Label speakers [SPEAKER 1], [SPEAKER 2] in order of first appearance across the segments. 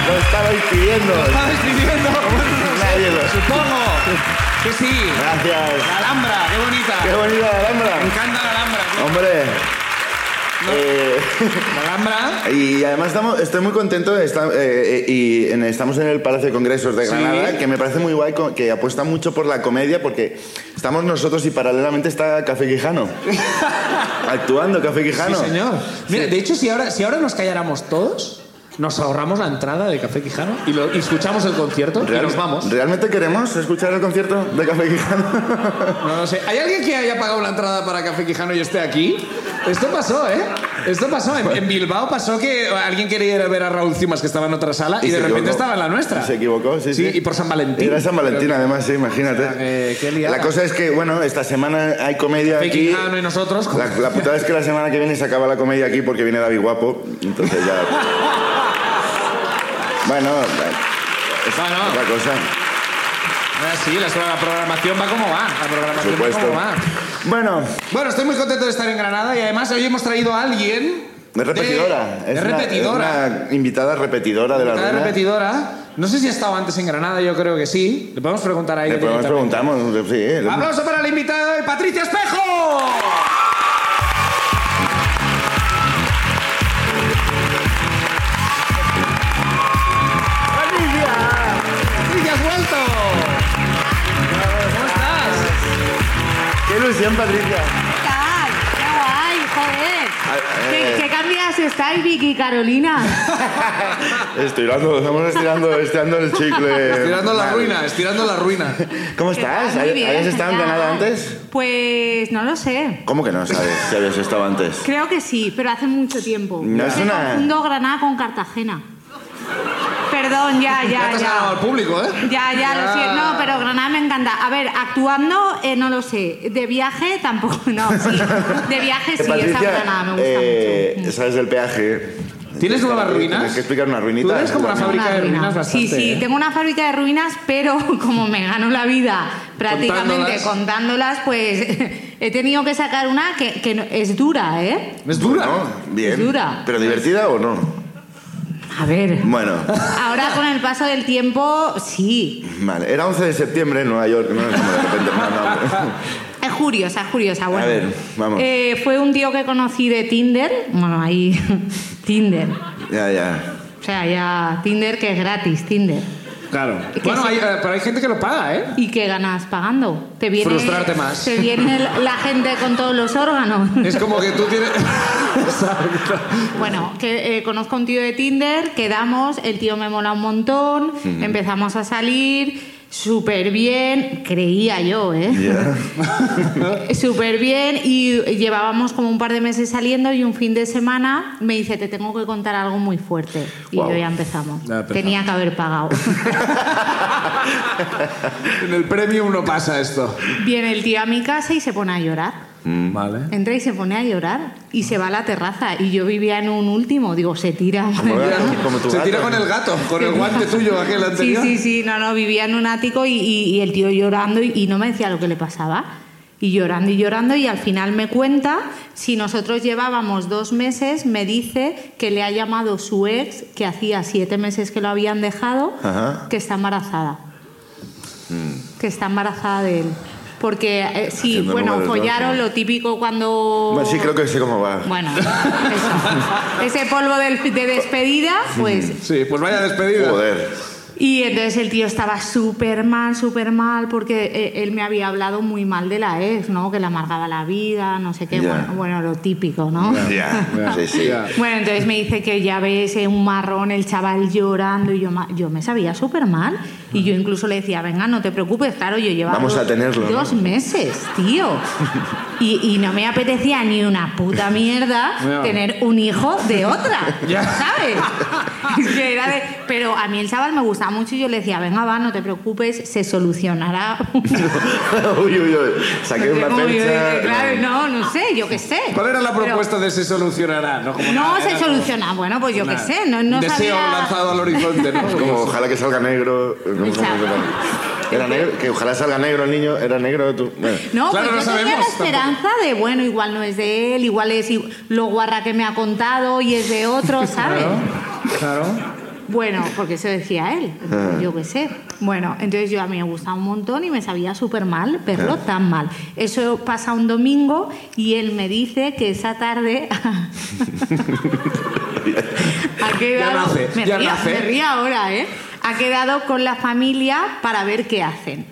[SPEAKER 1] estabais pidiendo.
[SPEAKER 2] ¿Lo estabais pidiendo? Bueno, no sé.
[SPEAKER 1] Nadie lo-
[SPEAKER 2] Supongo que sí. La
[SPEAKER 1] Gracias.
[SPEAKER 2] Alhambra, qué bonita.
[SPEAKER 1] Qué bonita la
[SPEAKER 2] Me
[SPEAKER 1] Alhambra.
[SPEAKER 2] encanta la Alhambra. tío.
[SPEAKER 1] Hombre. Eh,
[SPEAKER 2] La Alhambra.
[SPEAKER 1] y además estamos, estoy muy contento de estar, eh, eh, y en- estamos en el Palacio de Congresos de
[SPEAKER 2] Sí.
[SPEAKER 1] Granada, que me parece muy guay, co- que apuesta mucho por la comedia, porque estamos nosotros y paralelamente está Café Quijano. Actuando Café Quijano.
[SPEAKER 2] Sí, señor. Mira, de hecho, si ahora, si ahora nos calláramos todos, nos ahorramos la entrada de Café Quijano y, lo- y escuchamos el concierto
[SPEAKER 1] Real-
[SPEAKER 2] y nos vamos.
[SPEAKER 1] ¿Realmente queremos escuchar el concierto de Café Quijano?
[SPEAKER 2] No lo sé. ¿Hay alguien que haya pagado la entrada para Café Quijano y esté aquí? Esto pasó, ¿eh? Esto pasó. En, en Bilbao pasó que alguien quería ir a ver a Raúl Cimas, que estaba en otra sala, y,
[SPEAKER 1] Y
[SPEAKER 2] de
[SPEAKER 1] se
[SPEAKER 2] repente
[SPEAKER 1] equivocó.
[SPEAKER 2] estaba en la nuestra.
[SPEAKER 1] Y se equivocó, sí, sí.
[SPEAKER 2] Y por San Valentín.
[SPEAKER 1] Era San Valentín, además, sí, imagínate.
[SPEAKER 2] O sea, que- qué liada.
[SPEAKER 1] la cosa es que, bueno, esta semana hay comedia
[SPEAKER 2] Café
[SPEAKER 1] aquí.
[SPEAKER 2] Quijano y nosotros.
[SPEAKER 1] La, la putada es que la semana que viene se acaba la comedia aquí porque viene David Guapo, entonces ya... bueno, es
[SPEAKER 2] Bueno.
[SPEAKER 1] otra cosa,
[SPEAKER 2] Ah, Sí, la, la programación va como va.
[SPEAKER 1] por
[SPEAKER 2] La programación va
[SPEAKER 1] supuesto.
[SPEAKER 2] como va.
[SPEAKER 1] Bueno,
[SPEAKER 2] Bueno, estoy muy contento de estar en Granada y además hoy hemos traído a alguien.
[SPEAKER 1] es repetidora.
[SPEAKER 2] de- es
[SPEAKER 1] una-
[SPEAKER 2] repetidora.
[SPEAKER 1] una invitada repetidora de la
[SPEAKER 2] Cada
[SPEAKER 1] ruina.
[SPEAKER 2] repetidora. No sé si ha estado antes en Granada, yo creo que sí. Le podemos preguntar a ella.
[SPEAKER 1] Le podemos
[SPEAKER 2] directamente.
[SPEAKER 1] preguntamos, sí. eh,
[SPEAKER 2] Aplauso para la invitada de Patricia Espejo. Patricia, has vuelto. ¿Cómo estás?
[SPEAKER 1] ¡Qué ilusión, Patricia!
[SPEAKER 3] tal? ¡Qué guay, joder!
[SPEAKER 1] Ah, eh.
[SPEAKER 3] ¿Qué, qué cambias estáis, Vicky Carolina?
[SPEAKER 1] Estirando, estamos estirando, estirando el chicle.
[SPEAKER 2] Estirando la
[SPEAKER 1] Mal.
[SPEAKER 2] ruina, estirando la ruina.
[SPEAKER 1] ¿Cómo
[SPEAKER 3] ¿Qué
[SPEAKER 1] estás?
[SPEAKER 3] tal? Muy
[SPEAKER 1] ¿Habías
[SPEAKER 3] bien,
[SPEAKER 1] habías estado en
[SPEAKER 3] genial.
[SPEAKER 1] Granada antes?
[SPEAKER 3] Pues no lo sé.
[SPEAKER 1] ¿Cómo que no sabes si habías estado antes?
[SPEAKER 3] Creo que sí, pero hace mucho tiempo.
[SPEAKER 1] No es
[SPEAKER 3] Me
[SPEAKER 1] una-
[SPEAKER 3] confundo Granada con Cartagena. Perdón, ya,
[SPEAKER 2] Ya te
[SPEAKER 3] ya,
[SPEAKER 2] has ganado al
[SPEAKER 3] ya.
[SPEAKER 2] público, ¿eh?
[SPEAKER 3] Ya, ya,
[SPEAKER 2] Ya.
[SPEAKER 3] lo siento. No, pero Granada me encanta. A ver, actuando, eh, no lo sé. De viaje, tampoco. No, sí. De viaje, sí, esa Granada me gusta
[SPEAKER 1] eh,
[SPEAKER 3] mucho.
[SPEAKER 1] sabes del peaje.
[SPEAKER 2] ¿Tienes nuevas ruinas?
[SPEAKER 1] Tienes que explicar una ruinita.
[SPEAKER 2] Tú eres como una
[SPEAKER 1] También.
[SPEAKER 2] fábrica de
[SPEAKER 3] ruina.
[SPEAKER 2] ruinas bastante.
[SPEAKER 3] Sí, sí,
[SPEAKER 2] ¿eh?
[SPEAKER 3] tengo una fábrica de ruinas, pero como me gano la vida prácticamente
[SPEAKER 2] Contándolas.
[SPEAKER 3] contándolas, pues he tenido que sacar una que, que no- es dura, ¿eh?
[SPEAKER 2] Es dura.
[SPEAKER 1] ¿No? Bien.
[SPEAKER 3] Es dura.
[SPEAKER 1] ¿Pero divertida o no?
[SPEAKER 3] A ver.
[SPEAKER 1] Bueno,
[SPEAKER 3] Ahora con el paso del tiempo, sí.
[SPEAKER 1] vale. Era 11 de septiembre en Nueva York. No, Es como de repente. no, no.
[SPEAKER 3] Es curiosa, es curiosa. Bueno,
[SPEAKER 1] A ver, vamos.
[SPEAKER 3] Eh, fue un tío que conocí de Tinder. Bueno, ahí. Tinder.
[SPEAKER 1] Ya, ya.
[SPEAKER 3] O sea, ya. Tinder que es gratis, Tinder.
[SPEAKER 2] Claro.
[SPEAKER 3] que
[SPEAKER 2] Bueno,
[SPEAKER 3] sí.
[SPEAKER 2] hay, eh, pero hay gente que lo paga, ¿eh?
[SPEAKER 3] ¿Y qué ganas pagando? Te viene,
[SPEAKER 2] Frustrarte más.
[SPEAKER 3] Te viene la gente con todos los órganos.
[SPEAKER 2] Es como que tú tienes. Exacto.
[SPEAKER 3] Bueno, que eh, conozco a un tío de Tinder, quedamos, el tío me mola un montón, empezamos a salir, súper bien, creía yo, ¿eh?
[SPEAKER 1] Ya.
[SPEAKER 3] Súper bien y llevábamos como un par de meses saliendo y un fin de semana me dice, te tengo que contar algo muy fuerte. Y
[SPEAKER 1] Guau.
[SPEAKER 3] yo ya empezamos.
[SPEAKER 2] Ya empezamos.
[SPEAKER 3] Tenía que haber pagado.
[SPEAKER 2] En el premium no pasa esto.
[SPEAKER 3] Viene el tío a mi casa y se pone a llorar.
[SPEAKER 2] Vale.
[SPEAKER 3] Entra y se pone a llorar y se va a la terraza y yo vivía en un último, digo, se tira.
[SPEAKER 1] Como gato, como tu
[SPEAKER 2] Se
[SPEAKER 1] gato.
[SPEAKER 2] tira con el gato, con el guante tuyo, aquel
[SPEAKER 3] Sí,
[SPEAKER 2] anterior.
[SPEAKER 3] sí, sí, no, no, vivía en un ático y, y- y el tío llorando y, y no me decía lo que le pasaba. Y llorando y llorando y al final me cuenta, si nosotros llevábamos dos meses, me dice que le ha llamado su ex, que hacía siete meses que lo habían dejado,
[SPEAKER 1] Ajá. Mm.
[SPEAKER 3] que está embarazada. Que está embarazada de él. Porque eh, sí,
[SPEAKER 1] Haciendo
[SPEAKER 3] bueno,
[SPEAKER 1] números, ¿no?
[SPEAKER 3] follaron
[SPEAKER 1] Sí.
[SPEAKER 3] lo típico cuando...
[SPEAKER 1] Bueno, sí, creo que sé cómo va.
[SPEAKER 3] Bueno, eso. ese polvo del- de despedida,
[SPEAKER 1] Mm.
[SPEAKER 3] pues
[SPEAKER 2] Sí, pues vaya despedida.
[SPEAKER 1] Joder.
[SPEAKER 3] y entonces el tío estaba súper mal, súper mal, porque eh, él me había hablado muy mal de la ex, ¿no? Que le amargaba la vida, no sé qué,
[SPEAKER 1] Ya.
[SPEAKER 3] bueno, bueno, lo típico, ¿no?
[SPEAKER 1] Ya. Sí, sí.
[SPEAKER 2] Ya.
[SPEAKER 3] Bueno, entonces me dice que ya ves eh, un marrón, el chaval llorando, y yo, ma- yo me sabía súper mal, y yo incluso le decía, venga, no te preocupes, claro, yo llevaba
[SPEAKER 1] Vamos
[SPEAKER 3] dos,
[SPEAKER 1] a tenerlo, ¿no?
[SPEAKER 3] dos meses, tío. Y, y no me apetecía ni una puta mierda
[SPEAKER 2] Ya.
[SPEAKER 3] tener un hijo de otra,
[SPEAKER 2] Ya.
[SPEAKER 3] ¿sabes? Es que era de- Pero a mí el chaval me gustaba mucho y yo le decía, venga, va, no te preocupes, se solucionará.
[SPEAKER 1] uy, uy, uy. Saqué una
[SPEAKER 3] Como yo
[SPEAKER 1] percha.
[SPEAKER 3] dije, claro, no, no sé, yo qué sé.
[SPEAKER 2] ¿Cuál era la
[SPEAKER 3] Pero-
[SPEAKER 2] propuesta de se solucionará? No, como
[SPEAKER 3] no
[SPEAKER 2] nada,
[SPEAKER 3] se
[SPEAKER 2] era
[SPEAKER 3] soluciona. Bueno, pues yo
[SPEAKER 2] una-
[SPEAKER 3] qué sé, no, no
[SPEAKER 2] un deseo
[SPEAKER 3] sabía-
[SPEAKER 2] lanzado al horizonte, ¿no?
[SPEAKER 1] Como ojalá que salga negro. eh,
[SPEAKER 3] O sea.
[SPEAKER 1] Era negro, que ojalá salga negro el niño, era negro tú. Bueno.
[SPEAKER 3] No,
[SPEAKER 2] Claro,
[SPEAKER 3] pues
[SPEAKER 2] no
[SPEAKER 3] yo tenía la
[SPEAKER 2] sabemos tampoco.
[SPEAKER 3] esperanza de, bueno, igual no es de él, igual es i- lo guarra que me ha contado y es de otro, ¿sabes?
[SPEAKER 2] Claro, claro.
[SPEAKER 3] Bueno, porque eso decía él,
[SPEAKER 2] Ah.
[SPEAKER 3] entonces, yo qué sé. Bueno, entonces yo a mí me gustaba un montón y me sabía súper mal verlo tan mal. Eso pasa un domingo y él me dice que esa tarde... ha quedado,
[SPEAKER 2] nace,
[SPEAKER 3] me,
[SPEAKER 2] ya
[SPEAKER 3] río,
[SPEAKER 2] nace.
[SPEAKER 3] me río ahora, ¿eh? Ha quedado con la familia para ver qué hacen.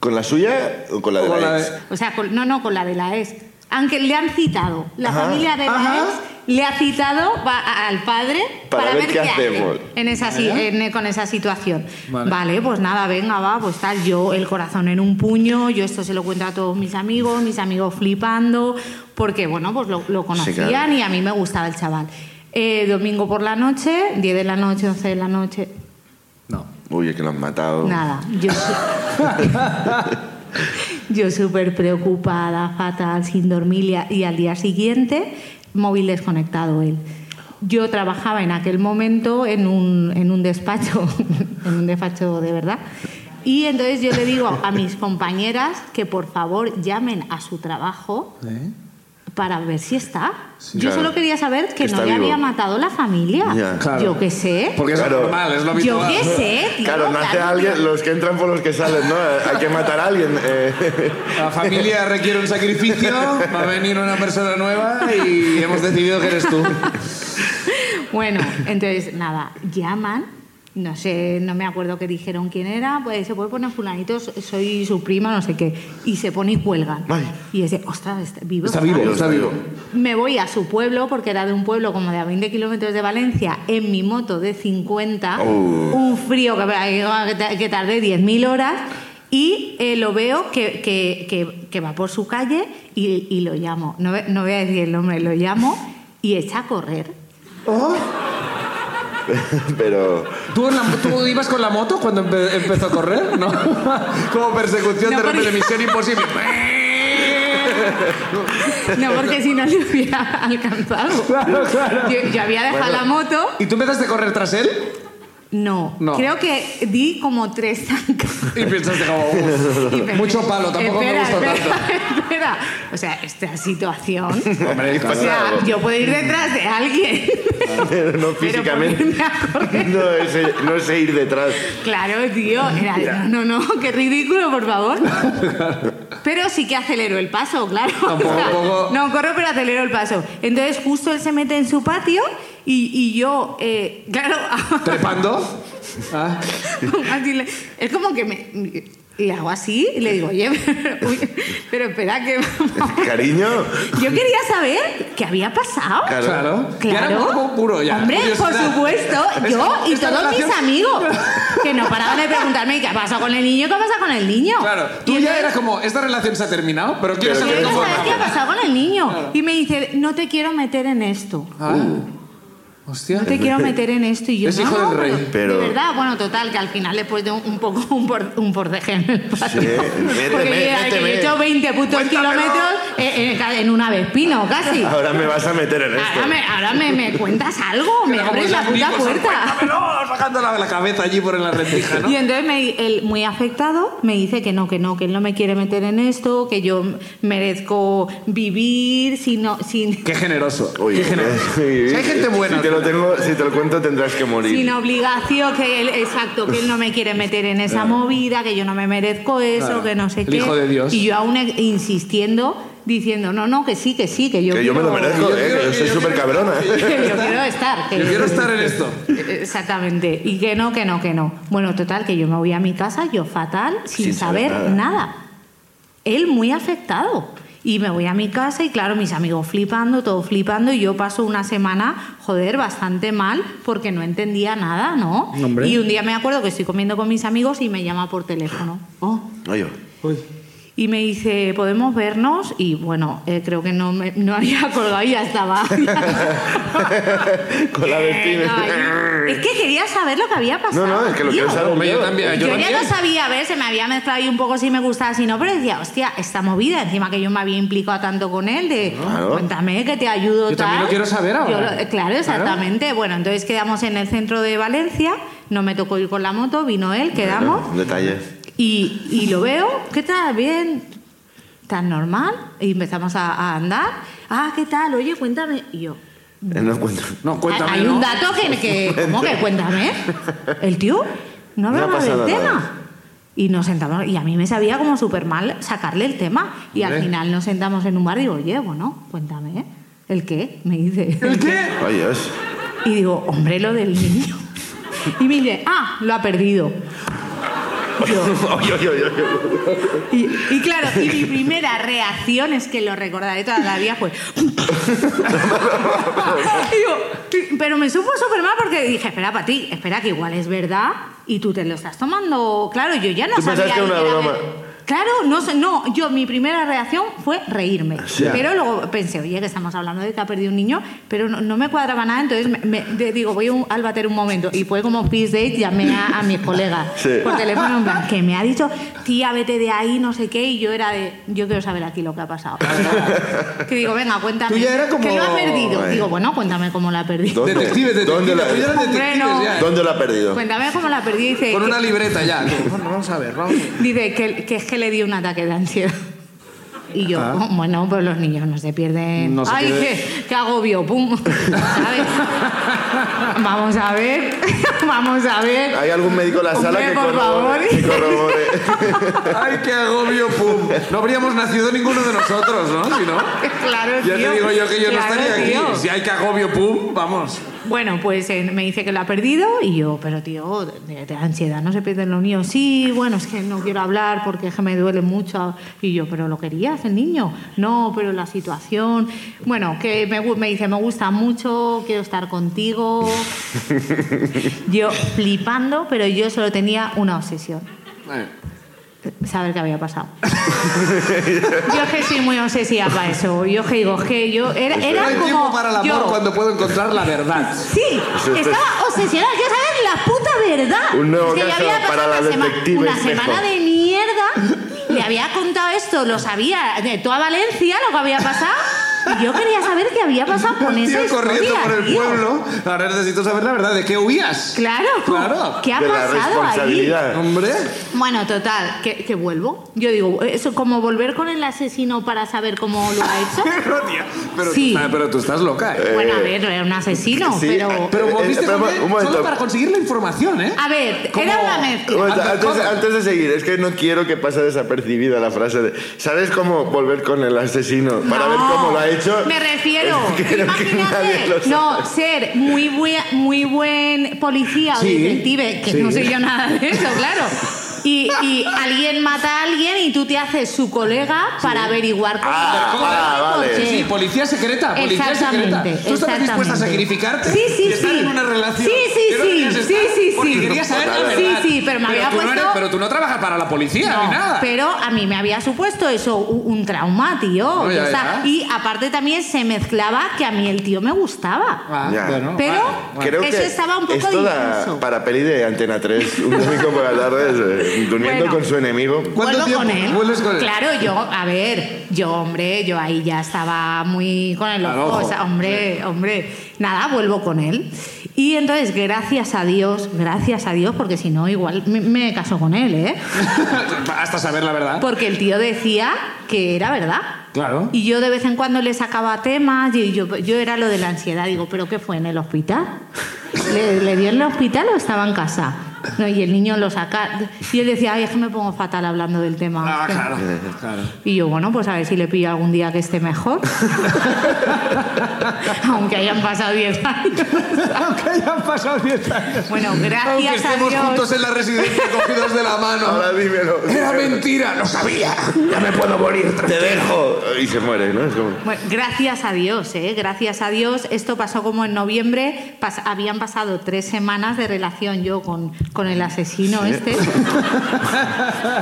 [SPEAKER 1] ¿Con la suya o con la de
[SPEAKER 2] Con la
[SPEAKER 1] la
[SPEAKER 2] de-
[SPEAKER 1] ex?
[SPEAKER 3] O sea, con- no, no, con la de la ex. Aunque le han citado, la
[SPEAKER 1] Ajá.
[SPEAKER 3] familia de la
[SPEAKER 2] Ajá.
[SPEAKER 3] ex le ha citado va- a- al padre
[SPEAKER 1] Para
[SPEAKER 3] para,
[SPEAKER 1] ver
[SPEAKER 3] ver,
[SPEAKER 1] qué
[SPEAKER 3] qué, hace
[SPEAKER 1] hacemos.
[SPEAKER 3] en esa, si- en- con esa situación.
[SPEAKER 2] Vale.
[SPEAKER 3] Vale. pues nada, venga, va, pues tal, yo el corazón en un puño, yo esto se lo cuento a todos mis amigos, mis amigos flipando, porque bueno, pues lo, lo
[SPEAKER 1] Sí,
[SPEAKER 3] conocían
[SPEAKER 1] claro.
[SPEAKER 3] y a mí me gustaba el chaval. Eh, domingo por la noche, 10 de la noche, 11 de la noche,
[SPEAKER 2] No.
[SPEAKER 1] Uy, es que lo han matado.
[SPEAKER 3] Nada, yo. su- yo súper preocupada, fatal, sin dormir y, a- y al día siguiente, móvil desconectado él. Yo trabajaba en aquel momento en un, en un despacho, en un despacho de verdad. Y entonces yo le digo a mis compañeras que por favor llamen a su trabajo
[SPEAKER 2] ¿Eh?
[SPEAKER 3] para ver si está.
[SPEAKER 1] Sí.
[SPEAKER 3] yo
[SPEAKER 1] Claro.
[SPEAKER 3] solo quería saber que,
[SPEAKER 1] Que
[SPEAKER 3] no
[SPEAKER 1] está
[SPEAKER 3] le
[SPEAKER 1] vivo.
[SPEAKER 3] había matado la familia.
[SPEAKER 1] Ya.
[SPEAKER 2] Claro.
[SPEAKER 3] Yo qué sé.
[SPEAKER 2] Porque es
[SPEAKER 1] Claro.
[SPEAKER 2] normal, es lo
[SPEAKER 3] Yo
[SPEAKER 2] habitual.
[SPEAKER 3] qué sé, tío.
[SPEAKER 1] Claro, nace
[SPEAKER 3] claro,
[SPEAKER 1] alguien,
[SPEAKER 3] tío.
[SPEAKER 1] los que entran por los que salen, ¿no? Eh, Hay que matar a alguien. eh.
[SPEAKER 2] La familia requiere un sacrificio, va a venir una persona nueva y hemos decidido que eres tú.
[SPEAKER 3] Bueno, entonces nada, llaman, no sé, no me acuerdo que dijeron quién era, pues se puede poner fulanito, soy su prima, no sé qué, y se pone y cuelgan.
[SPEAKER 1] Ay.
[SPEAKER 3] Y es de, ostras, está vivo.
[SPEAKER 2] Está vivo,
[SPEAKER 1] Dios
[SPEAKER 2] está vivo.
[SPEAKER 1] mío.
[SPEAKER 3] Me voy a su pueblo, porque era de un pueblo como de a 20 kilómetros de Valencia, en mi moto de 50,
[SPEAKER 1] Oh.
[SPEAKER 3] un frío que, que tardé 10.000 horas, y eh, lo veo que, que- que- que va por su calle y, y lo llamo. No, ve- no voy a decir el nombre, lo llamo y echa a correr.
[SPEAKER 1] Pero.
[SPEAKER 2] ¿Tú, en la, tú ibas con la moto cuando empe- empezó a correr? ¿No? Como persecución
[SPEAKER 3] No,
[SPEAKER 2] de repente,
[SPEAKER 3] porque-
[SPEAKER 2] misión imposible.
[SPEAKER 3] No, porque si no le hubiera alcanzado.
[SPEAKER 2] Claro, claro.
[SPEAKER 3] Yo, yo había dejado la moto.
[SPEAKER 2] ¿Y tú empezaste a correr tras él?
[SPEAKER 3] No,
[SPEAKER 2] No.
[SPEAKER 3] creo que di como tres zancas.
[SPEAKER 2] Y pensaste como... "Uf".
[SPEAKER 3] Y me-
[SPEAKER 2] Mucho palo, tampoco me
[SPEAKER 3] espera,
[SPEAKER 2] gustó
[SPEAKER 3] espera, Espera, o sea, esta situación.
[SPEAKER 2] Hombre,
[SPEAKER 3] O sea, yo puedo ir detrás de alguien.
[SPEAKER 1] Pero no
[SPEAKER 3] Pero
[SPEAKER 1] físicamente.
[SPEAKER 3] ponerme a correr.
[SPEAKER 1] No, ese- no sé ir detrás.
[SPEAKER 3] Claro, tío. era-
[SPEAKER 1] Ya.
[SPEAKER 3] no, no, no, qué ridículo, por favor. Pero sí que aceleró el paso, claro.
[SPEAKER 2] Tampoco, tampoco.
[SPEAKER 3] No, corro, pero aceleró el paso. Entonces, justo él se mete en su patio y, y yo, eh, claro,
[SPEAKER 2] ¿Trepando? Ah,
[SPEAKER 3] así le- es como que me. Y hago así y le digo, oye, pero, uy, pero espera, que.
[SPEAKER 1] Cariño.
[SPEAKER 3] Yo quería saber qué había pasado.
[SPEAKER 1] Claro.
[SPEAKER 2] claro. Ya era morbo puro ya.
[SPEAKER 3] Hombre, por
[SPEAKER 2] Curiosidad.
[SPEAKER 3] supuesto,
[SPEAKER 2] Es
[SPEAKER 3] yo
[SPEAKER 2] que
[SPEAKER 3] y
[SPEAKER 2] esta
[SPEAKER 3] todos mis
[SPEAKER 2] relación-
[SPEAKER 3] amigos que no paraban de preguntarme qué ha pasado con el niño, qué ha pasado con el niño.
[SPEAKER 2] Claro, tú
[SPEAKER 3] Y
[SPEAKER 2] ya
[SPEAKER 3] entonces,
[SPEAKER 2] eras como, esta relación se ha terminado, pero quiero
[SPEAKER 1] Pero
[SPEAKER 2] saber
[SPEAKER 3] Quiero
[SPEAKER 2] cómo
[SPEAKER 3] saber qué ha
[SPEAKER 2] acaba.
[SPEAKER 3] pasado con el niño. Y me dice, no te quiero meter en esto.
[SPEAKER 2] Ah, hostia.
[SPEAKER 3] No te quiero meter en esto. Y yo,
[SPEAKER 2] Es
[SPEAKER 3] "No,
[SPEAKER 2] hijo
[SPEAKER 3] no,
[SPEAKER 2] del rey".
[SPEAKER 1] Pero-
[SPEAKER 3] De verdad, bueno, total, que al final después de un, un poco un, por, un pordeje en el patio.
[SPEAKER 1] Sí,
[SPEAKER 3] porque
[SPEAKER 1] méteme,
[SPEAKER 3] era que yo
[SPEAKER 1] méteme.
[SPEAKER 3] he hecho 20 putos
[SPEAKER 1] Cuéntamelo.
[SPEAKER 3] kilómetros en, en- en un avespino, casi.
[SPEAKER 1] Ahora me vas a meter en esto.
[SPEAKER 3] Ahora me, ahora me, me cuentas algo, me
[SPEAKER 2] Como
[SPEAKER 3] abres la
[SPEAKER 2] San
[SPEAKER 3] puta
[SPEAKER 2] Nico, San
[SPEAKER 3] puerta.
[SPEAKER 2] Cuéntamelo, sacando la, la cabeza allí por en la rendija, ¿no?
[SPEAKER 3] Y entonces me- él, muy afectado, me dice que no, que no, que él no me quiere meter en esto, que yo merezco vivir sin... no- sin
[SPEAKER 2] Qué generoso.
[SPEAKER 1] Uy,
[SPEAKER 2] qué generoso.
[SPEAKER 1] sí.
[SPEAKER 2] Si hay gente buena.
[SPEAKER 1] Si te, lo tengo, si te lo cuento, tendrás que morir.
[SPEAKER 3] sin obligación, que él, exacto, que él no me quiere meter en esa movida, que yo no me merezco eso,
[SPEAKER 2] Claro.
[SPEAKER 3] que no sé
[SPEAKER 2] El
[SPEAKER 3] qué.
[SPEAKER 2] hijo de Dios.
[SPEAKER 3] Y yo aún e- insistiendo, diciendo, no, no, que sí, que sí, que yo
[SPEAKER 1] que yo
[SPEAKER 3] quiero...
[SPEAKER 1] me lo merezco,
[SPEAKER 2] Yo
[SPEAKER 1] eh,
[SPEAKER 2] quiero-
[SPEAKER 1] que yo soy
[SPEAKER 2] yo
[SPEAKER 1] súper
[SPEAKER 2] quiero-
[SPEAKER 1] cabrona.
[SPEAKER 3] que yo quiero estar. que
[SPEAKER 2] Yo quiero estar en esto.
[SPEAKER 3] Exactamente. Y que no, que no, que no. Bueno, total, que yo me voy a mi casa, yo fatal, sin,
[SPEAKER 1] Sin saber
[SPEAKER 3] saber,
[SPEAKER 1] nada.
[SPEAKER 3] nada. Él muy afectado. Y me voy a mi casa y claro, mis amigos flipando, todo flipando, y yo paso una semana, joder, bastante mal, porque no entendía nada, ¿no?
[SPEAKER 2] Hombre.
[SPEAKER 3] Y un día me acuerdo que estoy comiendo con mis amigos y me llama por teléfono. Oh,
[SPEAKER 1] Oye,
[SPEAKER 3] y me dice, ¿podemos vernos? Y bueno, eh, creo que no, me- no había colgado y ya estaba.
[SPEAKER 1] con la
[SPEAKER 3] Eh,
[SPEAKER 1] vecina.
[SPEAKER 3] no, es que quería saber lo que había pasado.
[SPEAKER 1] No, no, es que lo
[SPEAKER 3] tío.
[SPEAKER 1] quiero saber.
[SPEAKER 2] Hombre, yo también. Yo
[SPEAKER 3] Yo ya
[SPEAKER 2] también.
[SPEAKER 3] lo sabía, a ver, se me había mezclado ahí un poco si me gustaba, si no, pero decía, hostia, esta movida, encima que yo me había implicado tanto con él, de
[SPEAKER 1] Claro.
[SPEAKER 3] cuéntame que te ayudo.
[SPEAKER 2] Yo también
[SPEAKER 3] tal.
[SPEAKER 2] lo quiero saber ahora.
[SPEAKER 3] Yo lo- eh, claro, exactamente. Bueno, entonces quedamos en el centro de Valencia, no me tocó ir con la moto, vino él, quedamos.
[SPEAKER 1] Un detalle.
[SPEAKER 3] Y, y lo veo, ¿qué tal? Bien, tan normal. Y empezamos a, a andar. Ah, ¿qué tal? Oye, cuéntame. Y yo,
[SPEAKER 1] Eh, No cuento.
[SPEAKER 2] No, cuéntame.
[SPEAKER 3] Hay un
[SPEAKER 2] ¿no?
[SPEAKER 3] dato que, que- ¿Cómo que cuéntame? El tío no
[SPEAKER 1] No ha
[SPEAKER 3] hablaba
[SPEAKER 1] pasado
[SPEAKER 3] del
[SPEAKER 1] nada.
[SPEAKER 3] tema. Y nos sentamos, y a mí me sabía como súper mal sacarle el tema. Y al
[SPEAKER 2] Hombre.
[SPEAKER 3] final nos sentamos en un bar y digo, oye, bueno, cuéntame, ¿eh? ¿El qué? Me dice.
[SPEAKER 2] ¿El qué?
[SPEAKER 1] Ay, Dios.
[SPEAKER 3] Y digo, hombre, lo del niño. Y me dice, ah, lo ha perdido.
[SPEAKER 1] Ay, ay, ay, ay.
[SPEAKER 3] Y, y claro, y mi primera reacción es que lo recordaré toda la vida fue. Y digo, pero me supo súper mal porque dije, espera, para ti, espera que igual es verdad y tú te lo estás tomando. Claro, yo ya no
[SPEAKER 1] Tú pensaste
[SPEAKER 3] sabía.
[SPEAKER 1] que era una broma.
[SPEAKER 3] Claro, no sé, no, yo mi primera reacción fue reírme.
[SPEAKER 1] Sí.
[SPEAKER 3] Pero luego pensé, oye, que estamos hablando de que ha perdido un niño, pero no, no me cuadraba nada, entonces me, me- de- digo, voy a un- al bater un momento. Y fue como Peace Date, llamé a, a mis colegas
[SPEAKER 1] Sí.
[SPEAKER 3] por teléfono, en plan, que me ha dicho, tía, vete de ahí, no sé qué, y yo era de, yo quiero saber aquí lo que ha pasado. que digo, venga, cuéntame.
[SPEAKER 2] Tú ya era como-
[SPEAKER 3] Que lo ha perdido.
[SPEAKER 1] Bueno.
[SPEAKER 3] Digo, bueno, cuéntame cómo la ha perdido.
[SPEAKER 1] ¿Dónde?
[SPEAKER 2] Detectives,
[SPEAKER 1] ¿Dónde
[SPEAKER 2] detectives.
[SPEAKER 1] la-
[SPEAKER 2] ya eran
[SPEAKER 3] Hombre,
[SPEAKER 2] detectives
[SPEAKER 3] no.
[SPEAKER 2] ya.
[SPEAKER 1] ¿Dónde lo ha perdido?
[SPEAKER 3] Cuéntame cómo la ha perdido. Dice,
[SPEAKER 2] Con
[SPEAKER 3] que-
[SPEAKER 2] una libreta ya. Bueno, vamos a ver, vamos a ver.
[SPEAKER 3] Dice que, que es que le dio un ataque de ansiedad. Y yo,
[SPEAKER 2] Ah.
[SPEAKER 3] oh, bueno, pues los niños no se pierden.
[SPEAKER 2] No se
[SPEAKER 3] Ay,
[SPEAKER 2] pierden.
[SPEAKER 3] qué, qué agobio, pum. ¿Sabes? vamos a ver, vamos a ver.
[SPEAKER 1] ¿Hay algún médico en la sala
[SPEAKER 3] Hombre,
[SPEAKER 1] que,
[SPEAKER 3] por
[SPEAKER 1] corrobore,
[SPEAKER 3] favor.
[SPEAKER 1] que corrobore?
[SPEAKER 2] Ay, qué agobio, pum. No habríamos nacido ninguno de nosotros, ¿no? Si no.
[SPEAKER 3] Claro,
[SPEAKER 2] Ya te
[SPEAKER 3] tío.
[SPEAKER 2] digo yo que yo
[SPEAKER 3] Claro,
[SPEAKER 2] no estaría
[SPEAKER 3] tío.
[SPEAKER 2] aquí. Si hay que agobio, pum, vamos.
[SPEAKER 3] Bueno, pues eh, me dice que lo ha perdido y yo, pero tío, de, de ansiedad no se pierden los niños. Sí, bueno, es que no quiero hablar porque es que me duele mucho. Y yo, pero lo querías, el niño. No, pero la situación. Bueno, que me, gu- me dice, me gusta mucho, quiero estar contigo. yo flipando, pero yo solo tenía una obsesión
[SPEAKER 2] Eh,
[SPEAKER 3] saber qué había pasado. yo es que soy muy obsesiva para eso. Yo es que digo, es que yo era,
[SPEAKER 2] No
[SPEAKER 3] era
[SPEAKER 2] hay
[SPEAKER 3] como
[SPEAKER 2] tiempo para el amor
[SPEAKER 3] yo,
[SPEAKER 2] cuando puedo encontrar la verdad.
[SPEAKER 3] Sí, estaba obsesionada, quiero saber la puta verdad.
[SPEAKER 1] Un nuevo
[SPEAKER 3] Es que ya
[SPEAKER 1] caso
[SPEAKER 3] había pasado
[SPEAKER 1] para la
[SPEAKER 3] una sema-
[SPEAKER 1] detective
[SPEAKER 3] Una
[SPEAKER 1] Espejo.
[SPEAKER 3] semana de mierda, le había contado esto, lo sabía de toda Valencia, lo que había pasado. Y yo quería saber qué había pasado con
[SPEAKER 2] Un
[SPEAKER 3] esa
[SPEAKER 2] tío
[SPEAKER 3] historia,
[SPEAKER 2] corriendo por el
[SPEAKER 3] tío.
[SPEAKER 2] pueblo. Ahora necesito saber la verdad. ¿De qué huías?
[SPEAKER 3] Claro,
[SPEAKER 2] Claro.
[SPEAKER 3] ¿qué ha
[SPEAKER 1] de la
[SPEAKER 3] pasado ahí?
[SPEAKER 1] responsabilidad.
[SPEAKER 2] Hombre.
[SPEAKER 3] Bueno, total, que, que vuelvo. Yo digo, eso como volver con el asesino para saber cómo lo ha hecho.
[SPEAKER 2] Pero, tía, pero,
[SPEAKER 3] Sí.
[SPEAKER 2] tú, estás- pero tú estás loca, ¿eh?
[SPEAKER 3] Bueno, a ver, era un asesino,
[SPEAKER 1] sí.
[SPEAKER 3] pero.
[SPEAKER 2] Pero
[SPEAKER 1] Eh,
[SPEAKER 2] volviste
[SPEAKER 1] eh, pero,
[SPEAKER 2] con
[SPEAKER 1] un
[SPEAKER 2] él
[SPEAKER 1] momento.
[SPEAKER 2] solo para conseguir la información, ¿eh?
[SPEAKER 3] A ver,
[SPEAKER 2] ¿Cómo?
[SPEAKER 3] era una mezcla.
[SPEAKER 1] Un momento, antes,
[SPEAKER 2] Undercover.
[SPEAKER 1] antes de seguir, es que no quiero que pase desapercibida la frase de ¿Sabes cómo volver con el asesino? Para ver cómo lo ha hecho.
[SPEAKER 3] Me refiero,
[SPEAKER 1] Creo que nadie lo
[SPEAKER 3] imagínate,
[SPEAKER 1] sabe.
[SPEAKER 3] no, ser muy buen, muy buen policía
[SPEAKER 2] Sí,
[SPEAKER 3] o detective, que
[SPEAKER 2] sí.
[SPEAKER 3] no sé yo nada de eso, claro. Y, y alguien mata a alguien y tú te haces su colega para averiguar cómo.
[SPEAKER 1] Ah,
[SPEAKER 3] cómo
[SPEAKER 1] ah,
[SPEAKER 3] es el
[SPEAKER 1] vale.
[SPEAKER 3] coche.
[SPEAKER 2] Sí, policía secreta, policía secreta.
[SPEAKER 3] Exactamente,
[SPEAKER 2] ¿Tú estabas dispuesta a
[SPEAKER 3] exactamente.
[SPEAKER 2] sacrificarte?
[SPEAKER 3] Sí, sí,
[SPEAKER 2] y estar
[SPEAKER 3] sí.
[SPEAKER 2] en una relación.
[SPEAKER 3] Sí, sí,
[SPEAKER 2] que no
[SPEAKER 3] sí,
[SPEAKER 2] querías
[SPEAKER 3] sí,
[SPEAKER 2] estar
[SPEAKER 3] sí,
[SPEAKER 2] porque
[SPEAKER 3] sí.
[SPEAKER 2] querías saber la
[SPEAKER 3] Sí,
[SPEAKER 2] verdad.
[SPEAKER 3] sí, pero me había
[SPEAKER 2] tú no
[SPEAKER 3] puesto-
[SPEAKER 2] eres- pero tú no trabajas para la policía
[SPEAKER 3] No,
[SPEAKER 2] ni nada.
[SPEAKER 3] pero a mí me había supuesto eso un, un trauma, tío.
[SPEAKER 2] No, ya,
[SPEAKER 3] O sea,
[SPEAKER 2] ya.
[SPEAKER 3] Y aparte también se mezclaba que a mí el tío me gustaba.
[SPEAKER 2] Ah,
[SPEAKER 1] Ya.
[SPEAKER 2] bueno,
[SPEAKER 3] Pero-
[SPEAKER 2] vale, vale.
[SPEAKER 1] Creo
[SPEAKER 3] Eso
[SPEAKER 1] que
[SPEAKER 3] estaba un poco
[SPEAKER 1] esto da
[SPEAKER 3] difuso.
[SPEAKER 1] para peli de Antena 3, un domingo por la tarde, eh, durmiendo
[SPEAKER 3] Bueno.
[SPEAKER 1] con su enemigo.
[SPEAKER 2] ¿Cuánto
[SPEAKER 3] Vuelvo
[SPEAKER 2] tiempo?
[SPEAKER 3] con él.
[SPEAKER 2] ¿Vuelves con él?
[SPEAKER 3] Claro, yo, a ver, yo, hombre, yo ahí ya estaba muy con el
[SPEAKER 2] Al
[SPEAKER 3] ojo.
[SPEAKER 2] ojo.
[SPEAKER 3] o sea, hombre, hombre. Nada, vuelvo con él. Y entonces, gracias a Dios, gracias a Dios, porque si no, igual me, me caso con él, ¿eh?
[SPEAKER 2] Hasta saber la verdad.
[SPEAKER 3] Porque el tío decía que era verdad.
[SPEAKER 2] Claro.
[SPEAKER 3] Pues- Y yo de vez en cuando le sacaba temas y yo, yo era lo de la ansiedad. Digo, ¿pero qué fue? ¿En el hospital? ¿Le, le dio en el hospital o estaba en casa? No, y el niño lo saca. Y él decía, ay, es que me pongo fatal hablando del tema.
[SPEAKER 2] Ah, claro. claro.
[SPEAKER 3] Y yo, bueno, pues a ver si le pillo algún día que esté mejor. Aunque hayan pasado 10 años.
[SPEAKER 2] Aunque hayan pasado 10 años.
[SPEAKER 3] Bueno,
[SPEAKER 2] Aunque
[SPEAKER 3] gracias a
[SPEAKER 2] estemos
[SPEAKER 3] Dios.
[SPEAKER 2] juntos en la residencia cogidos de la mano.
[SPEAKER 1] Ahora dímelo.
[SPEAKER 2] Era mentira, lo sabía. Ya me puedo morir.
[SPEAKER 1] Te dejo. Y se muere, ¿no? Es como...
[SPEAKER 3] Bueno, gracias a Dios, ¿eh? Gracias a Dios. Esto pasó como en noviembre. Pas- habían pasado tres semanas de relación yo con, con el asesino este.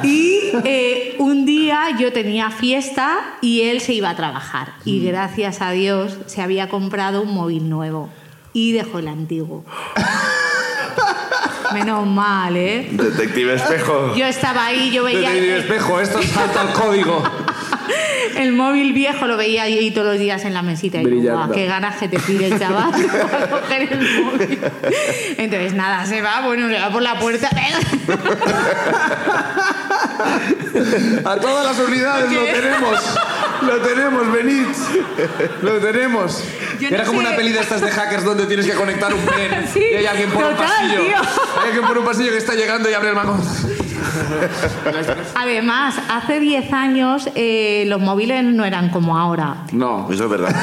[SPEAKER 3] y eh, un día yo tenía fiesta y él se iba a trabajar. Y gracias a Dios se había comprado un móvil nuevo y dejó el antiguo. Menos mal, ¿eh?
[SPEAKER 1] Detective Espejo.
[SPEAKER 3] Yo estaba ahí, yo veía...
[SPEAKER 2] Detective espejo, esto es falta al código.
[SPEAKER 3] El móvil viejo lo veía ahí todos los días en la mesita. Y yo,
[SPEAKER 2] Brillando.
[SPEAKER 3] "Guau, qué ganas que te pide el chaval para coger el móvil. Entonces, nada, se va, bueno, se va por la puerta.
[SPEAKER 2] A todas las unidades lo
[SPEAKER 3] ¿Qué?
[SPEAKER 2] tenemos. Lo tenemos, venid. Lo tenemos.
[SPEAKER 3] Yo
[SPEAKER 2] Era
[SPEAKER 3] no
[SPEAKER 2] como
[SPEAKER 3] sé.
[SPEAKER 2] una peli de estas de hackers donde tienes que conectar un pen
[SPEAKER 3] Sí,
[SPEAKER 2] y hay alguien por un
[SPEAKER 3] total,
[SPEAKER 2] pasillo.
[SPEAKER 3] tío.
[SPEAKER 2] Hay alguien por un pasillo que está llegando y abre el mango.
[SPEAKER 3] Además, hace 10 años eh, los móviles no eran como ahora.
[SPEAKER 2] No.
[SPEAKER 1] Eso es verdad.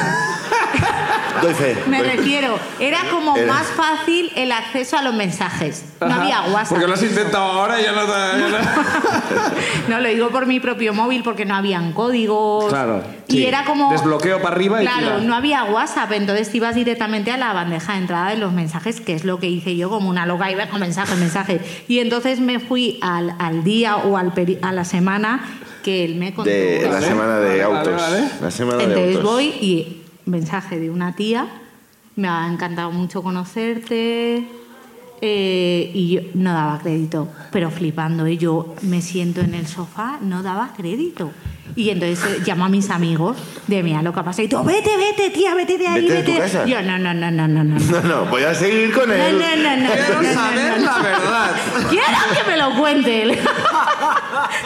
[SPEAKER 1] Doy fe.
[SPEAKER 3] Me
[SPEAKER 1] doy fe.
[SPEAKER 3] refiero, era como
[SPEAKER 1] Era.
[SPEAKER 3] más fácil el acceso a los mensajes. No había WhatsApp.
[SPEAKER 2] Porque lo has intentado ahora y ya no te... ya no-
[SPEAKER 3] No, lo digo por mi propio móvil porque no habían códigos.
[SPEAKER 2] Claro,
[SPEAKER 3] Y
[SPEAKER 2] sí.
[SPEAKER 3] era como.
[SPEAKER 2] Desbloqueo para arriba y
[SPEAKER 3] Claro,
[SPEAKER 2] tira.
[SPEAKER 3] no había WhatsApp, entonces te ibas directamente a la bandeja de entrada de los mensajes, que es lo que hice yo como una loca, iba con mensajes, mensajes. Y entonces me fui al, al día o al peri- a la semana que él me contó.
[SPEAKER 1] De la
[SPEAKER 2] Vale,
[SPEAKER 1] semana de
[SPEAKER 2] vale,
[SPEAKER 1] autos.
[SPEAKER 2] vale.
[SPEAKER 1] La semana de
[SPEAKER 3] Entonces
[SPEAKER 1] autos.
[SPEAKER 3] voy y mensaje de una tía, me ha encantado mucho conocerte. eh, y yo no daba crédito, pero flipando, y yo me siento en el sofá, no daba crédito. Y entonces eh, llamo a mis amigos de mira lo que ha pasado, y todo, vete, vete, tía, vete de ahí,
[SPEAKER 1] Vete
[SPEAKER 3] vete.
[SPEAKER 1] de tu casa.
[SPEAKER 3] Yo, no, no, no, no, no, no.
[SPEAKER 1] No, no, voy a seguir con
[SPEAKER 3] No,
[SPEAKER 1] él.
[SPEAKER 3] no, no, no, no,
[SPEAKER 2] Quiero
[SPEAKER 3] no,
[SPEAKER 2] saber
[SPEAKER 3] no,
[SPEAKER 2] la
[SPEAKER 3] no.
[SPEAKER 2] verdad.
[SPEAKER 3] Quiero que me lo cuente él.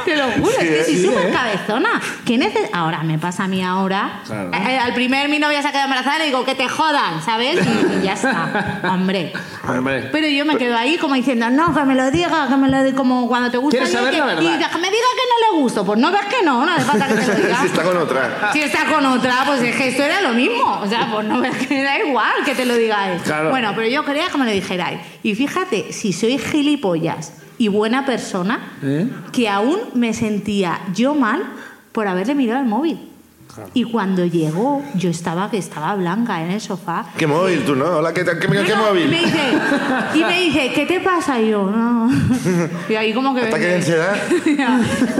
[SPEAKER 3] Te lo juro, es que soy
[SPEAKER 2] sí,
[SPEAKER 3] súper
[SPEAKER 2] ¿eh?
[SPEAKER 3] cabezona. ¿Qué neces- ahora me pasa a mí ahora.
[SPEAKER 2] Claro.
[SPEAKER 3] Eh, eh, al primer mi novia se ha quedado embarazada y le digo que te jodan, ¿sabes? Y ya está, hombre.
[SPEAKER 2] Hombre.
[SPEAKER 3] Pero yo me quedo ahí como diciendo, no, que me lo diga, que me lo diga como cuando te gusta.
[SPEAKER 2] ¿Quieres
[SPEAKER 3] alguien
[SPEAKER 2] saber
[SPEAKER 3] que-
[SPEAKER 2] la
[SPEAKER 3] Y
[SPEAKER 2] verdad?
[SPEAKER 3] que me diga que no le gusto. Pues no ves que no, no hace falta que te lo diga.
[SPEAKER 1] Si está con otra.
[SPEAKER 3] Si está con otra, pues es que esto era lo mismo. O sea, pues no me da igual que te lo diga él.
[SPEAKER 2] Claro.
[SPEAKER 3] Bueno, pero yo quería que me lo dijerais. Y fíjate, si soy gilipollas y buena persona,
[SPEAKER 2] ¿Eh?
[SPEAKER 3] que aún me sentía yo mal por haberle mirado el móvil. Y cuando llegó, yo estaba que estaba blanca en el sofá.
[SPEAKER 1] ¿Qué móvil tú, no? Hola, ¿qué, tal? ¿Qué, qué,
[SPEAKER 3] No, no,
[SPEAKER 1] móvil?
[SPEAKER 3] Y me, dice, y me dice, ¿qué te pasa? Y yo, no. Y ahí como que...
[SPEAKER 1] Ataque de ansiedad.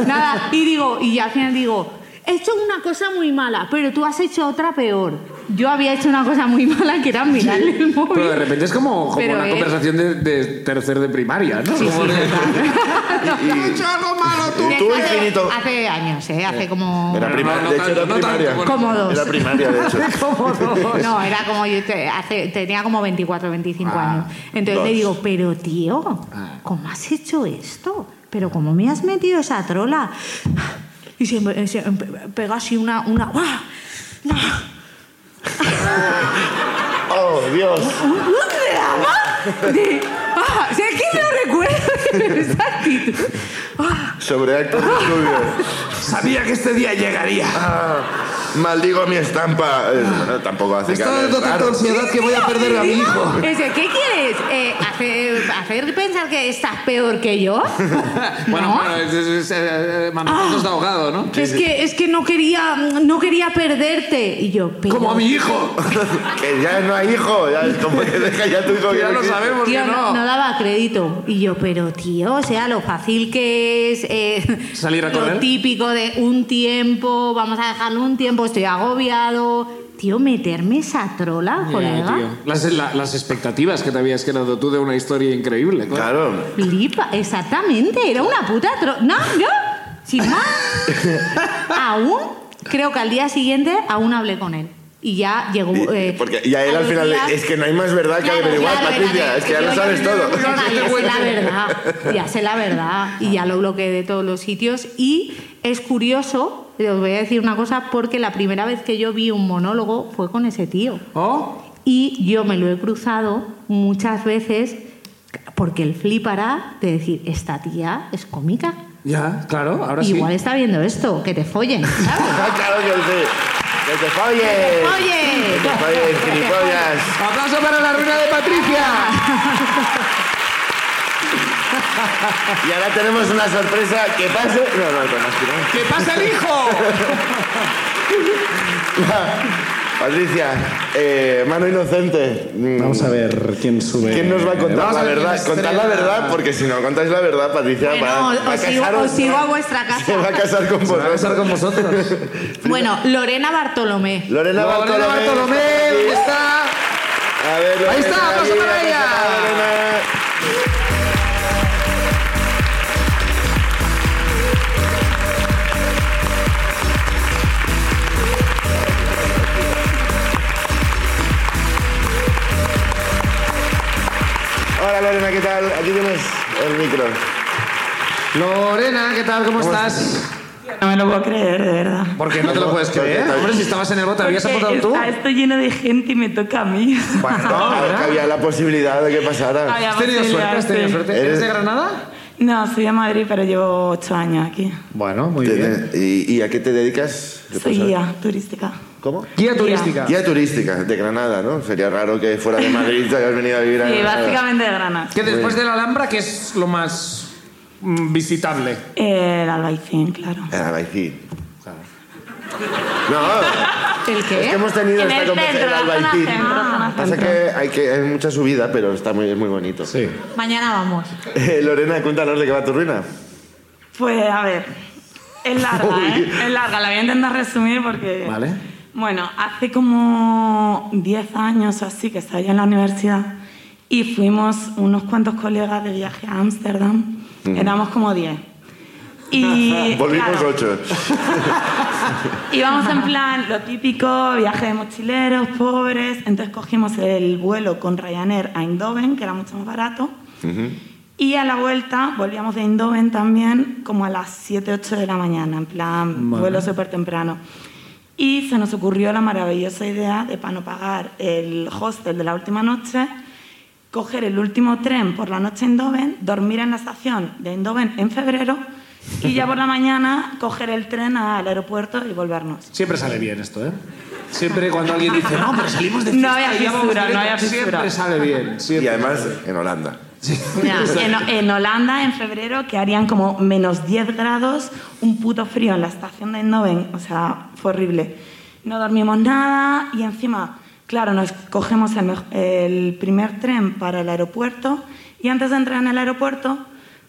[SPEAKER 3] Nada, y digo, y al final digo, he hecho una cosa muy mala, pero tú has hecho otra peor. Yo había hecho una cosa muy mala que era mirarle el móvil.
[SPEAKER 2] Pero de repente es como, como
[SPEAKER 3] Pues Pero,
[SPEAKER 2] una
[SPEAKER 3] eh.
[SPEAKER 2] conversación de, de tercer de primaria, ¿no?
[SPEAKER 3] Sí, sí,
[SPEAKER 2] Como de- "Ah,
[SPEAKER 3] total.
[SPEAKER 2] He hecho algo malo tú.
[SPEAKER 1] Y tú,
[SPEAKER 3] Hace-
[SPEAKER 1] infinito.
[SPEAKER 3] Hace años, ¿eh? Hace como...
[SPEAKER 1] Era
[SPEAKER 2] No,
[SPEAKER 1] primaria,
[SPEAKER 2] no, no
[SPEAKER 1] de hecho, era
[SPEAKER 2] tanto, no
[SPEAKER 1] primaria.
[SPEAKER 2] tanto,
[SPEAKER 3] Como dos.
[SPEAKER 1] Era primaria, de hecho.
[SPEAKER 2] ¿Cómo no?
[SPEAKER 3] No, era como yo te- hace- tenía como 24, 25
[SPEAKER 2] Ah,
[SPEAKER 3] años. Entonces
[SPEAKER 1] dos.
[SPEAKER 3] le digo, pero tío,
[SPEAKER 2] Ah.
[SPEAKER 3] ¿cómo has hecho esto? ¿Pero cómo me has metido esa trola? Y se, me- se me pe- pega así una... una ¡ah! ¡guau! ¡No!
[SPEAKER 1] Oh, Dios.
[SPEAKER 3] un drama de... ¡Ah! Si es que lo recuerdo de esa actitud. ¡Ah!
[SPEAKER 1] Sobre actos de estudio.
[SPEAKER 2] Sabía que este día llegaría.
[SPEAKER 1] Ah, maldigo mi estampa. Eh, Bueno, tampoco hace
[SPEAKER 2] Me
[SPEAKER 1] que
[SPEAKER 2] está
[SPEAKER 1] hable
[SPEAKER 2] dando tanta
[SPEAKER 1] raro.
[SPEAKER 2] ansiedad que voy a perder a mi hijo.
[SPEAKER 3] Ese, ¿Qué quieres? Eh, hacer, ¿Hacer pensar que estás peor que yo?
[SPEAKER 2] Bueno,
[SPEAKER 3] ¿No? Ah.
[SPEAKER 2] claro, es, es, es, eh, eh, manotazos de ahogado, ¿no?
[SPEAKER 3] Es que, es que no quería no quería perderte. Y yo, pero,
[SPEAKER 2] Como a mi hijo.
[SPEAKER 1] Que ya no hay hijo. Ya es como que deja ya tu hijo.
[SPEAKER 2] Que ya
[SPEAKER 1] no
[SPEAKER 2] lo
[SPEAKER 1] existe.
[SPEAKER 2] sabemos
[SPEAKER 3] tío,
[SPEAKER 2] que
[SPEAKER 3] no,
[SPEAKER 2] no.
[SPEAKER 3] no daba crédito. Y yo, pero tío, o sea, lo fácil que es eh,
[SPEAKER 2] Salir a
[SPEAKER 3] lo
[SPEAKER 2] correr.
[SPEAKER 3] típico de un tiempo, vamos a dejarlo un tiempo, estoy agobiado. Tío, meterme esa trola,
[SPEAKER 2] Ya,
[SPEAKER 3] colega.
[SPEAKER 2] tío. Las, la- las expectativas que te habías quedado tú de una historia increíble. claro.
[SPEAKER 1] Claro.
[SPEAKER 3] Flipa, exactamente, era una puta tro... No, yo, sin más. aún, creo que al día siguiente aún hablé con él. Y ya llegó...
[SPEAKER 1] Y-
[SPEAKER 3] eh,
[SPEAKER 1] Porque ya él
[SPEAKER 3] a
[SPEAKER 1] al
[SPEAKER 3] los
[SPEAKER 1] final le-
[SPEAKER 3] días-
[SPEAKER 1] es que no hay más verdad que
[SPEAKER 3] Claro,
[SPEAKER 1] averiguar,
[SPEAKER 3] claro, espérate,
[SPEAKER 1] Patricia. Es que ya
[SPEAKER 3] yo
[SPEAKER 1] lo sabes
[SPEAKER 3] digo,
[SPEAKER 1] todo.
[SPEAKER 3] venga, Ya sé la verdad, ya sé la verdad. Y ya lo bloqueé de todos los sitios. Y es curioso, os voy a decir una cosa, porque la primera vez que yo vi un monólogo fue con ese tío.
[SPEAKER 2] ¿Oh?
[SPEAKER 3] Y yo me lo he cruzado muchas veces porque el flipará de decir, esta tía es cómica.
[SPEAKER 2] Ya, claro, ahora sí.
[SPEAKER 3] Igual está viendo esto, que te follen, ¿sabes?
[SPEAKER 1] Ah, claro que sí. ¡Que te follen!
[SPEAKER 3] follen!
[SPEAKER 1] ¡Que te follen, gilipollas!
[SPEAKER 2] ¡Aplauso para la ruina de Patricia!
[SPEAKER 1] Y ahora tenemos una sorpresa que pase. No, no, con aspirante.
[SPEAKER 2] ¡Que pasa el hijo!
[SPEAKER 1] Patricia, eh, mano inocente. mm,
[SPEAKER 4] Vamos a ver quién sube.
[SPEAKER 1] ¿Quién nos va a contar
[SPEAKER 2] Eh, Vamos a
[SPEAKER 1] la
[SPEAKER 2] ver quién
[SPEAKER 1] verdad? Contar la
[SPEAKER 2] estrena.
[SPEAKER 1] verdad, porque si no contáis la verdad, Patricia
[SPEAKER 3] Bueno,
[SPEAKER 1] va, va a
[SPEAKER 3] os sigo-
[SPEAKER 1] casaros-
[SPEAKER 3] os sigo a vuestra casa.
[SPEAKER 1] Se va a casar con
[SPEAKER 2] Va a
[SPEAKER 1] vosotros.
[SPEAKER 2] pasar con vosotros.
[SPEAKER 3] Bueno, Lorena Bartolomé.
[SPEAKER 1] Lorena Bartolomé.
[SPEAKER 2] Lorena Bartolomé, ¿dónde está?
[SPEAKER 1] A ver, Lorena,
[SPEAKER 2] Ahí está, aplauso
[SPEAKER 1] aquí,
[SPEAKER 2] para
[SPEAKER 1] aplauso
[SPEAKER 2] ella.
[SPEAKER 1] Lorena. Hola Lorena, ¿qué tal? Aquí tienes el micro.
[SPEAKER 2] Lorena, ¿qué tal? ¿Cómo, estás?
[SPEAKER 4] no me lo puedo creer, de verdad.
[SPEAKER 2] Porque no te lo puedes creer. Hombre, si estabas en el bote, ¿lo habías
[SPEAKER 4] Porque
[SPEAKER 2] apuntado tú?
[SPEAKER 4] está este esto lleno de gente y me toca a mí.
[SPEAKER 1] Bueno,
[SPEAKER 2] Ah, ¿verdad?
[SPEAKER 1] que había la posibilidad de que pasara.
[SPEAKER 4] Había
[SPEAKER 2] ¿Has tenido suerte? ¿Has tenido
[SPEAKER 4] sí.
[SPEAKER 2] suerte?
[SPEAKER 1] Eres-
[SPEAKER 2] ¿Eres de Granada?
[SPEAKER 4] No, soy de Madrid, pero llevo ocho años aquí.
[SPEAKER 2] Bueno, muy
[SPEAKER 1] Te- ¿Y, y a qué te dedicas? ¿Qué
[SPEAKER 4] Soy
[SPEAKER 1] pasa?
[SPEAKER 4] guía turística.
[SPEAKER 1] ¿Cómo?
[SPEAKER 2] Guía turística.
[SPEAKER 1] Guía turística de Granada, ¿no? Sería raro que fuera de Madrid te hayas venido a vivir a
[SPEAKER 4] Sí,
[SPEAKER 1] Granada.
[SPEAKER 4] básicamente de Granada.
[SPEAKER 2] Que después de la Alhambra, ¿qué es lo más mm, visitable?
[SPEAKER 4] El albaicín, claro.
[SPEAKER 2] Eh.
[SPEAKER 1] En Ah, Albaicín. No,
[SPEAKER 3] ¿El qué?
[SPEAKER 1] es que hemos tenido
[SPEAKER 4] ¿Eh? En
[SPEAKER 1] esta
[SPEAKER 4] el
[SPEAKER 1] conversación
[SPEAKER 4] centro,
[SPEAKER 1] en
[SPEAKER 4] la zona
[SPEAKER 1] Albaicín.
[SPEAKER 4] centro, zona
[SPEAKER 1] Pasa
[SPEAKER 4] centro.
[SPEAKER 1] que hay, que hay mucha subida, pero está muy, es muy bonito.
[SPEAKER 3] Mañana vamos.
[SPEAKER 1] Eh, Lorena, cuéntanos de qué va tu ruina.
[SPEAKER 4] Pues a ver, es larga,
[SPEAKER 1] Uy.
[SPEAKER 4] ¿eh? Es larga, la voy a intentar resumir porque...
[SPEAKER 2] Vale.
[SPEAKER 4] Bueno, hace como 10 años o así que estaba yo en la universidad y fuimos unos cuantos colegas de viaje a Ámsterdam. Éramos como 10. Y,
[SPEAKER 1] Volvimos
[SPEAKER 4] claro,
[SPEAKER 1] ocho.
[SPEAKER 4] Íbamos en plan lo típico, viaje de mochileros, pobres. Entonces cogimos el vuelo con Ryanair a Eindhoven, que era mucho más barato. Y a la vuelta volvíamos de Eindhoven también como a las 7, 8 de la mañana, en plan vuelo súper temprano. Y se nos ocurrió la maravillosa idea de, para no pagar el hostel de la última noche, coger el último tren por la noche en Eindhoven, dormir en la estación de Eindhoven en febrero y ya por la mañana coger el tren al aeropuerto y volvernos.
[SPEAKER 2] Siempre sale bien esto, ¿eh? Siempre cuando alguien dice, no, pero salimos de
[SPEAKER 4] No
[SPEAKER 2] fiesta
[SPEAKER 4] había
[SPEAKER 2] y ya vamos
[SPEAKER 4] fisura,
[SPEAKER 2] directo",
[SPEAKER 4] no había
[SPEAKER 2] Siempre
[SPEAKER 4] fisura.
[SPEAKER 2] sale bien.
[SPEAKER 1] Y
[SPEAKER 2] Siempre.
[SPEAKER 1] además en Holanda.
[SPEAKER 4] En, en Holanda en febrero que harían como menos 10 grados, un puto frío en la estación de Eindhoven, o sea, fue horrible. No dormimos nada y encima, claro, nos cogemos el, mej- el primer tren para el aeropuerto y antes de entrar en el aeropuerto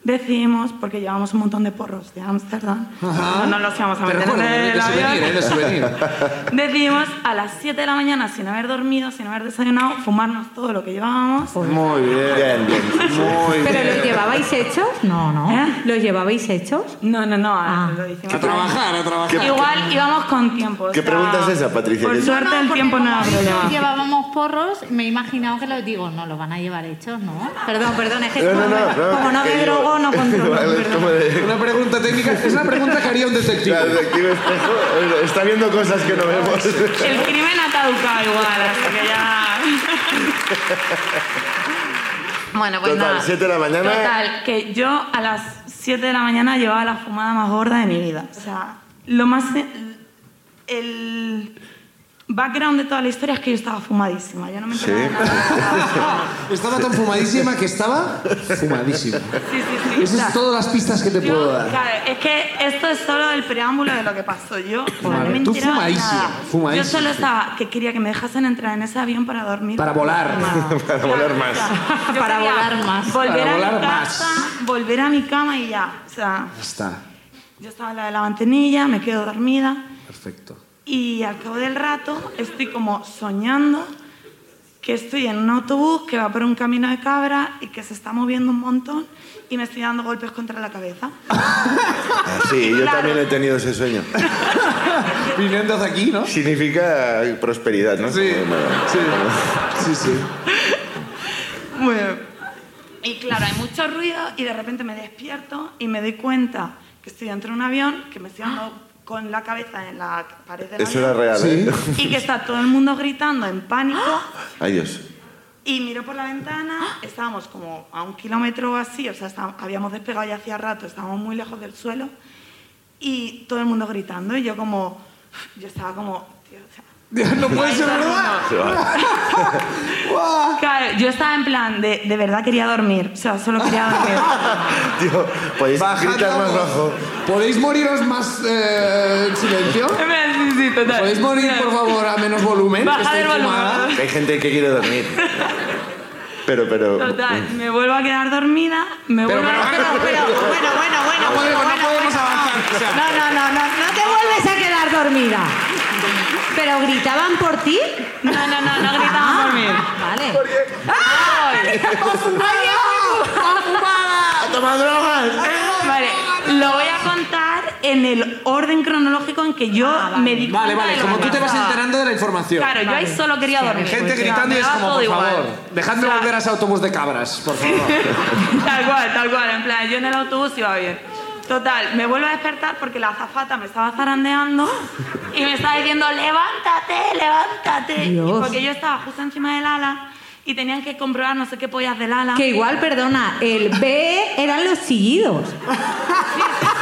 [SPEAKER 4] decidimos, porque llevamos un montón de porros de Ámsterdam, no nos los íbamos a
[SPEAKER 2] Pero
[SPEAKER 4] meter
[SPEAKER 2] bueno,
[SPEAKER 4] en el
[SPEAKER 2] de
[SPEAKER 4] avión.
[SPEAKER 2] souvenir, ¿eh? De souvenir.
[SPEAKER 4] Decidimos a las 7 de la mañana, sin haber dormido, sin haber desayunado, fumarnos todo lo que llevábamos.
[SPEAKER 2] Muy bien.
[SPEAKER 1] Bien, bien.
[SPEAKER 2] Muy bien.
[SPEAKER 3] ¿Pero los llevabais hechos? No, no.
[SPEAKER 4] ¿Eh?
[SPEAKER 3] ¿Los llevabais hechos?
[SPEAKER 4] No, no, no,
[SPEAKER 3] Ah.
[SPEAKER 4] lo hicimos.
[SPEAKER 2] A trabajar, a trabajar.
[SPEAKER 4] Igual íbamos con tiempo. o
[SPEAKER 1] ¿Qué
[SPEAKER 4] sea,
[SPEAKER 1] pregunta es esa, Patricia?
[SPEAKER 4] Por
[SPEAKER 1] Que-
[SPEAKER 4] suerte
[SPEAKER 3] No,
[SPEAKER 4] el
[SPEAKER 3] porque
[SPEAKER 4] tiempo no
[SPEAKER 3] como
[SPEAKER 4] era
[SPEAKER 3] habéis dicho,
[SPEAKER 4] problema.
[SPEAKER 3] Llevábamos porros, me he imaginado que los digo, no, los van a llevar hechos, ¿no? Perdón, perdón, es que
[SPEAKER 1] No,
[SPEAKER 3] como,
[SPEAKER 1] no, no. no,
[SPEAKER 3] como no
[SPEAKER 1] que
[SPEAKER 3] me
[SPEAKER 1] yo-
[SPEAKER 3] drogo, no controlo.
[SPEAKER 1] Vale, es
[SPEAKER 3] perdón.
[SPEAKER 1] como de-
[SPEAKER 2] Una pregunta técnica. Es una pregunta que haría un detective.
[SPEAKER 1] la detective espejo eh, está viendo cosas que no vemos.
[SPEAKER 4] El crimen ha caducado igual, así que ya. bueno, pues
[SPEAKER 1] Total,
[SPEAKER 4] nada.
[SPEAKER 1] 7 de la mañana.
[SPEAKER 4] Total, que yo a las 7 de la mañana llevaba la fumada más gorda de mi vida. O sea, lo más. El background de toda la historia es que yo estaba fumadísima. Yo no me enteraba de
[SPEAKER 1] Sí.
[SPEAKER 4] nada.
[SPEAKER 2] Estaba tan fumadísima que estaba fumadísima.
[SPEAKER 4] Sí, sí, sí. o
[SPEAKER 2] Esas
[SPEAKER 4] sea,
[SPEAKER 2] son todas las pistas que te
[SPEAKER 4] Yo,
[SPEAKER 2] puedo dar.
[SPEAKER 4] claro, es que esto es solo el preámbulo de lo que pasó. Yo, o sea, no
[SPEAKER 2] Vale.
[SPEAKER 4] me
[SPEAKER 2] Tú
[SPEAKER 4] enteraba de
[SPEAKER 2] fumadísima,
[SPEAKER 4] nada.
[SPEAKER 2] fumadísima,
[SPEAKER 4] Yo solo
[SPEAKER 2] sí.
[SPEAKER 4] estaba que quería que me dejasen entrar en ese avión para dormir.
[SPEAKER 2] Para volar.
[SPEAKER 1] Para volar más.
[SPEAKER 4] Yo
[SPEAKER 3] Para
[SPEAKER 4] quería
[SPEAKER 3] volar más.
[SPEAKER 4] Volver
[SPEAKER 2] Para
[SPEAKER 4] a
[SPEAKER 2] volar
[SPEAKER 4] mi
[SPEAKER 2] más.
[SPEAKER 4] casa, volver a mi cama y ya. O sea,
[SPEAKER 2] Ya está.
[SPEAKER 4] yo estaba en la de la mantenilla, me quedo dormida
[SPEAKER 2] Perfecto.
[SPEAKER 4] y al cabo del rato estoy como soñando que estoy en un autobús que va por un camino de cabra y que se está moviendo un montón y me estoy dando golpes contra la cabeza.
[SPEAKER 1] Ah, Sí, yo
[SPEAKER 4] Claro.
[SPEAKER 1] también he tenido ese sueño.
[SPEAKER 2] Viniendo de aquí, ¿no?
[SPEAKER 1] Significa prosperidad, ¿no?
[SPEAKER 2] Sí. Sí. Sí, sí.
[SPEAKER 4] Bueno, y claro, hay mucho ruido y de repente me despierto y me doy cuenta que estoy dentro de un avión, que me estoy dando con la cabeza en la pared del
[SPEAKER 1] Eso era
[SPEAKER 4] avión
[SPEAKER 1] real, ¿eh?
[SPEAKER 4] y que está todo el mundo gritando en pánico
[SPEAKER 1] Ay, Dios.
[SPEAKER 4] y miro por la ventana, estábamos como a un kilómetro o así, o sea, está- habíamos despegado ya hacía rato, estábamos muy lejos del suelo y todo el mundo gritando y yo como, yo estaba como, tío, o sea,
[SPEAKER 2] No puede ser verdad.
[SPEAKER 1] Se va.
[SPEAKER 2] Guau.
[SPEAKER 4] Claro, yo estaba en plan de, de verdad quería dormir, o sea, solo quería dormir.
[SPEAKER 1] Tío, podéis
[SPEAKER 2] Bajad la
[SPEAKER 1] gritar más
[SPEAKER 2] voz.
[SPEAKER 1] bajo.
[SPEAKER 2] ¿Podéis moriros más eh, en silencio?
[SPEAKER 4] Sí, sí, total.
[SPEAKER 2] ¿Podéis morir, por favor, ¿Eh? a menos volumen?
[SPEAKER 4] Bajad
[SPEAKER 2] estoy
[SPEAKER 4] el volumen.
[SPEAKER 2] fumada?
[SPEAKER 1] Hay gente que quiere dormir. Pero, pero.
[SPEAKER 4] Total, me vuelvo a quedar dormida, me
[SPEAKER 2] Pero,
[SPEAKER 4] vuelvo a
[SPEAKER 2] pero,
[SPEAKER 4] quedar
[SPEAKER 3] Pero bueno, bueno, bueno, bueno,
[SPEAKER 2] No podemos, no
[SPEAKER 3] bueno,
[SPEAKER 2] podemos
[SPEAKER 3] bueno.
[SPEAKER 2] avanzar. O sea,
[SPEAKER 3] No, no, no, no, no te vuelves a quedar dormida. ¿Pero gritaban por ti?
[SPEAKER 4] No, no, no, no gritaban por mí.
[SPEAKER 3] Vale.
[SPEAKER 1] ¡A tomar drogas!
[SPEAKER 2] Ah.
[SPEAKER 4] Vale, lo voy a contar en el orden cronológico en que yo me di
[SPEAKER 2] Vale,
[SPEAKER 4] cuenta
[SPEAKER 2] vale,
[SPEAKER 4] de lo
[SPEAKER 2] como
[SPEAKER 4] que
[SPEAKER 2] tú te vas
[SPEAKER 4] pasaba.
[SPEAKER 2] enterando de la información.
[SPEAKER 4] Claro, yo ahí solo quería dormir.
[SPEAKER 2] Gente
[SPEAKER 4] O sea,
[SPEAKER 2] gritando y
[SPEAKER 4] me
[SPEAKER 2] es
[SPEAKER 4] daba
[SPEAKER 2] como,
[SPEAKER 4] todo
[SPEAKER 2] por
[SPEAKER 4] igual.
[SPEAKER 2] favor, dejadme
[SPEAKER 4] O sea,
[SPEAKER 2] volver a ese autobús de cabras, por favor.
[SPEAKER 4] Tal cual, tal cual, en plan, yo en el autobús iba bien. Total, me vuelvo a despertar porque la azafata me estaba zarandeando y me estaba diciendo, levántate, levántate. Y
[SPEAKER 3] Dios.
[SPEAKER 4] porque yo estaba justo encima del ala y tenían que comprobar no sé qué pollas del ala.
[SPEAKER 3] Que igual, perdona, el B eran los chillidos.
[SPEAKER 4] Sí, sí,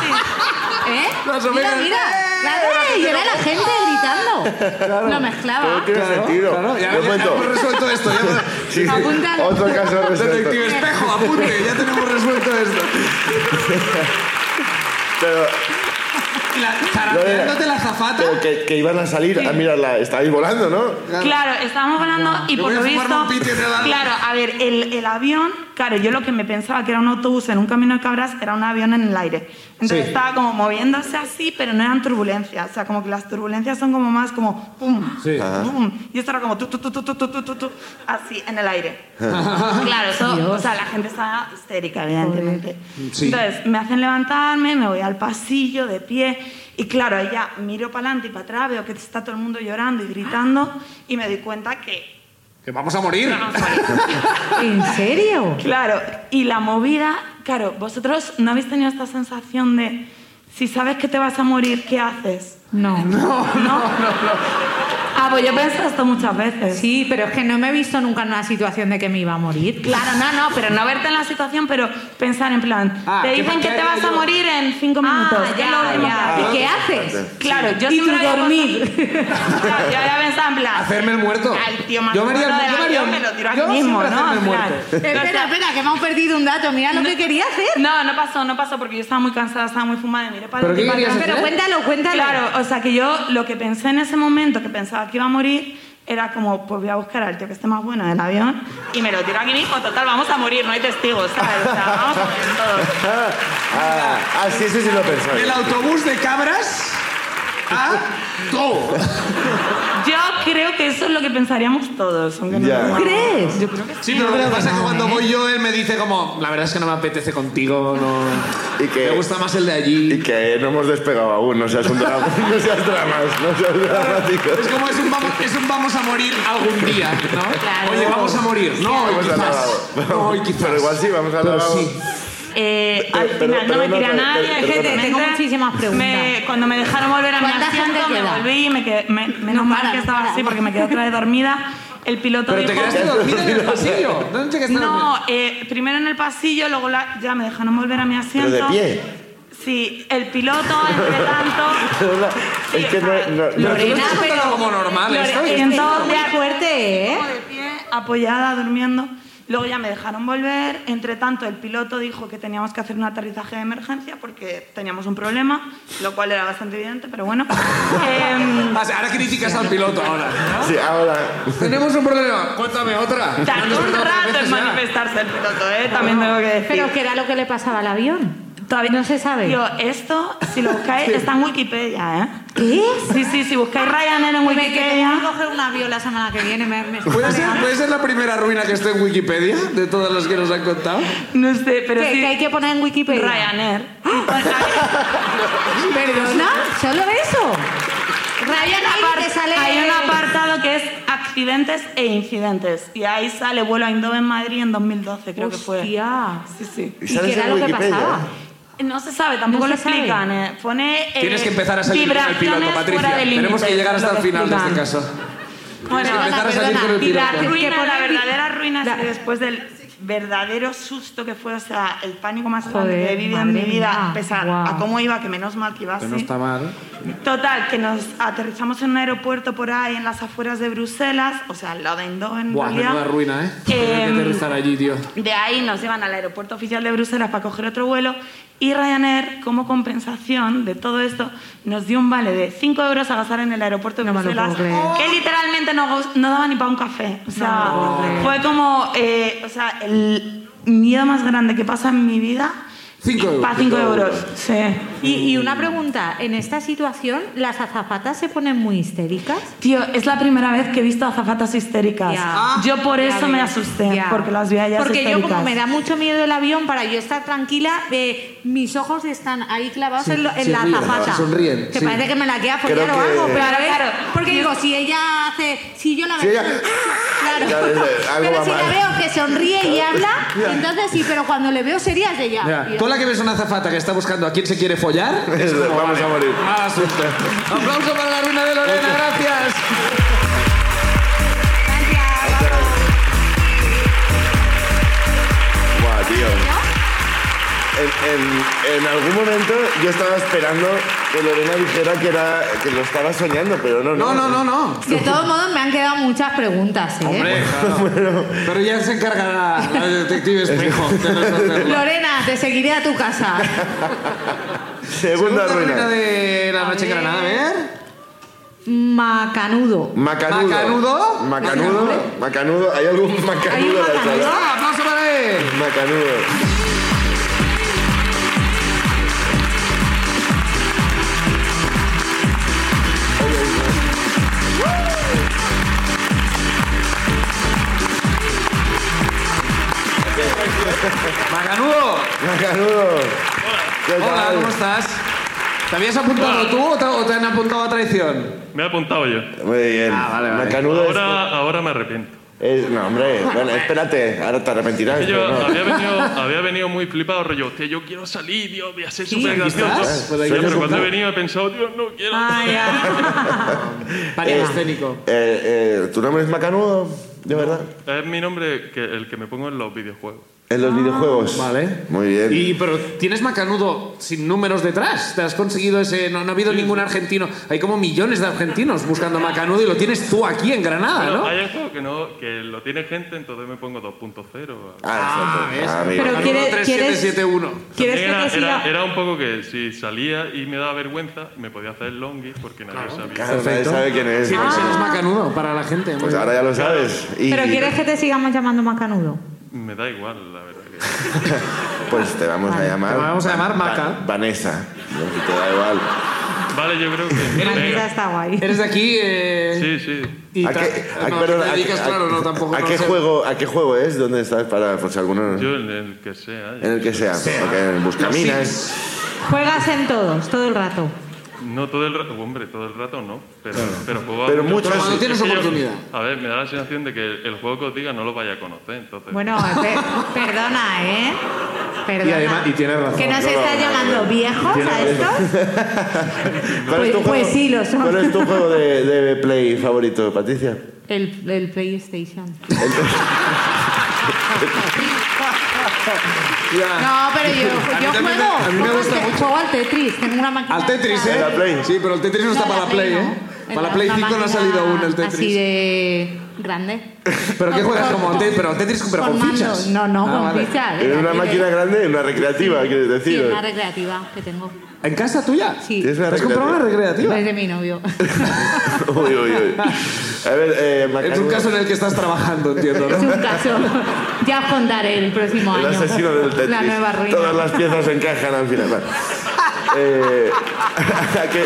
[SPEAKER 4] sí.
[SPEAKER 3] ¿Eh?
[SPEAKER 2] Las
[SPEAKER 3] mira,
[SPEAKER 2] ovejas,
[SPEAKER 3] mira,
[SPEAKER 2] ¡eh!
[SPEAKER 3] claro, y era la gente gritando. Lo mezclaba.
[SPEAKER 1] Todo tiene sentido.
[SPEAKER 2] Claro, ya,
[SPEAKER 1] Yo
[SPEAKER 2] ya
[SPEAKER 1] cuento.
[SPEAKER 2] hemos resuelto esto. ya-
[SPEAKER 1] Sí, sí.
[SPEAKER 3] Apúntalo.
[SPEAKER 1] Otro caso resuelto.
[SPEAKER 2] Detective Espejo, apunte, ya tenemos resuelto esto.
[SPEAKER 1] Pero,
[SPEAKER 2] Y la- Zarandeándote la zafata.
[SPEAKER 1] pero que, que iban a salir a mirarla. Estabais volando, ¿no?
[SPEAKER 4] Claro, estábamos volando y
[SPEAKER 2] Yo
[SPEAKER 4] por
[SPEAKER 2] voy a
[SPEAKER 4] lo
[SPEAKER 2] fumarme
[SPEAKER 4] visto...
[SPEAKER 2] un piti de ala.
[SPEAKER 4] Claro, a ver, el, el avión, claro, yo lo que me pensaba que era un autobús en un camino de cabras era un avión en el aire. Entonces
[SPEAKER 2] Sí.
[SPEAKER 4] estaba como moviéndose así, pero no eran turbulencias. O sea, como que las turbulencias son como más como pum,
[SPEAKER 2] Sí.
[SPEAKER 4] pum. Y esto era como tu, tu, tu, tu, tu, tu, tu, tu, tu, así en el aire. claro, eso-
[SPEAKER 3] Dios.
[SPEAKER 4] o sea, la gente estaba histérica, evidentemente.
[SPEAKER 2] Sí.
[SPEAKER 4] Entonces me hacen levantarme, me voy al pasillo de pie. Y claro, ahí ya miro para adelante y para atrás, veo que está todo el mundo llorando y gritando y me doy cuenta que
[SPEAKER 2] Que vamos a morir.
[SPEAKER 3] ¿En serio?
[SPEAKER 4] Claro, y la movida, claro, vosotros no habéis tenido esta sensación de si sabes que te vas a morir, ¿qué haces?
[SPEAKER 3] No.
[SPEAKER 4] Ah, pues yo pienso esto muchas veces.
[SPEAKER 3] Sí, pero es que no me he visto nunca en una situación de que me iba a morir.
[SPEAKER 4] Claro, no, no, pero no verte en la situación, pero pensar en plan,
[SPEAKER 2] Ah,
[SPEAKER 4] te
[SPEAKER 2] que
[SPEAKER 4] dicen
[SPEAKER 2] me
[SPEAKER 4] que te
[SPEAKER 2] caiga
[SPEAKER 4] vas a
[SPEAKER 2] yo.
[SPEAKER 4] morir en cinco minutos.
[SPEAKER 3] Ah,
[SPEAKER 4] que es lo último que
[SPEAKER 3] ya, ya.
[SPEAKER 4] haces.
[SPEAKER 3] ¿Y qué
[SPEAKER 1] Bastante.
[SPEAKER 3] haces?
[SPEAKER 4] Claro, yo
[SPEAKER 3] Y tú
[SPEAKER 4] siempre había
[SPEAKER 3] dormir.
[SPEAKER 4] pensado- Claro, yo había pensado en plan...
[SPEAKER 2] Hacerme el muerto.
[SPEAKER 4] Al tío más
[SPEAKER 2] Yo me haría el-
[SPEAKER 4] gordo del
[SPEAKER 2] yo me haría
[SPEAKER 4] avión me
[SPEAKER 2] el-
[SPEAKER 4] lo tiro a
[SPEAKER 2] yo
[SPEAKER 4] mí mismo,
[SPEAKER 2] siempre
[SPEAKER 4] ¿no?
[SPEAKER 2] hacerme el
[SPEAKER 4] En plan,
[SPEAKER 2] muerto.
[SPEAKER 3] espera, espera, que hemos perdido un dato. Mira lo que quería hacer.
[SPEAKER 4] No, no pasó, no pasó, porque yo estaba muy cansada, estaba muy fumada y miré para
[SPEAKER 2] ¿Pero
[SPEAKER 4] adelante y
[SPEAKER 2] qué
[SPEAKER 4] para
[SPEAKER 2] querías
[SPEAKER 4] atrás.
[SPEAKER 2] hacer?
[SPEAKER 3] Pero cuéntalo, cuéntalo.
[SPEAKER 4] Claro, o sea que yo lo que pensé en ese momento, que pensaba que iba a morir, era como, pues voy a buscar al tío que esté más bueno del avión y me lo tiro aquí mismo, total, vamos a morir, no hay testigos, ¿sabes? O sea, vamos a morir todos.
[SPEAKER 1] Ah, ah, sí, eso sí lo pensáis.
[SPEAKER 2] Del autobús de cabras a todo.
[SPEAKER 4] Yo creo que eso es lo que pensaríamos todos. aunque no
[SPEAKER 1] Ya.
[SPEAKER 4] lo hagamos.
[SPEAKER 3] ¿Crees?
[SPEAKER 4] Yo creo que
[SPEAKER 2] Sí, pero lo que pasa es que
[SPEAKER 3] no,
[SPEAKER 2] cuando
[SPEAKER 3] ¿eh?
[SPEAKER 2] voy yo, él me dice como, la verdad es que no me apetece contigo, no...
[SPEAKER 1] ¿Y qué?
[SPEAKER 2] Me gusta más el de
[SPEAKER 1] Y
[SPEAKER 2] allí.
[SPEAKER 1] que no hemos despegado aún, no seas un drama, no seas dramas, no seas dramático.
[SPEAKER 2] Es como, es un, vamos, es un vamos a morir algún día, ¿no?
[SPEAKER 3] Claro.
[SPEAKER 2] Oye, vamos a morir. No, hoy
[SPEAKER 1] Vamos al
[SPEAKER 2] quizás.
[SPEAKER 1] lavabo.
[SPEAKER 2] No, hoy quizás.
[SPEAKER 1] Pero igual sí, vamos al
[SPEAKER 2] Pero
[SPEAKER 1] lavabo.
[SPEAKER 2] sí.
[SPEAKER 4] Eh, al
[SPEAKER 1] Pero-
[SPEAKER 4] final no me
[SPEAKER 1] perdona,
[SPEAKER 4] tiré a
[SPEAKER 1] pero-
[SPEAKER 4] nadie,
[SPEAKER 1] pero-
[SPEAKER 4] gente.
[SPEAKER 3] perdona. Tengo muchísimas preguntas.
[SPEAKER 4] me- cuando me dejaron volver a mi
[SPEAKER 3] ¿Cuánta gente
[SPEAKER 4] asiento, me
[SPEAKER 3] queda?
[SPEAKER 4] volví y me quedé. me- menos
[SPEAKER 3] No,
[SPEAKER 4] mal
[SPEAKER 3] para,
[SPEAKER 4] que
[SPEAKER 3] no,
[SPEAKER 4] estaba
[SPEAKER 3] para.
[SPEAKER 4] así porque me quedé otra vez dormida. El piloto
[SPEAKER 2] Pero te
[SPEAKER 4] dijo.
[SPEAKER 2] quedaste dormida en el pasillo. ¿Dónde te quedaste dormida?
[SPEAKER 4] No, eh, primero en el pasillo, luego la- ya me dejaron volver a mi asiento.
[SPEAKER 1] Pero de pie.
[SPEAKER 4] Sí, el piloto, entre tanto. Sí,
[SPEAKER 1] Es que
[SPEAKER 4] o sea,
[SPEAKER 1] no- no- no-
[SPEAKER 2] Pero tú lo
[SPEAKER 3] Lorena,
[SPEAKER 2] estás contando
[SPEAKER 3] pero-
[SPEAKER 2] como normal
[SPEAKER 3] Lore-
[SPEAKER 4] ¿eh?
[SPEAKER 2] esto. y
[SPEAKER 3] es
[SPEAKER 2] esto-
[SPEAKER 4] esto-
[SPEAKER 3] muy fuerte, ¿eh?
[SPEAKER 4] como de pie, apoyada, durmiendo. Luego ya me dejaron volver. Entre tanto, el piloto dijo que teníamos que hacer un aterrizaje de emergencia porque teníamos un problema, lo cual era bastante evidente, pero bueno. Em,
[SPEAKER 2] Ah, Ahora criticas al piloto ahora. ¿no?
[SPEAKER 1] Sí, ahora.
[SPEAKER 2] Tenemos un problema. Cuéntame otra.
[SPEAKER 4] tardó un rato en
[SPEAKER 2] manifestar.
[SPEAKER 4] manifestarse el piloto, ¿eh? también tengo que decir.
[SPEAKER 3] Pero ¿qué era lo que le pasaba al avión?
[SPEAKER 4] Todavía
[SPEAKER 3] no se sabe.
[SPEAKER 4] Digo, esto, si lo buscáis, está en Wikipedia, ¿eh?
[SPEAKER 3] ¿Qué?
[SPEAKER 4] Sí, sí, si buscáis
[SPEAKER 3] Ah,
[SPEAKER 4] Ryanair en
[SPEAKER 3] Hombre, que tengo que
[SPEAKER 4] Wikipedia.
[SPEAKER 3] coger un avión la semana que viene. Me, me-
[SPEAKER 2] ¿Puede ser, puede ser la primera ruina que esté en Wikipedia de todas las que nos han contado?
[SPEAKER 4] No sé, pero
[SPEAKER 3] Que,
[SPEAKER 4] sí.
[SPEAKER 3] que ¡Ah! hay que poner en Wikipedia.
[SPEAKER 4] Ryanair.
[SPEAKER 3] ¿Perdona? ¿Solo eso? Ryan ahí te sale...
[SPEAKER 4] Hay un apartado que es accidentes e incidentes. Y ahí sale vuelo a Eindhoven, Madrid en 2012, creo que
[SPEAKER 3] Hostia.
[SPEAKER 4] fue. Sí, sí.
[SPEAKER 1] ¿Y
[SPEAKER 3] ¿Y qué
[SPEAKER 1] sales
[SPEAKER 3] era
[SPEAKER 1] en
[SPEAKER 3] lo que
[SPEAKER 1] Wikipedia?
[SPEAKER 3] pasaba?
[SPEAKER 4] No se sabe, tampoco
[SPEAKER 3] No
[SPEAKER 4] lo
[SPEAKER 3] se sabe.
[SPEAKER 4] explican. eh. Pone. eh,
[SPEAKER 2] Tienes que empezar a salir con el piloto,
[SPEAKER 4] vibraciones
[SPEAKER 2] Patricia.
[SPEAKER 4] fuera de
[SPEAKER 2] Tenemos que
[SPEAKER 4] límites,
[SPEAKER 2] llegar hasta
[SPEAKER 4] lo
[SPEAKER 2] el
[SPEAKER 4] que
[SPEAKER 2] final de este
[SPEAKER 4] explican.
[SPEAKER 2] caso.
[SPEAKER 4] Bueno,
[SPEAKER 2] que empezar a salir con el
[SPEAKER 4] y la
[SPEAKER 2] piloto.
[SPEAKER 3] Que
[SPEAKER 4] ruina,
[SPEAKER 3] pone
[SPEAKER 4] la
[SPEAKER 3] vi-
[SPEAKER 4] verdadera ruina es
[SPEAKER 3] la-
[SPEAKER 4] que después del verdadero susto que fue, o sea, el pánico más grande
[SPEAKER 3] Joder,
[SPEAKER 4] que he vivido en mi
[SPEAKER 3] madre
[SPEAKER 4] vida,
[SPEAKER 3] mía,
[SPEAKER 4] pese a,
[SPEAKER 3] guau.
[SPEAKER 4] a cómo iba, que menos mal que iba así.
[SPEAKER 2] Pero no está mal.
[SPEAKER 4] Total, que nos aterrizamos en un aeropuerto por ahí, en las afueras de Bruselas, o sea, al lado de Eindhoven, en
[SPEAKER 2] Buah,
[SPEAKER 4] realidad.
[SPEAKER 2] menuda ruina, ¿eh? Tener que
[SPEAKER 4] Em,
[SPEAKER 2] aterrizar allí, tío.
[SPEAKER 4] de ahí nos llevan al aeropuerto oficial de Bruselas para coger otro vuelo y Ryanair, como compensación de todo esto, nos dio un vale de 5 euros a gastar en el aeropuerto de
[SPEAKER 3] No me lo
[SPEAKER 4] Bruselas,
[SPEAKER 3] puedo creer.
[SPEAKER 4] que literalmente no, gos- no daba ni para un café. O sea,
[SPEAKER 3] No me lo puedo creer.
[SPEAKER 4] fue como eh, o sea, el miedo más grande que pasa en mi vida.
[SPEAKER 2] Cinco euros.
[SPEAKER 4] Para 5 euros, sí.
[SPEAKER 3] Y, y una pregunta, en esta situación, ¿las azafatas se ponen muy histéricas?
[SPEAKER 4] Tío, es la primera vez que he visto azafatas histéricas.
[SPEAKER 3] Ya.
[SPEAKER 4] Yo por
[SPEAKER 3] Ah, Ya
[SPEAKER 4] eso me
[SPEAKER 3] ves,
[SPEAKER 4] asusté,
[SPEAKER 3] ya.
[SPEAKER 4] porque las vi a ellas
[SPEAKER 3] Porque yo,
[SPEAKER 4] histéricas.
[SPEAKER 3] como me da mucho miedo el avión, para yo estar tranquila, eh, mis ojos están ahí clavados en, lo- en
[SPEAKER 2] se
[SPEAKER 3] la
[SPEAKER 2] ríen,
[SPEAKER 3] azafata.
[SPEAKER 2] se sonríen,
[SPEAKER 3] Que
[SPEAKER 2] sí.
[SPEAKER 3] parece que me la queda follar
[SPEAKER 1] Creo
[SPEAKER 3] o
[SPEAKER 1] que-
[SPEAKER 3] algo, pero
[SPEAKER 4] Claro,
[SPEAKER 3] ¿ves?
[SPEAKER 4] claro.
[SPEAKER 3] Porque
[SPEAKER 4] Yo-
[SPEAKER 3] digo, si ella hace. Si yo la
[SPEAKER 1] Si
[SPEAKER 3] veo.
[SPEAKER 1] ella-
[SPEAKER 3] Claro, claro.
[SPEAKER 1] Claro, es de- algo
[SPEAKER 3] pero
[SPEAKER 1] va
[SPEAKER 3] si
[SPEAKER 1] mal.
[SPEAKER 3] le veo que sonríe y habla, entonces sí, pero cuando le veo serias de ya.
[SPEAKER 2] Ya. Tú la que ves una azafata que está buscando a quién se quiere follar. es como,
[SPEAKER 1] Vamos
[SPEAKER 2] vale,
[SPEAKER 1] a morir.
[SPEAKER 2] Mal asunto. Aplauso para la ruina de Lorena, Ah, gracias.
[SPEAKER 1] Buah, tío. En, en- en algún momento yo estaba esperando que Lorena dijera que, era, que lo estaba soñando, pero no, no.
[SPEAKER 2] No, no, no, no.
[SPEAKER 3] De todos modos, me han quedado muchas preguntas, ¿eh?
[SPEAKER 2] Hombre, claro. Pero ya se encargará la detective Espejo de resolverlo.
[SPEAKER 3] Lorena, te seguiré a tu casa.
[SPEAKER 1] Segunda, ruina.
[SPEAKER 2] de la noche en
[SPEAKER 3] A ver.
[SPEAKER 2] Granada, a ver.
[SPEAKER 3] Macanudo.
[SPEAKER 1] Macanudo.
[SPEAKER 2] ¿Macanudo?
[SPEAKER 1] Macanudo. Macanudo. ¿Hay algún macanudo
[SPEAKER 3] ¿Hay un
[SPEAKER 1] en la
[SPEAKER 3] macanudo?
[SPEAKER 1] sala?
[SPEAKER 2] ¡Ah, aplauso para él!
[SPEAKER 1] Macanudo.
[SPEAKER 2] ¡Macanudo!
[SPEAKER 1] Macanudo. ¿Qué
[SPEAKER 2] Hola,
[SPEAKER 1] tal?
[SPEAKER 2] ¿cómo estás? ¿Te habías apuntado
[SPEAKER 5] Hola.
[SPEAKER 2] tú o te, o te han apuntado a traición?
[SPEAKER 5] Me he apuntado yo.
[SPEAKER 1] Muy bien.
[SPEAKER 2] Ah, vale, vale.
[SPEAKER 1] Macanudo es-
[SPEAKER 5] Ahora, ahora me arrepiento.
[SPEAKER 1] es, No, hombre. Bueno, espérate. Ahora te arrepentirás.
[SPEAKER 5] Yo
[SPEAKER 1] pero no.
[SPEAKER 5] había venido, había venido muy flipado, rollo, hostia, yo quiero salir, Dios, voy a ser súper
[SPEAKER 2] quizás,
[SPEAKER 5] gracioso.
[SPEAKER 2] pero hay que
[SPEAKER 5] Pero cuando he
[SPEAKER 2] apuntar.
[SPEAKER 5] venido he pensado, Dios, no quiero.
[SPEAKER 4] Ah, ya.
[SPEAKER 2] Pánico escénico.
[SPEAKER 1] Eh, eh, ¿Tu nombre es Macanudo? ¿De verdad?
[SPEAKER 5] Es mi nombre, que, el que me pongo en los videojuegos.
[SPEAKER 1] ¿En los videojuegos?
[SPEAKER 2] Ah, Vale.
[SPEAKER 1] Muy bien.
[SPEAKER 2] Y, pero tienes Macanudo sin números detrás. Te has conseguido ese. No, no ha habido ningún argentino. Hay como millones de argentinos buscando Macanudo y lo tienes tú aquí en
[SPEAKER 4] Ah,
[SPEAKER 2] Granada,
[SPEAKER 5] Pero
[SPEAKER 2] ¿no?
[SPEAKER 5] hay un juego que, no, que lo tiene gente, entonces me pongo 2.0.
[SPEAKER 1] Ah, exacto.
[SPEAKER 2] ¿ves?
[SPEAKER 1] Ah, amigo.
[SPEAKER 4] Pero-
[SPEAKER 2] Macanudo
[SPEAKER 4] ¿Quieres-
[SPEAKER 2] 3771.
[SPEAKER 4] ¿Quieres que
[SPEAKER 5] Era,
[SPEAKER 4] te
[SPEAKER 5] era-
[SPEAKER 4] siga?
[SPEAKER 5] era un poco que si salía y me daba vergüenza, me podía hacer longi porque nadie sabía.
[SPEAKER 1] Claro, nadie sabe quién es.
[SPEAKER 2] Sí, pues eres Macanudo para la gente.
[SPEAKER 1] Pues ahora ya lo sabes. Y,
[SPEAKER 3] ¿Pero quieres que te sigamos llamando Macanudo?
[SPEAKER 5] Me da igual, la verdad. que-
[SPEAKER 1] Pues te vamos a llamar.
[SPEAKER 2] Te vamos a llamar
[SPEAKER 1] Va-
[SPEAKER 2] Maca.
[SPEAKER 1] Va- Vanessa. No, Te da igual.
[SPEAKER 5] Vale, yo creo que.
[SPEAKER 3] Esa
[SPEAKER 5] Venga.
[SPEAKER 3] está guay.
[SPEAKER 2] Eres de aquí. eh,
[SPEAKER 5] Sí, sí.
[SPEAKER 2] Y
[SPEAKER 1] Pues, ¿A
[SPEAKER 2] ta-
[SPEAKER 1] qué, a-
[SPEAKER 2] no,
[SPEAKER 1] perdón,
[SPEAKER 2] te
[SPEAKER 1] a-
[SPEAKER 2] dedicas,
[SPEAKER 1] a-
[SPEAKER 2] claro, no, tampoco.
[SPEAKER 1] ¿A
[SPEAKER 2] no
[SPEAKER 1] qué
[SPEAKER 2] sé.
[SPEAKER 1] juego, a qué juego es? ¿Dónde estás para por si alguno
[SPEAKER 5] Yo en el que sea.
[SPEAKER 1] en el que sea? Ok, en el Buscaminas.
[SPEAKER 3] Juegas en todos, todo el rato.
[SPEAKER 5] No todo el rato, hombre, todo el rato no, pero, pero juego a-
[SPEAKER 1] Pero mucho
[SPEAKER 2] Pero cuando
[SPEAKER 1] sí.
[SPEAKER 2] tienes
[SPEAKER 5] Es que yo-
[SPEAKER 2] oportunidad.
[SPEAKER 5] a ver, me da la sensación de que el juego que os diga no lo vaya a conocer, entonces.
[SPEAKER 3] Bueno, eh, pe- perdona, ¿eh? Perdona.
[SPEAKER 2] Y además- y tienes razón.
[SPEAKER 3] ¿Que nos
[SPEAKER 1] No, no,
[SPEAKER 3] estás
[SPEAKER 1] no,
[SPEAKER 3] llamando viejos a estos?
[SPEAKER 1] ¿Cuál es tu
[SPEAKER 3] Pues- pues
[SPEAKER 1] juego-
[SPEAKER 3] sí, lo son.
[SPEAKER 1] ¿Cuál es tu juego de, de play favorito, Patricia?
[SPEAKER 3] El, el PlayStation.
[SPEAKER 2] Ya.
[SPEAKER 3] No, pero yo,
[SPEAKER 2] A mí
[SPEAKER 3] yo
[SPEAKER 2] también me-
[SPEAKER 3] juego.
[SPEAKER 2] a mí me
[SPEAKER 3] juego
[SPEAKER 2] gusta
[SPEAKER 3] al te-
[SPEAKER 2] mucho.
[SPEAKER 3] Juego al Tetris. Tengo una máquina.
[SPEAKER 2] Al Tetris, ¿eh?
[SPEAKER 1] En la Play.
[SPEAKER 2] Sí, pero el Tetris no está para la Play, ¿eh? Para la Play 5 no ha salido aún
[SPEAKER 3] uno
[SPEAKER 2] el
[SPEAKER 3] Así
[SPEAKER 2] Tetris.
[SPEAKER 3] de grande.
[SPEAKER 2] ¿Pero qué juegas
[SPEAKER 3] Con-
[SPEAKER 2] como Tetris? Pero Tetris pero con
[SPEAKER 3] mando.
[SPEAKER 2] fichas.
[SPEAKER 3] No, no,
[SPEAKER 2] Ah,
[SPEAKER 3] con
[SPEAKER 2] vale.
[SPEAKER 3] fichas.
[SPEAKER 1] ¿En una
[SPEAKER 3] Así de-
[SPEAKER 1] máquina grande? ¿En una recreativa, quieres
[SPEAKER 3] Sí,
[SPEAKER 1] decir?
[SPEAKER 3] una recreativa que tengo.
[SPEAKER 2] ¿En casa tuya?
[SPEAKER 3] Sí.
[SPEAKER 1] ¿Tienes
[SPEAKER 2] ¿Te
[SPEAKER 1] una
[SPEAKER 2] has comprado una
[SPEAKER 1] recreativa?
[SPEAKER 2] recreativa?
[SPEAKER 3] Es de mi novio.
[SPEAKER 1] uy, uy, uy. A ver, eh,
[SPEAKER 2] Es un
[SPEAKER 1] Macanudo.
[SPEAKER 2] caso en el que estás trabajando, entiendo,
[SPEAKER 3] Es
[SPEAKER 2] ¿no?
[SPEAKER 3] un caso. Ya os contaré el próximo
[SPEAKER 1] El
[SPEAKER 3] año.
[SPEAKER 1] asesino del Tetris.
[SPEAKER 3] La nueva ruina.
[SPEAKER 1] Todas las piezas encajan al final. Vale. Eh, ¿a, qué,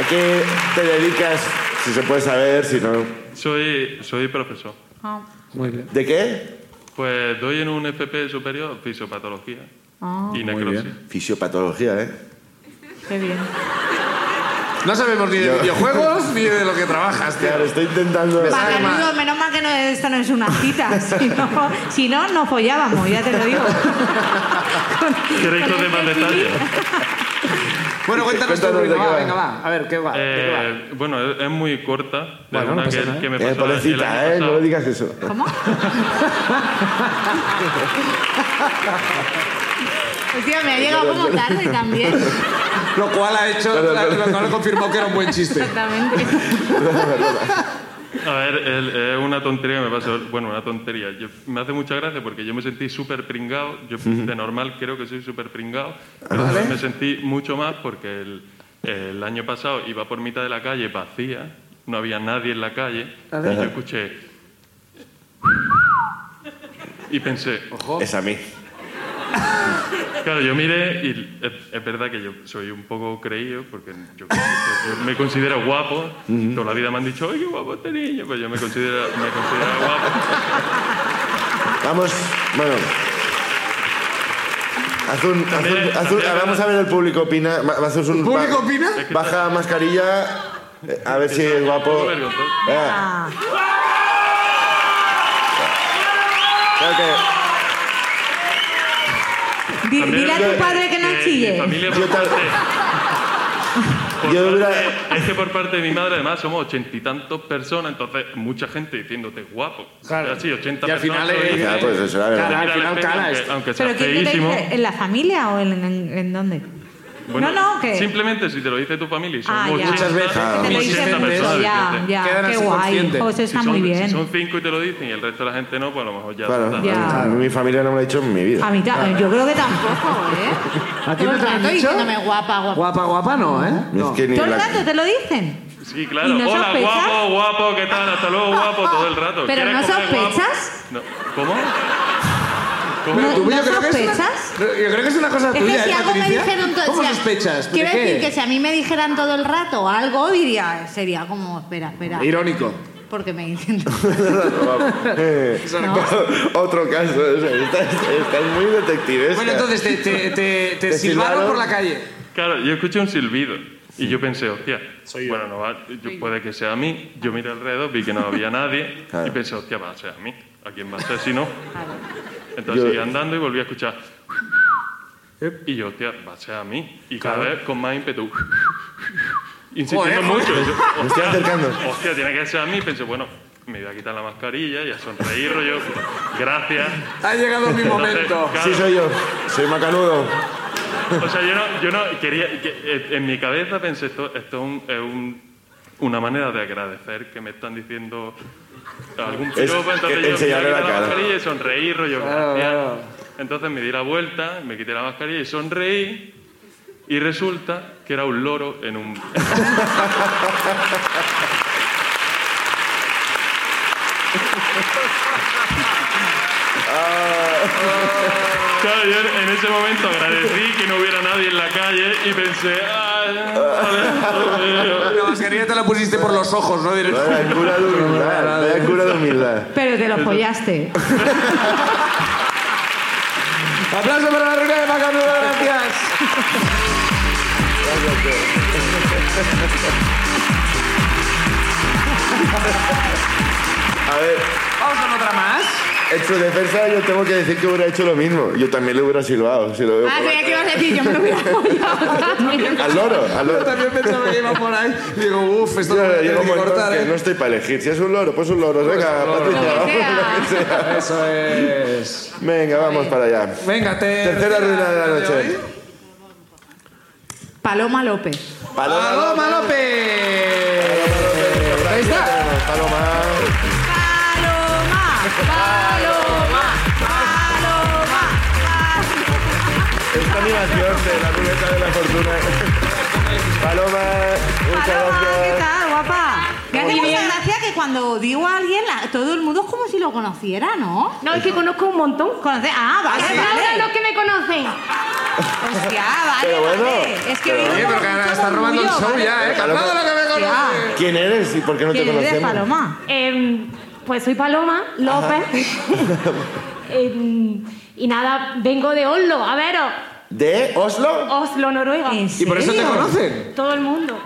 [SPEAKER 1] ¿A qué te dedicas? Si se puede saber, si no.
[SPEAKER 5] Soy, soy profesor.
[SPEAKER 3] Ah,
[SPEAKER 2] Muy bien.
[SPEAKER 1] ¿De qué?
[SPEAKER 5] Pues doy en un FP superior fisiopatología
[SPEAKER 3] ah,
[SPEAKER 5] y necrosis.
[SPEAKER 1] Fisiopatología, ¿eh?
[SPEAKER 3] qué bien.
[SPEAKER 2] No sabemos ni de videojuegos ni de lo que trabajas, tío.
[SPEAKER 1] Claro, estoy intentando.
[SPEAKER 2] Vale.
[SPEAKER 3] Macanudo,
[SPEAKER 2] Además-
[SPEAKER 3] menos mal que no, esta no es una cita. Si no, si no, nos follábamos, ya te lo digo. Pues
[SPEAKER 5] ¿Queréis que os dé más detalles?
[SPEAKER 2] Bueno, cuéntanos tu
[SPEAKER 1] Cuéntanos de
[SPEAKER 2] ruina,
[SPEAKER 1] qué
[SPEAKER 2] va,
[SPEAKER 1] va.
[SPEAKER 2] venga, va. A ver, ¿qué va? ¿De qué va?
[SPEAKER 5] Eh, bueno, es, es muy corta. de
[SPEAKER 2] Bueno, no
[SPEAKER 5] una
[SPEAKER 2] pasa
[SPEAKER 5] que,
[SPEAKER 2] nada.
[SPEAKER 5] que me pasó
[SPEAKER 1] Eh,
[SPEAKER 5] el año
[SPEAKER 1] pobrecita, ¿eh? No
[SPEAKER 5] pasado.
[SPEAKER 1] le digas eso.
[SPEAKER 3] ¿Cómo? Hostia, me ha llegado como tarde también.
[SPEAKER 2] Lo cual ha hecho, la- lo cual confirmó que era un buen chiste.
[SPEAKER 3] Exactamente.
[SPEAKER 5] A ver, el- es una tontería que me pasó. Bueno, una tontería. Yo- me hace mucha gracia porque yo me sentí súper pringado. Yo de normal creo que soy súper pringado. Pero esta vez me sentí mucho más porque el, el año pasado iba por mitad de la calle vacía. No había nadie en la calle. Y yo escuché... Y pensé... Ojo.
[SPEAKER 1] Es a mí.
[SPEAKER 5] Claro, yo miré y es, es verdad que yo soy un poco creído porque yo, yo me considero guapo. Toda la vida me han dicho, ¡ay, qué guapo este niño! Pues yo me considero, me considero guapo.
[SPEAKER 1] Vamos, bueno. Haz un, haz un- haz un-
[SPEAKER 5] También-
[SPEAKER 1] vamos a ver el público opina. Va- va- haz un-
[SPEAKER 2] ¿El público
[SPEAKER 1] va-
[SPEAKER 2] opina?
[SPEAKER 1] Baja mascarilla. Eh, A ver si el guapo. Ah,
[SPEAKER 4] Ah,
[SPEAKER 1] creo que-
[SPEAKER 3] Di- dile a tu padre que no
[SPEAKER 5] eh, Mi
[SPEAKER 3] chille.
[SPEAKER 5] familia
[SPEAKER 1] Yo
[SPEAKER 5] por
[SPEAKER 1] tal-
[SPEAKER 5] parte. por
[SPEAKER 1] Yo hubiera-
[SPEAKER 5] parte- es que por parte de mi madre, además, somos ochenta y tantos personas, entonces mucha gente diciéndote guapo.
[SPEAKER 2] Claro.
[SPEAKER 5] Así, 80
[SPEAKER 2] Y al
[SPEAKER 5] personas,
[SPEAKER 2] final
[SPEAKER 5] todo
[SPEAKER 2] es-
[SPEAKER 5] el día.
[SPEAKER 1] Ah, pues eso, la verdad.
[SPEAKER 5] Mira
[SPEAKER 2] Claro, al
[SPEAKER 5] al
[SPEAKER 2] final
[SPEAKER 5] espejo,
[SPEAKER 2] cala
[SPEAKER 5] aunque,
[SPEAKER 2] esto.
[SPEAKER 5] aunque sea
[SPEAKER 3] ¿Pero quién te lo
[SPEAKER 5] feísimo.
[SPEAKER 3] dice? ¿En la familia o en, en- en dónde?
[SPEAKER 5] Bueno,
[SPEAKER 3] no, no, que.
[SPEAKER 5] Simplemente si te lo dice tu familia y son
[SPEAKER 3] Ah, ya.
[SPEAKER 2] Muchas veces,
[SPEAKER 3] Que te lo
[SPEAKER 2] muchas
[SPEAKER 3] dicen,
[SPEAKER 2] veces,
[SPEAKER 3] pero ya,
[SPEAKER 5] diciéndote.
[SPEAKER 3] ya,
[SPEAKER 2] Quedan
[SPEAKER 3] qué
[SPEAKER 2] así
[SPEAKER 3] guay.
[SPEAKER 2] conscientes.
[SPEAKER 3] Pues
[SPEAKER 5] Si
[SPEAKER 3] está
[SPEAKER 5] son-
[SPEAKER 3] muy bien.
[SPEAKER 5] Si son cinco y te lo dicen y el resto de la gente no, pues a lo mejor ya.
[SPEAKER 1] Claro,
[SPEAKER 5] está.
[SPEAKER 3] Ya.
[SPEAKER 1] a mí mi familia no me lo ha dicho en mi vida.
[SPEAKER 3] A mí ta- yo creo que tampoco, ¿eh?
[SPEAKER 2] ¿A ti no
[SPEAKER 3] Todo el
[SPEAKER 2] te lo han
[SPEAKER 3] rato
[SPEAKER 2] dicho?
[SPEAKER 3] diciéndome guapa, guapa.
[SPEAKER 2] Guapa, guapa no, ¿eh?
[SPEAKER 1] Es
[SPEAKER 2] No.
[SPEAKER 1] que ni
[SPEAKER 3] Todo el
[SPEAKER 1] la-
[SPEAKER 3] rato te lo dicen.
[SPEAKER 5] Sí,
[SPEAKER 3] ¿Y
[SPEAKER 5] claro.
[SPEAKER 3] no
[SPEAKER 5] Hola,
[SPEAKER 3] sospechas?
[SPEAKER 5] guapo, guapo, ¿qué tal? Hasta luego, guapo, todo el rato.
[SPEAKER 3] ¿Pero
[SPEAKER 5] ¿Quieres
[SPEAKER 3] no
[SPEAKER 5] comer, guapo?
[SPEAKER 3] sospechas?
[SPEAKER 5] No. ¿Cómo? ¿Cómo?
[SPEAKER 3] No,
[SPEAKER 2] Tú, yo,
[SPEAKER 3] ¿no
[SPEAKER 2] creo que es una-
[SPEAKER 3] sospechas?
[SPEAKER 2] yo creo que es una cosa
[SPEAKER 3] Es
[SPEAKER 2] tuya,
[SPEAKER 3] que si
[SPEAKER 2] ¿eh,
[SPEAKER 3] algo me
[SPEAKER 2] Patricia?
[SPEAKER 3] dijeron todo
[SPEAKER 2] ¿Cómo
[SPEAKER 3] o sea,
[SPEAKER 2] sospechas? ¿De
[SPEAKER 3] Quiero
[SPEAKER 2] qué?
[SPEAKER 3] decir que si a mí me dijeran todo el rato algo, diría, sería como, espera, espera.
[SPEAKER 2] Irónico.
[SPEAKER 3] Porque me dicen.
[SPEAKER 1] Otro caso. o sea, estás, estás muy detective.
[SPEAKER 2] Bueno, entonces te, te, te, te
[SPEAKER 1] Te
[SPEAKER 2] silbaron
[SPEAKER 1] silbaron.
[SPEAKER 2] por la calle.
[SPEAKER 5] Claro, yo escuché un silbido y yo pensé, hostia, bueno, no va, yo- puede que sea a mí. Yo miré alrededor, vi que no había nadie y
[SPEAKER 1] Claro.
[SPEAKER 5] pensé, hostia, va a ser a mí. ¿A quién va a ser si no? Entonces
[SPEAKER 1] Yo-
[SPEAKER 5] seguí andando y volví a escuchar. Y yo, hostia, va a ser a mí. Y cada vez con más ímpetu. Insistiendo
[SPEAKER 2] Joder,
[SPEAKER 5] mucho. Y yo,
[SPEAKER 1] Me estoy acercando.
[SPEAKER 5] Hostia, tiene que ser a mí. Pensé, bueno, me voy a quitar la mascarilla y a sonreír, rollo. Gracias.
[SPEAKER 2] Ha llegado mi
[SPEAKER 5] Entonces,
[SPEAKER 2] momento.
[SPEAKER 5] claro,
[SPEAKER 1] Sí, soy yo. Soy macanudo.
[SPEAKER 5] o sea, yo no, yo no quería. que- eh, en mi cabeza pensé, esto, esto es, un- es un- una manera de agradecer que me están diciendo algún
[SPEAKER 1] Es-
[SPEAKER 5] piropo.
[SPEAKER 1] que-
[SPEAKER 5] Entonces yo me
[SPEAKER 1] enseñarle
[SPEAKER 5] quité
[SPEAKER 1] la
[SPEAKER 5] la,
[SPEAKER 1] cara.
[SPEAKER 5] mascarilla y sonreí, rollo.
[SPEAKER 2] Claro,
[SPEAKER 5] gracias.
[SPEAKER 2] claro.
[SPEAKER 5] Entonces me di la vuelta, me quité la mascarilla y sonreí. Y resulta que era un loro en un. Claro, yo en ese momento agradecí que no hubiera nadie en la calle y pensé, ah, vale,
[SPEAKER 2] La mascarilla te la pusiste por los ojos, ¿no? Directo.
[SPEAKER 1] Vaya cura de humildad. Vaya cura de humildad.
[SPEAKER 3] Pero te lo follaste.
[SPEAKER 2] Aplauso para la reunión de Macanudo, gracias.
[SPEAKER 1] A ver,
[SPEAKER 2] Vamos con otra más.
[SPEAKER 1] en su defensa yo tengo que decir que hubiera hecho lo mismo. Yo también le hubiera silbado. Si lo veo
[SPEAKER 3] Ah,
[SPEAKER 1] por la
[SPEAKER 3] creía que ibas a decir, yo me lo hubiera follado también.
[SPEAKER 1] cara. Al loro, al
[SPEAKER 2] Yo
[SPEAKER 1] loro.
[SPEAKER 2] también pensaba que iba por ahí. Digo, uff, esto
[SPEAKER 1] Yo,
[SPEAKER 2] lo voy a
[SPEAKER 1] llega
[SPEAKER 2] tener
[SPEAKER 1] un
[SPEAKER 2] que
[SPEAKER 1] momento
[SPEAKER 2] cortar,
[SPEAKER 1] que
[SPEAKER 2] ¿eh?
[SPEAKER 1] no estoy para elegir. Si es un loro, pues un loro. Venga,
[SPEAKER 2] loro.
[SPEAKER 1] Patricia,
[SPEAKER 3] Lo que sea.
[SPEAKER 1] lo que sea.
[SPEAKER 2] Eso es.
[SPEAKER 1] Venga, vamos para allá.
[SPEAKER 2] Venga, ah. tercera,
[SPEAKER 1] Tercera ruina de la noche.
[SPEAKER 3] Paloma López.
[SPEAKER 1] Paloma.
[SPEAKER 2] Paloma López. Ahí está.
[SPEAKER 1] Paloma.
[SPEAKER 3] Paloma, Paloma, Paloma.
[SPEAKER 1] Esta animación de la ruleta de la fortuna. Paloma, muchas
[SPEAKER 3] Paloma, ¿qué
[SPEAKER 1] gracias.
[SPEAKER 3] tal, guapa? Me hace mucha gracia que cuando digo a alguien, la- todo el mundo es como si lo conociera, ¿no?
[SPEAKER 6] No, es que conozco un montón.
[SPEAKER 3] Conoce- Ah, vale,
[SPEAKER 6] Aplaudan
[SPEAKER 3] vale.
[SPEAKER 6] los que me conocen.
[SPEAKER 3] Hostia, vale,
[SPEAKER 1] Pero bueno,
[SPEAKER 3] vale. Es que
[SPEAKER 1] pero
[SPEAKER 3] digo
[SPEAKER 2] Oye,
[SPEAKER 3] como
[SPEAKER 2] pero que ahora
[SPEAKER 3] mucho
[SPEAKER 2] está robando el
[SPEAKER 3] murmullo,
[SPEAKER 2] show
[SPEAKER 3] ¿vale?
[SPEAKER 2] ya, ¿eh?
[SPEAKER 1] Paloma.
[SPEAKER 2] Hablando de lo que me conoce.
[SPEAKER 3] Hostia.
[SPEAKER 1] ¿Quién eres y por qué no te
[SPEAKER 3] ¿Quién eres,
[SPEAKER 1] conocemos?
[SPEAKER 3] Paloma?
[SPEAKER 6] Em, pues soy Paloma López. Em, y nada, vengo de Oslo, a veros.
[SPEAKER 1] ¿De
[SPEAKER 3] Oh.
[SPEAKER 1] Oslo?
[SPEAKER 6] Oslo, Noruega.
[SPEAKER 3] ¿En
[SPEAKER 2] Y por eso te
[SPEAKER 3] serio?
[SPEAKER 2] conocen.
[SPEAKER 6] Todo el mundo.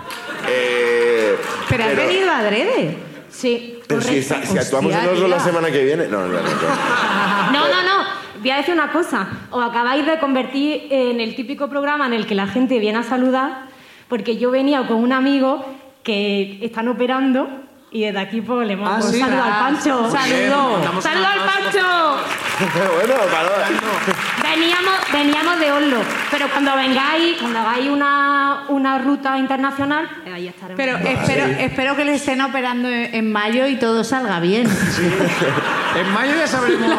[SPEAKER 1] Eh,
[SPEAKER 3] Pero has venido adrede.
[SPEAKER 6] Sí.
[SPEAKER 1] pero si,
[SPEAKER 6] correcto.
[SPEAKER 1] sa- si actuamos en
[SPEAKER 3] Hostia,
[SPEAKER 1] Oslo la
[SPEAKER 3] tía.
[SPEAKER 1] semana que viene. No, no, no. no.
[SPEAKER 6] No, no, no. Voy a decir una cosa. Os acabáis de convertir en el típico programa en el que la gente viene a saludar, porque yo venía con un amigo que están operando y desde aquí pues, le mando
[SPEAKER 2] Ah,
[SPEAKER 6] un
[SPEAKER 2] ¿sí?
[SPEAKER 6] saludo al
[SPEAKER 3] Ah,
[SPEAKER 6] Pancho.
[SPEAKER 3] saludo.
[SPEAKER 6] ¡Saludo al Pancho!
[SPEAKER 1] bueno, Paloma.
[SPEAKER 6] Veníamos, veníamos de Oslo, pero cuando vengáis, cuando hagáis una, una ruta internacional, eh, ahí estaremos.
[SPEAKER 3] Pero espero, espero que le estén operando en en mayo y todo salga bien.
[SPEAKER 2] En mayo ya sabremos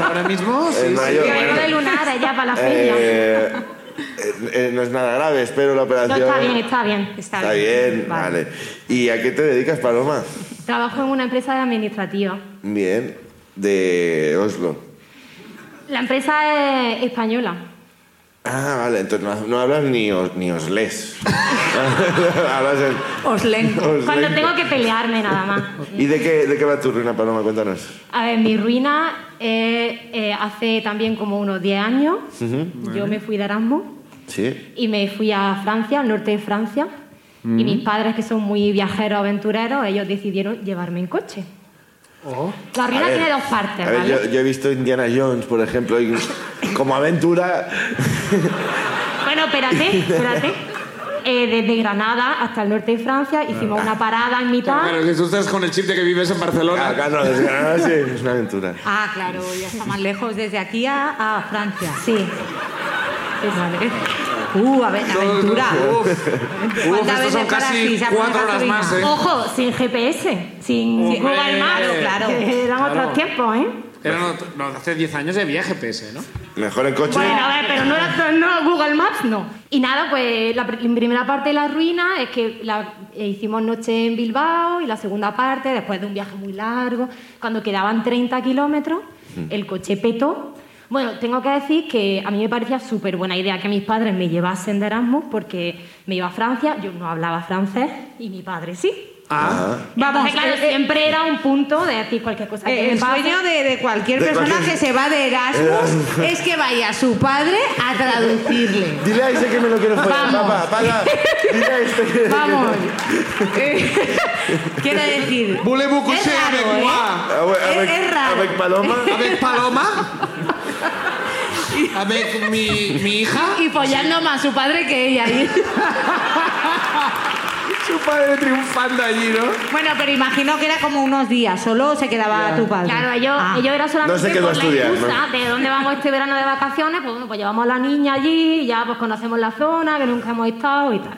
[SPEAKER 2] ahora mismo. sí,
[SPEAKER 1] En
[SPEAKER 2] sí.
[SPEAKER 1] mayo.
[SPEAKER 6] Que vengo
[SPEAKER 1] bueno.
[SPEAKER 6] de lunares ya para la feria.
[SPEAKER 1] Eh, eh, eh, no es nada grave, espero
[SPEAKER 6] No,
[SPEAKER 1] la operación.
[SPEAKER 6] está bien, está bien.
[SPEAKER 1] Está bien, vale. ¿Y a qué te dedicas, Paloma?
[SPEAKER 6] Trabajo en una empresa de administrativa.
[SPEAKER 1] Bien, de Oslo.
[SPEAKER 6] La empresa es española.
[SPEAKER 1] Ah, vale, entonces no, no hablas ni, os, ni oslés. hablas en
[SPEAKER 3] Os lengo.
[SPEAKER 1] oslenco.
[SPEAKER 6] Cuando tengo que pelearme nada más.
[SPEAKER 1] ¿Y de qué, de qué va tu ruina, Paloma? Cuéntanos.
[SPEAKER 6] A ver, mi ruina eh, eh, hace también como unos 10 años. Yo me fui de Erasmus
[SPEAKER 1] ¿Sí?
[SPEAKER 6] y me fui a Francia, al norte de Francia. Y
[SPEAKER 1] Mm.
[SPEAKER 6] mis padres, que son muy viajeros, aventureros, ellos decidieron llevarme en coche.
[SPEAKER 2] Oh.
[SPEAKER 6] La ruina
[SPEAKER 1] ver,
[SPEAKER 6] tiene dos partes,
[SPEAKER 1] A ver,
[SPEAKER 6] ¿vale?
[SPEAKER 1] yo, yo he visto Indiana Jones, por ejemplo, y como aventura.
[SPEAKER 6] Bueno, espérate, espérate. Eh, desde Granada hasta el norte de Francia hicimos una parada en mitad.
[SPEAKER 2] Claro, que tú estás con el chip de que vives en Barcelona.
[SPEAKER 1] Acá no, desde Granada sí, ah, es una aventura.
[SPEAKER 3] Ah, claro, ya está más lejos, desde aquí a, a Francia.
[SPEAKER 6] Sí. Pues,
[SPEAKER 3] Vale. Uh, a ver, aventura.
[SPEAKER 2] Uf,
[SPEAKER 3] ¿Cuántas
[SPEAKER 2] uf, estos son
[SPEAKER 3] veces para
[SPEAKER 2] casi
[SPEAKER 3] Suiza,
[SPEAKER 2] cuatro
[SPEAKER 3] para
[SPEAKER 2] horas
[SPEAKER 3] Cataluña?
[SPEAKER 2] más, ¿eh?
[SPEAKER 6] Ojo, sin GPS, sin
[SPEAKER 2] Hombre.
[SPEAKER 6] Google Maps.
[SPEAKER 2] Claro,
[SPEAKER 3] claro.
[SPEAKER 6] Que eran
[SPEAKER 2] Claro.
[SPEAKER 6] otros tiempos, ¿eh?
[SPEAKER 2] Eran ot- no, hace 10 años de viaje PS, ¿no?
[SPEAKER 1] Mejor en coche.
[SPEAKER 6] Bueno, a ver, pero no, era- no, Google Maps no. Y nada, pues la, pr- la primera parte de la ruina es que la, eh, hicimos noche en Bilbao y la segunda parte, después de un viaje muy largo, cuando quedaban 30 kilómetros, el coche petó. Bueno, tengo que decir que a mí me parecía súper buena idea que mis padres me llevasen de Erasmus porque me iba a Francia, yo no hablaba francés y mi padre sí.
[SPEAKER 2] Ah,
[SPEAKER 3] Vamos,
[SPEAKER 6] Entonces, claro,
[SPEAKER 3] eh, eh,
[SPEAKER 6] siempre era un punto de decir cualquier cosa. que
[SPEAKER 3] Eh,
[SPEAKER 6] me
[SPEAKER 3] El
[SPEAKER 6] pase.
[SPEAKER 3] sueño de, de cualquier
[SPEAKER 1] De
[SPEAKER 3] persona
[SPEAKER 1] cualquier-
[SPEAKER 3] que se va de Erasmus es que vaya su padre a traducirle.
[SPEAKER 1] Dile a ese que me lo quiero follar,
[SPEAKER 3] Vamos.
[SPEAKER 1] papá, paga. Dile a este que.
[SPEAKER 3] Vamos. Eh, quiero decir.
[SPEAKER 2] Voulez-vous
[SPEAKER 3] es
[SPEAKER 2] coucher
[SPEAKER 3] raro,
[SPEAKER 2] avec
[SPEAKER 3] ¿eh?
[SPEAKER 2] moi?
[SPEAKER 1] A ver, a ver,
[SPEAKER 3] Es- es raro.
[SPEAKER 1] a ver, Paloma.
[SPEAKER 2] ¿Avec Paloma? ¿Avec mi, mi hija?
[SPEAKER 3] Y follando más su padre que ella. Y-
[SPEAKER 2] Su padre triunfando allí, ¿no?
[SPEAKER 3] Bueno, pero imagino que era como unos días, solo se quedaba tu padre.
[SPEAKER 6] Claro, ellos,
[SPEAKER 3] Ah.
[SPEAKER 6] ellos eran solamente
[SPEAKER 1] No se quedó
[SPEAKER 6] por
[SPEAKER 1] a estudiar,
[SPEAKER 6] la excusa de dónde vamos este verano de vacaciones, pues bueno, pues llevamos a la niña allí, y ya pues conocemos la zona, que nunca hemos estado y tal.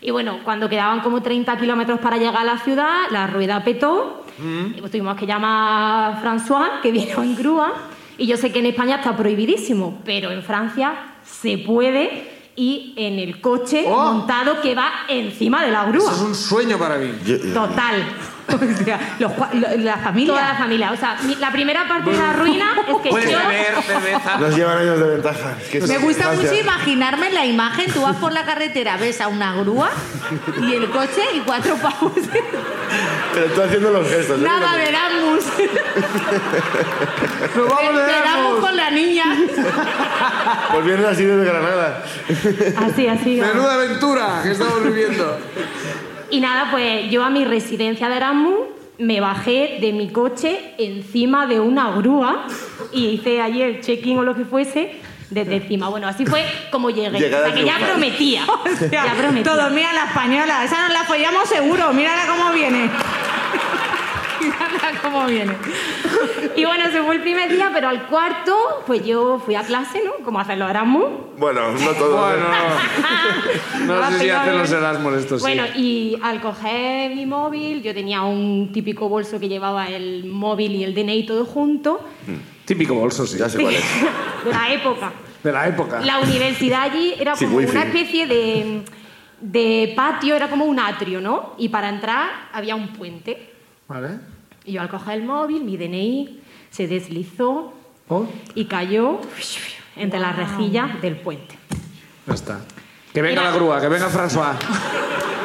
[SPEAKER 6] Y bueno, cuando quedaban como 30 kilómetros para llegar a la ciudad, la rueda petó,
[SPEAKER 1] Mm.
[SPEAKER 6] y pues tuvimos que llamar a François, que vino en grúa, y yo sé que en España está prohibidísimo, pero en Francia se puede y en el coche
[SPEAKER 2] Oh.
[SPEAKER 6] montado que va encima de la grúa.
[SPEAKER 2] Eso es un sueño para mí.
[SPEAKER 1] Yo-
[SPEAKER 6] Total.
[SPEAKER 3] O sea, los cua- lo- la familia.
[SPEAKER 6] Toda la familia. O sea, mi- la primera parte de la ruina es que
[SPEAKER 2] Puedes
[SPEAKER 6] yo.
[SPEAKER 2] beber cerveza.
[SPEAKER 1] Nos llevan años de ventaja. Es que
[SPEAKER 2] Pues
[SPEAKER 3] Me
[SPEAKER 1] es-
[SPEAKER 3] gusta
[SPEAKER 1] gracias.
[SPEAKER 3] mucho imaginarme la imagen. Tú vas por la carretera, ves a una grúa y el coche y cuatro pavos.
[SPEAKER 1] Pero tú haciendo los gestos. ¿eh?
[SPEAKER 3] Nada de Erasmus.
[SPEAKER 2] ¡Nos vamos de
[SPEAKER 3] Quedamos
[SPEAKER 2] Erasmus!
[SPEAKER 3] con la niña.
[SPEAKER 1] Pues vienes así desde Granada.
[SPEAKER 6] Así, así. vamos.
[SPEAKER 2] Menuda aventura que estamos viviendo.
[SPEAKER 6] Y nada, pues yo a mi residencia de Erasmus me bajé de mi coche encima de una grúa y hice allí el check-in o lo que fuese desde encima. Bueno, así fue como llegué.
[SPEAKER 1] Llegada
[SPEAKER 6] o sea, que ya
[SPEAKER 1] triunfal.
[SPEAKER 6] prometía.
[SPEAKER 3] O sea,
[SPEAKER 6] ya prometía.
[SPEAKER 3] todo, mira la española. Esa nos la follamos seguro. Mírala cómo viene. Mírala cómo viene.
[SPEAKER 6] Y bueno, ese fue el primer día, pero al cuarto, pues yo fui a clase, ¿no? Como hacen los Erasmus.
[SPEAKER 1] Bueno, no todo.
[SPEAKER 2] Bueno, no sé si hacen los Erasmus estos sí.
[SPEAKER 6] Ah, Bueno, y al coger mi móvil, yo tenía un típico bolso que llevaba el móvil y el DNI todo junto,
[SPEAKER 2] Típico bolso, sí.
[SPEAKER 1] Ya sé cuál es.
[SPEAKER 6] de la época.
[SPEAKER 2] De la época.
[SPEAKER 6] La universidad allí era
[SPEAKER 1] Sin
[SPEAKER 6] como
[SPEAKER 1] wifi.
[SPEAKER 6] una especie de, de patio, era como un atrio, ¿no? Y para entrar había un puente.
[SPEAKER 2] ¿Vale?
[SPEAKER 6] Y yo al coger el móvil, mi DNI se deslizó
[SPEAKER 2] Oh,
[SPEAKER 6] y cayó entre las rejillas del puente.
[SPEAKER 2] ya está. Que venga
[SPEAKER 6] Mira.
[SPEAKER 2] la grúa, que venga François.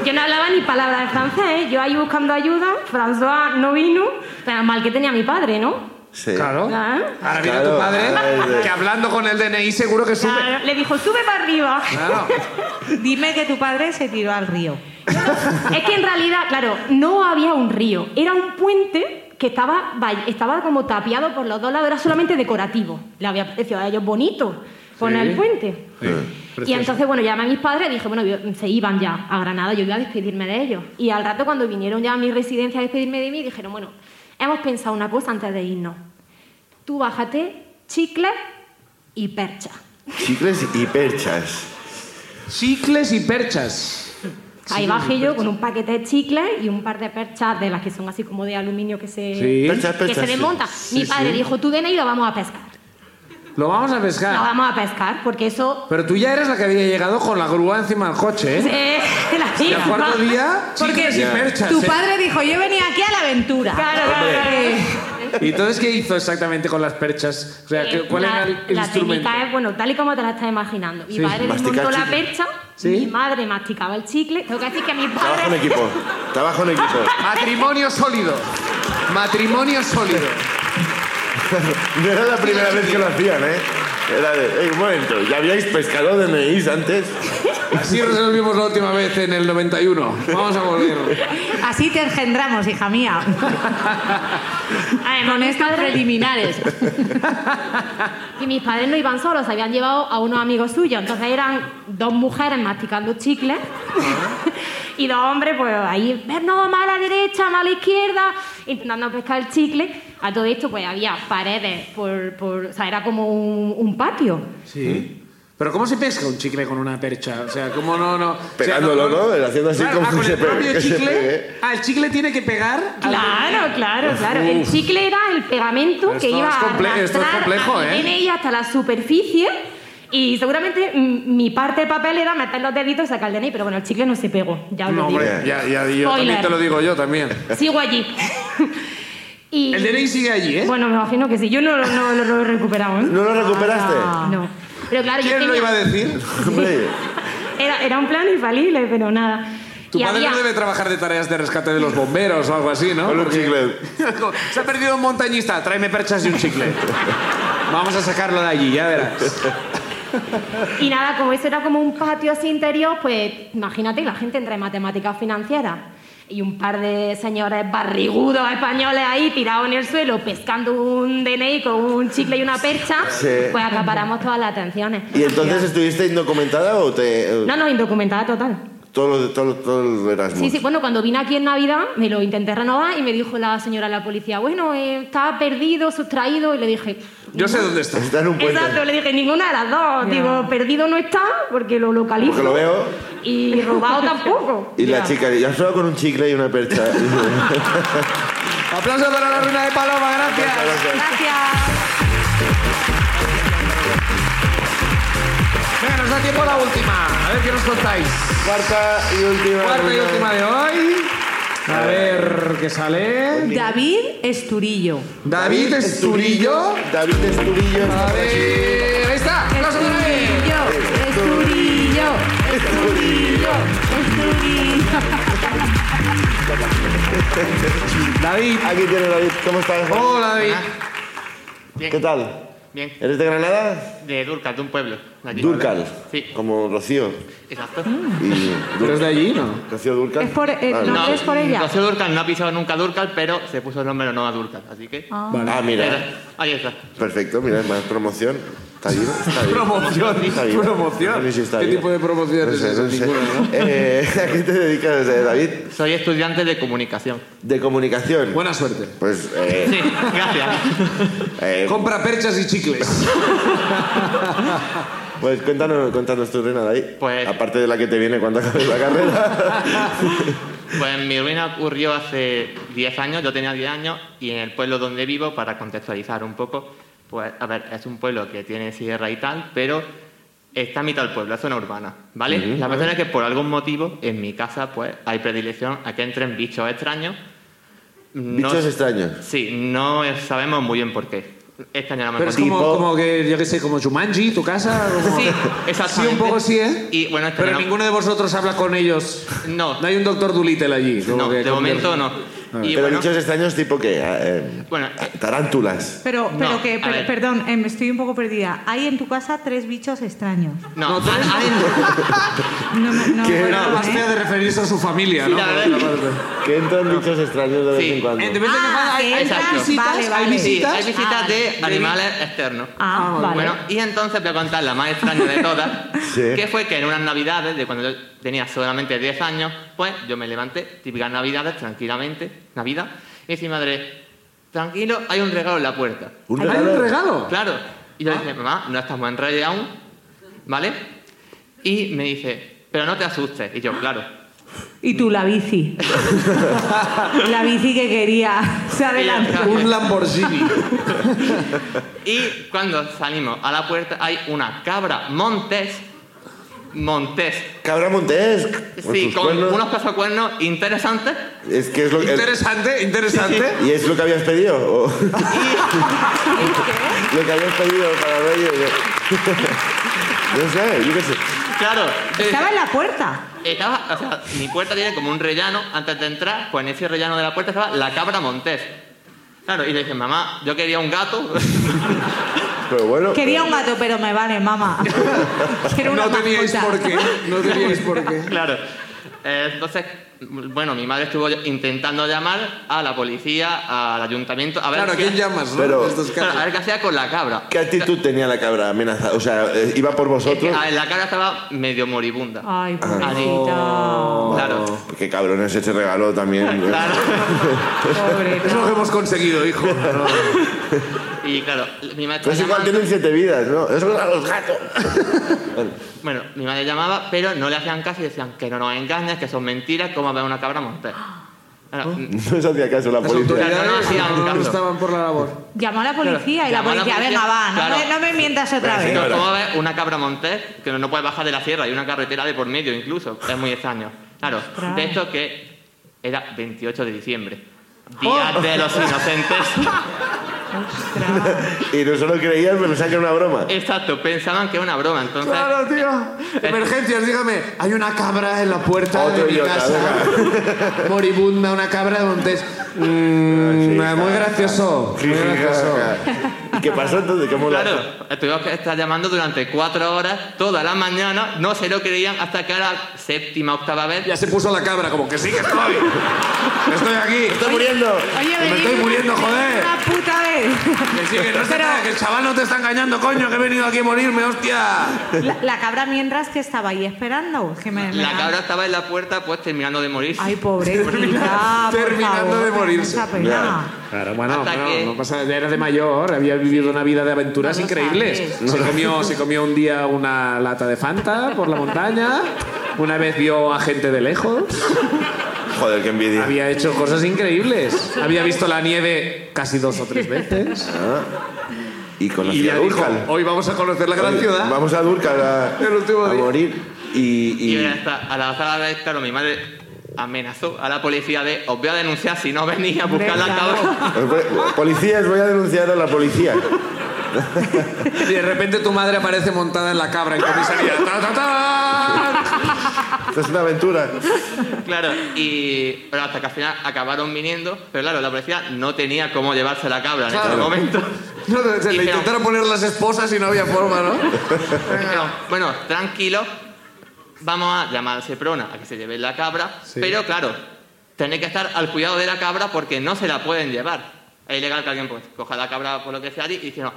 [SPEAKER 6] Yo no hablaba ni palabra de francés, ¿eh? yo ahí buscando ayuda, François no vino, pero mal que tenía mi padre, ¿no?
[SPEAKER 1] Sí.
[SPEAKER 2] Claro.
[SPEAKER 6] Ah.
[SPEAKER 2] Ahora viene
[SPEAKER 1] Claro,
[SPEAKER 2] tu padre,
[SPEAKER 1] ahora es de-
[SPEAKER 2] que hablando con el DNI seguro que sube.
[SPEAKER 6] Claro, le dijo, sube para arriba.
[SPEAKER 2] Claro.
[SPEAKER 3] Dime que tu padre se tiró al río.
[SPEAKER 6] Es que en realidad, claro, no había un río, era un puente que estaba, va- estaba como tapiado por los dos lados, era solamente decorativo. Le había parecido a ellos bonito poner
[SPEAKER 2] Sí.
[SPEAKER 6] el puente. Y entonces, bueno, llamé a mis padres y dije, bueno, yo- se iban ya a Granada, yo iba a despedirme de ellos. Y al rato, cuando vinieron ya a mi residencia a despedirme de mí, dijeron, bueno, hemos pensado una cosa antes de irnos. Tú bájate, chicle y percha.
[SPEAKER 1] Chicles y perchas.
[SPEAKER 2] Chicles y perchas.
[SPEAKER 6] Ahí bajé yo con un paquete de chicles y un par de perchas de las que son así como de aluminio que se,
[SPEAKER 2] Sí.
[SPEAKER 1] Perchas,
[SPEAKER 6] que
[SPEAKER 1] perchas.
[SPEAKER 6] se
[SPEAKER 1] sí.
[SPEAKER 6] desmonta. Mi padre dijo, tú DNI lo vamos a pescar.
[SPEAKER 2] Lo vamos a pescar.
[SPEAKER 6] Lo vamos a pescar porque eso...
[SPEAKER 2] Pero tú ya eres la que había llegado con la grúa encima del coche, ¿eh?
[SPEAKER 6] Eh, la
[SPEAKER 2] Y
[SPEAKER 6] chica.
[SPEAKER 2] al cuarto día, chicles y perchas.
[SPEAKER 3] Tu
[SPEAKER 2] ¿eh?
[SPEAKER 3] padre dijo, yo venía aquí a la aventura.
[SPEAKER 6] Claro, claro, claro.
[SPEAKER 2] ¿Y entonces qué hizo exactamente con las perchas? O sea, ¿qué-
[SPEAKER 6] Eh,
[SPEAKER 2] ¿cuál
[SPEAKER 6] la,
[SPEAKER 2] era el
[SPEAKER 6] la
[SPEAKER 2] instrumento?
[SPEAKER 6] técnica es, bueno, tal y como te la estás imaginando. Mi
[SPEAKER 2] Sí.
[SPEAKER 6] padre
[SPEAKER 1] Masticar
[SPEAKER 6] desmontó la
[SPEAKER 1] chicle.
[SPEAKER 6] percha,
[SPEAKER 2] Sí.
[SPEAKER 6] mi madre masticaba el chicle. Tengo que decir que mi
[SPEAKER 1] Trabajo en
[SPEAKER 6] padre...
[SPEAKER 1] equipo. Trabajo en equipo.
[SPEAKER 2] Matrimonio sólido. Matrimonio sólido.
[SPEAKER 1] No era la primera vez que lo hacían, ¿eh? Era de, "Ey, un momento, ¿ya habíais pescado DNIs antes?
[SPEAKER 2] Así resolvimos la última vez en el 91. Vamos a volver.
[SPEAKER 3] Así te engendramos, hija mía.
[SPEAKER 6] Además,
[SPEAKER 3] Con
[SPEAKER 6] mis
[SPEAKER 3] estas
[SPEAKER 6] padres-
[SPEAKER 3] preliminares.
[SPEAKER 6] Y mis padres no iban solos, habían llevado a unos amigos suyos. Entonces eran dos mujeres masticando chicles y dos hombres, pues ahí, "Ver, no, mala derecha, mala izquierda, intentando pescar el chicle. A todo esto, pues había paredes, por, por- o sea, era como un, un patio.
[SPEAKER 7] Sí. Pero ¿cómo se pesca un chicle con una percha? O sea, ¿cómo no, no? O sea,
[SPEAKER 1] Pegándolo, ¿no? Haciendo así
[SPEAKER 7] Claro,
[SPEAKER 1] como
[SPEAKER 7] ah, con
[SPEAKER 1] que se
[SPEAKER 7] el
[SPEAKER 1] pe-
[SPEAKER 7] propio
[SPEAKER 1] que se
[SPEAKER 7] chicle.
[SPEAKER 1] pegue.
[SPEAKER 7] Ah, el chicle tiene que pegar. al-
[SPEAKER 6] Claro, claro, claro. El chicle era el pegamento
[SPEAKER 2] Esto
[SPEAKER 6] que iba
[SPEAKER 2] es
[SPEAKER 6] a
[SPEAKER 2] comple-
[SPEAKER 6] arrastrar
[SPEAKER 2] esto es complejo,
[SPEAKER 6] a
[SPEAKER 2] ¿eh?
[SPEAKER 6] Irene y hasta la superficie. Y seguramente mm, mi parte de papel era meter los deditos y sacar el DNI, pero bueno, el chicle no se pegó. Ya os lo
[SPEAKER 2] No,
[SPEAKER 6] digo.
[SPEAKER 2] hombre, ya, ya, yo también
[SPEAKER 6] Spoiler.
[SPEAKER 2] te lo digo yo también.
[SPEAKER 6] Sigo allí. y,
[SPEAKER 7] El DNI sigue allí, ¿eh?
[SPEAKER 6] Bueno, me imagino que sí. Yo no, lo- no lo recuperamos.
[SPEAKER 1] ¿No lo recuperaste?
[SPEAKER 6] Ah, No. Pero claro, yo
[SPEAKER 7] ¿Quién lo
[SPEAKER 6] tenía-
[SPEAKER 7] iba a decir?
[SPEAKER 1] Hombre,
[SPEAKER 6] Era, era un plan infalible, pero nada.
[SPEAKER 2] Tu
[SPEAKER 6] Y
[SPEAKER 2] padre
[SPEAKER 6] había-
[SPEAKER 2] no debe trabajar de tareas de rescate de los bomberos o algo así, ¿no?
[SPEAKER 1] Ponle un
[SPEAKER 2] Porque-
[SPEAKER 1] chicle.
[SPEAKER 2] Se ha perdido un montañista, tráeme perchas y un chicle. Vamos a sacarlo de allí, ya verás.
[SPEAKER 6] Y nada, como eso era como un patio así interior, pues imagínate la gente entre matemáticas financieras y un par de señores barrigudos españoles ahí tirados en el suelo pescando un DNI con un chicle y una percha,
[SPEAKER 1] Sí.
[SPEAKER 6] pues acaparamos todas las atenciones.
[SPEAKER 1] ¿Y entonces estuviste indocumentada o te.? eh,
[SPEAKER 6] No, no, indocumentada total.
[SPEAKER 1] Todo, lo, todo, lo- todo lo Erasmus.
[SPEAKER 6] Sí, sí, bueno, cuando vine aquí en Navidad me lo intenté renovar y me dijo la señora de la policía, bueno, eh, está perdido, sustraído, y le dije...
[SPEAKER 2] Yo sé dónde está.
[SPEAKER 1] Está en un puente.
[SPEAKER 6] Exacto, le dije, ninguna de las dos. Digo, perdido no está porque lo localizo.
[SPEAKER 1] Porque lo veo.
[SPEAKER 6] Y robado tampoco.
[SPEAKER 1] Y la
[SPEAKER 6] Ya.
[SPEAKER 1] chica, ya solo con un chicle y una percha.
[SPEAKER 2] Aplausos para la ruina de Paloma, gracias.
[SPEAKER 3] Gracias.
[SPEAKER 2] Venga, nos da tiempo a la última. A ver qué nos contáis.
[SPEAKER 1] Cuarta y última.
[SPEAKER 2] Cuarta y
[SPEAKER 1] ruina.
[SPEAKER 2] última de hoy. A ver qué sale.
[SPEAKER 3] David Esturillo.
[SPEAKER 2] David Esturillo.
[SPEAKER 1] David Esturillo.
[SPEAKER 2] A ver, ahí está. Aplausos para él.
[SPEAKER 3] Esturillo, Esturillo, Esturillo, Esturillo.
[SPEAKER 2] David.
[SPEAKER 1] Aquí tiene David. ¿Cómo estás?
[SPEAKER 2] Hola, David.
[SPEAKER 8] Bien.
[SPEAKER 1] ¿Qué tal?
[SPEAKER 8] Bien.
[SPEAKER 1] ¿Eres de Granada?
[SPEAKER 8] De Durcal, de un pueblo. de aquí.
[SPEAKER 1] Durcal.
[SPEAKER 8] Sí,
[SPEAKER 1] Como Rocío.
[SPEAKER 8] exacto.
[SPEAKER 3] Mm,
[SPEAKER 1] Y
[SPEAKER 2] ¿Eres de allí, no?
[SPEAKER 1] Rocío Durcal.
[SPEAKER 3] Es por- eh,
[SPEAKER 1] Ah,
[SPEAKER 3] no. ¿Es por ella?
[SPEAKER 8] Rocío Durcal no ha pisado nunca Durcal, pero se puso el nombre en honor a Durcal, así que...
[SPEAKER 1] Ah, mira.
[SPEAKER 8] Ahí está.
[SPEAKER 1] Perfecto, mira, más promoción. Está bien, está bien.
[SPEAKER 2] Promoción,
[SPEAKER 1] Está bien.
[SPEAKER 2] promoción.
[SPEAKER 1] No sé si está
[SPEAKER 2] ¿Qué
[SPEAKER 1] bien.
[SPEAKER 2] tipo de promoción
[SPEAKER 1] No
[SPEAKER 2] es
[SPEAKER 1] sé,
[SPEAKER 2] esa?
[SPEAKER 1] no sé.
[SPEAKER 2] Ninguna, ¿no?
[SPEAKER 1] Eh, ¿A qué te dedicas, eh, David?
[SPEAKER 8] Soy estudiante de comunicación.
[SPEAKER 1] De comunicación.
[SPEAKER 2] Buena suerte.
[SPEAKER 1] Pues, eh,
[SPEAKER 8] Sí, gracias.
[SPEAKER 1] eh,
[SPEAKER 2] Compra perchas y chicles.
[SPEAKER 1] pues cuéntanos, cuéntanos tu reina, David.
[SPEAKER 8] Pues-
[SPEAKER 1] Aparte de la que te viene cuando acabes la carrera.
[SPEAKER 8] Pues mi ruina ocurrió hace 10 años, yo tenía 10 años, y en el pueblo donde vivo, para contextualizar un poco, pues, a ver, es un pueblo que tiene sierra y tal, pero está a mitad del pueblo, es zona urbana, ¿vale? La verdad es que por algún motivo, en mi casa, pues, hay predilección a que entren bichos extraños. No-
[SPEAKER 1] Bichos extraños.
[SPEAKER 8] Sí, no sabemos muy bien por qué. Este año no me
[SPEAKER 2] Pero es
[SPEAKER 8] encontré.
[SPEAKER 2] como, como que, yo qué sé, como Jumanji, tu casa. Como...
[SPEAKER 8] Sí,
[SPEAKER 2] Sí, un
[SPEAKER 8] exactamente.
[SPEAKER 2] poco sí, ¿eh?
[SPEAKER 8] Y bueno, este
[SPEAKER 2] Pero
[SPEAKER 8] verano-
[SPEAKER 2] ninguno de vosotros habla con ellos.
[SPEAKER 8] No.
[SPEAKER 2] No hay un doctor Doolittle allí. como
[SPEAKER 8] No,
[SPEAKER 2] que
[SPEAKER 8] de
[SPEAKER 2] con-
[SPEAKER 8] momento no. Y
[SPEAKER 1] Pero
[SPEAKER 8] bueno,
[SPEAKER 1] bichos extraños tipo qué? Ah, eh,
[SPEAKER 8] Bueno,
[SPEAKER 1] tarántulas.
[SPEAKER 3] Pero, pero
[SPEAKER 8] No,
[SPEAKER 3] que,
[SPEAKER 8] a
[SPEAKER 3] per-
[SPEAKER 8] ver.
[SPEAKER 3] perdón, eh, me estoy un poco perdida. Hay en tu casa tres bichos extraños.
[SPEAKER 8] no,
[SPEAKER 2] tú eres-
[SPEAKER 8] ah,
[SPEAKER 3] No, me- no,
[SPEAKER 1] ¿Qué?
[SPEAKER 3] bueno,
[SPEAKER 2] Era más
[SPEAKER 3] ¿eh?
[SPEAKER 2] fea de referirse a su familia,
[SPEAKER 8] Sí,
[SPEAKER 2] ¿no?
[SPEAKER 8] la
[SPEAKER 2] Por
[SPEAKER 8] verdad.
[SPEAKER 2] otra parte.
[SPEAKER 1] Que entran bichos extraños de vez
[SPEAKER 8] Sí.
[SPEAKER 1] en cuando.
[SPEAKER 2] Eh, de vez en
[SPEAKER 3] Ah,
[SPEAKER 2] cuando hay,
[SPEAKER 3] que
[SPEAKER 2] hay
[SPEAKER 8] entran.
[SPEAKER 2] visitas,
[SPEAKER 3] Vale,
[SPEAKER 2] hay
[SPEAKER 3] vale.
[SPEAKER 8] Sí,
[SPEAKER 2] visitas.
[SPEAKER 8] hay visitas
[SPEAKER 3] Ah,
[SPEAKER 8] de animales externos.
[SPEAKER 3] Ah, vale.
[SPEAKER 8] Bueno, y entonces voy a contar la más extraña de todas,
[SPEAKER 1] Sí.
[SPEAKER 8] que fue que en unas navidades, de cuando yo tenía solamente 10 años, pues yo me levanté, típicas navidades, tranquilamente, Navidad, y dice mi madre, tranquilo, hay un regalo en la puerta.
[SPEAKER 1] Un
[SPEAKER 2] ¿Hay un regalo?
[SPEAKER 8] Claro. Y yo dije, mamá, no estamos en Reyes aún, ¿vale? Y me dice, pero no te asustes. Y yo, claro.
[SPEAKER 3] Y tú, la bici. la bici que quería. Se adelantó.
[SPEAKER 2] Un Lamborghini.
[SPEAKER 8] Y cuando salimos a la puerta hay una cabra montés, montés,
[SPEAKER 1] Cabra Montes.
[SPEAKER 8] sí, con unos pasacuernos interesantes.
[SPEAKER 1] Es que es lo es-
[SPEAKER 2] interesante, interesante.
[SPEAKER 1] ¿Y es lo que habías pedido? ¿O- lo que habías pedido para Reyes. Yo No sé, yo qué sé.
[SPEAKER 8] Claro, yo dije,
[SPEAKER 3] Estaba en la puerta.
[SPEAKER 8] estaba, o sea, mi puerta tiene como un rellano, antes de entrar, pues en ese rellano de la puerta estaba la cabra montés. Claro, y le dije, mamá, yo quería un gato.
[SPEAKER 1] Pero bueno.
[SPEAKER 3] Quería un gato, pero me vale, mamá. Quiero una
[SPEAKER 2] No teníais
[SPEAKER 3] mascota.
[SPEAKER 2] por qué. No teníais por qué.
[SPEAKER 8] Claro. Eh, entonces, bueno, mi madre estuvo intentando llamar a la policía, al ayuntamiento, a ver,
[SPEAKER 2] Claro, ¿a
[SPEAKER 8] qué, Ah,
[SPEAKER 2] quién llamas, no?
[SPEAKER 1] Pero-
[SPEAKER 2] En estos casos.
[SPEAKER 8] claro, a ver qué hacía con la cabra.
[SPEAKER 1] ¿Qué actitud tenía la cabra amenazada? O sea, eh, ¿iba por
[SPEAKER 8] Es que,
[SPEAKER 1] vosotros?
[SPEAKER 8] a ver, la cabra estaba medio moribunda.
[SPEAKER 3] Ay, pobrecita.
[SPEAKER 8] Claro.
[SPEAKER 1] Qué cabrón ese se regaló este también.
[SPEAKER 8] Claro. ah.
[SPEAKER 3] Pobre.
[SPEAKER 2] Es lo que hemos conseguido, hijo.
[SPEAKER 8] Y claro, mi madre
[SPEAKER 1] Pero
[SPEAKER 8] estaba
[SPEAKER 1] es Pues igual
[SPEAKER 8] llamando-
[SPEAKER 1] tienen siete vidas, ¿no? Eso es a los gatos.
[SPEAKER 8] Bueno, mi madre llamaba, pero no le hacían caso y decían que no nos engañes, que son mentiras, cómo ver una cabra montar.
[SPEAKER 2] Oh.
[SPEAKER 8] Claro,
[SPEAKER 1] No se hacía caso la
[SPEAKER 2] Las
[SPEAKER 1] policía.
[SPEAKER 2] autoridades
[SPEAKER 8] Claro, no,
[SPEAKER 2] no,
[SPEAKER 8] sí, Carlos.
[SPEAKER 2] estaban por la labor.
[SPEAKER 3] Llamó a la policía y la
[SPEAKER 8] Llamó a la
[SPEAKER 3] policía,
[SPEAKER 8] policía,
[SPEAKER 3] venga, va, no,
[SPEAKER 8] claro.
[SPEAKER 3] me, no me mientas otra
[SPEAKER 1] Venga,
[SPEAKER 3] vez.
[SPEAKER 1] señora.
[SPEAKER 8] No, ¿Cómo ves una cabra montés que no puede bajar de la sierra? Hay una carretera de por medio incluso. Es muy extraño. Claro,
[SPEAKER 3] Ostras.
[SPEAKER 8] de esto que era 28 de diciembre.
[SPEAKER 2] Oh.
[SPEAKER 8] Día de los inocentes.
[SPEAKER 3] Ostras.
[SPEAKER 1] Y nosotros creían, pero sacan una broma.
[SPEAKER 2] Eh,
[SPEAKER 8] Exacto, pensaban que era una broma. Entonces,
[SPEAKER 2] Claro, tío. Emergencias, dígame. Hay una cabra en la puerta
[SPEAKER 1] Otro
[SPEAKER 2] de mi
[SPEAKER 1] idiota,
[SPEAKER 2] casa. Moribunda, una cabra de Montes. Mm,
[SPEAKER 1] Ah, Sí,
[SPEAKER 2] muy
[SPEAKER 1] ja,
[SPEAKER 2] gracioso.
[SPEAKER 1] ja.
[SPEAKER 2] Muy gracioso.
[SPEAKER 1] ¿Y qué pasó entonces? ¿Cómo la-
[SPEAKER 8] claro, estuvimos que estar llamando durante cuatro horas, toda la mañana. No se lo creían hasta que era la séptima, octava vez.
[SPEAKER 2] Ya se puso la cabra como que sí que estoy. Que Estoy aquí.
[SPEAKER 1] ¡Está muriendo!
[SPEAKER 3] Oye,
[SPEAKER 2] Me
[SPEAKER 3] venid
[SPEAKER 2] estoy muriendo, joder.
[SPEAKER 3] Una puta vez.
[SPEAKER 2] Que sí, que no se
[SPEAKER 3] Pero-
[SPEAKER 2] crea, que el chaval no te está engañando, coño, que he venido aquí a morirme, hostia.
[SPEAKER 3] La, la cabra mientras que estaba ahí esperando. que me- me
[SPEAKER 8] La
[SPEAKER 3] da-
[SPEAKER 8] cabra estaba en la puerta, pues terminando de morir.
[SPEAKER 3] Ay, pobrecita.
[SPEAKER 2] Termina-
[SPEAKER 3] por
[SPEAKER 2] terminando
[SPEAKER 3] favor,
[SPEAKER 2] de morirse.
[SPEAKER 3] mucha pena.
[SPEAKER 2] Claro, bueno,
[SPEAKER 8] Hasta
[SPEAKER 2] bueno,
[SPEAKER 8] que-
[SPEAKER 2] no pasa nada. Era de mayor, había vivido una vida de aventuras
[SPEAKER 3] No lo
[SPEAKER 2] increíbles.
[SPEAKER 3] sabes.
[SPEAKER 2] Se, comió, se comió un día una lata de Fanta por la montaña. Una vez vio a gente de lejos.
[SPEAKER 1] Joder, qué envidia.
[SPEAKER 2] Había hecho cosas increíbles. Había visto la nieve casi dos o tres veces.
[SPEAKER 1] Y con la
[SPEAKER 2] Y ya dijo,
[SPEAKER 1] Durcal.
[SPEAKER 2] hoy vamos a conocer la gran ciudad.
[SPEAKER 1] Vamos a Durcal a,
[SPEAKER 2] El último
[SPEAKER 1] a
[SPEAKER 2] día.
[SPEAKER 1] morir. Y,
[SPEAKER 8] Y
[SPEAKER 1] y-
[SPEAKER 8] ya está. a la octava vez, claro, mi madre amenazó a la policía de os voy a denunciar si no venís a buscar la
[SPEAKER 3] Venga.
[SPEAKER 8] cabra.
[SPEAKER 1] Os voy- Policías, voy a denunciar a la policía.
[SPEAKER 2] Y de repente tu madre aparece montada en la cabra en comisaría. ¡Ta, ta, ta!
[SPEAKER 1] Esto es una aventura.
[SPEAKER 8] Claro, y pero hasta que al final acabaron viniendo, pero claro, la policía no tenía cómo llevarse la cabra en
[SPEAKER 2] Claro.
[SPEAKER 8] ese momento.
[SPEAKER 2] No, se le intentaron poner las esposas y no había forma, ¿no?
[SPEAKER 8] Dijeron, bueno, tranquilo, vamos a llamar al Seprona a que se lleve la cabra,
[SPEAKER 2] Sí.
[SPEAKER 8] pero claro, tenéis que estar al cuidado de la cabra porque no se la pueden llevar. Es ilegal que alguien pues, coja la cabra por lo que sea allí y dijeron,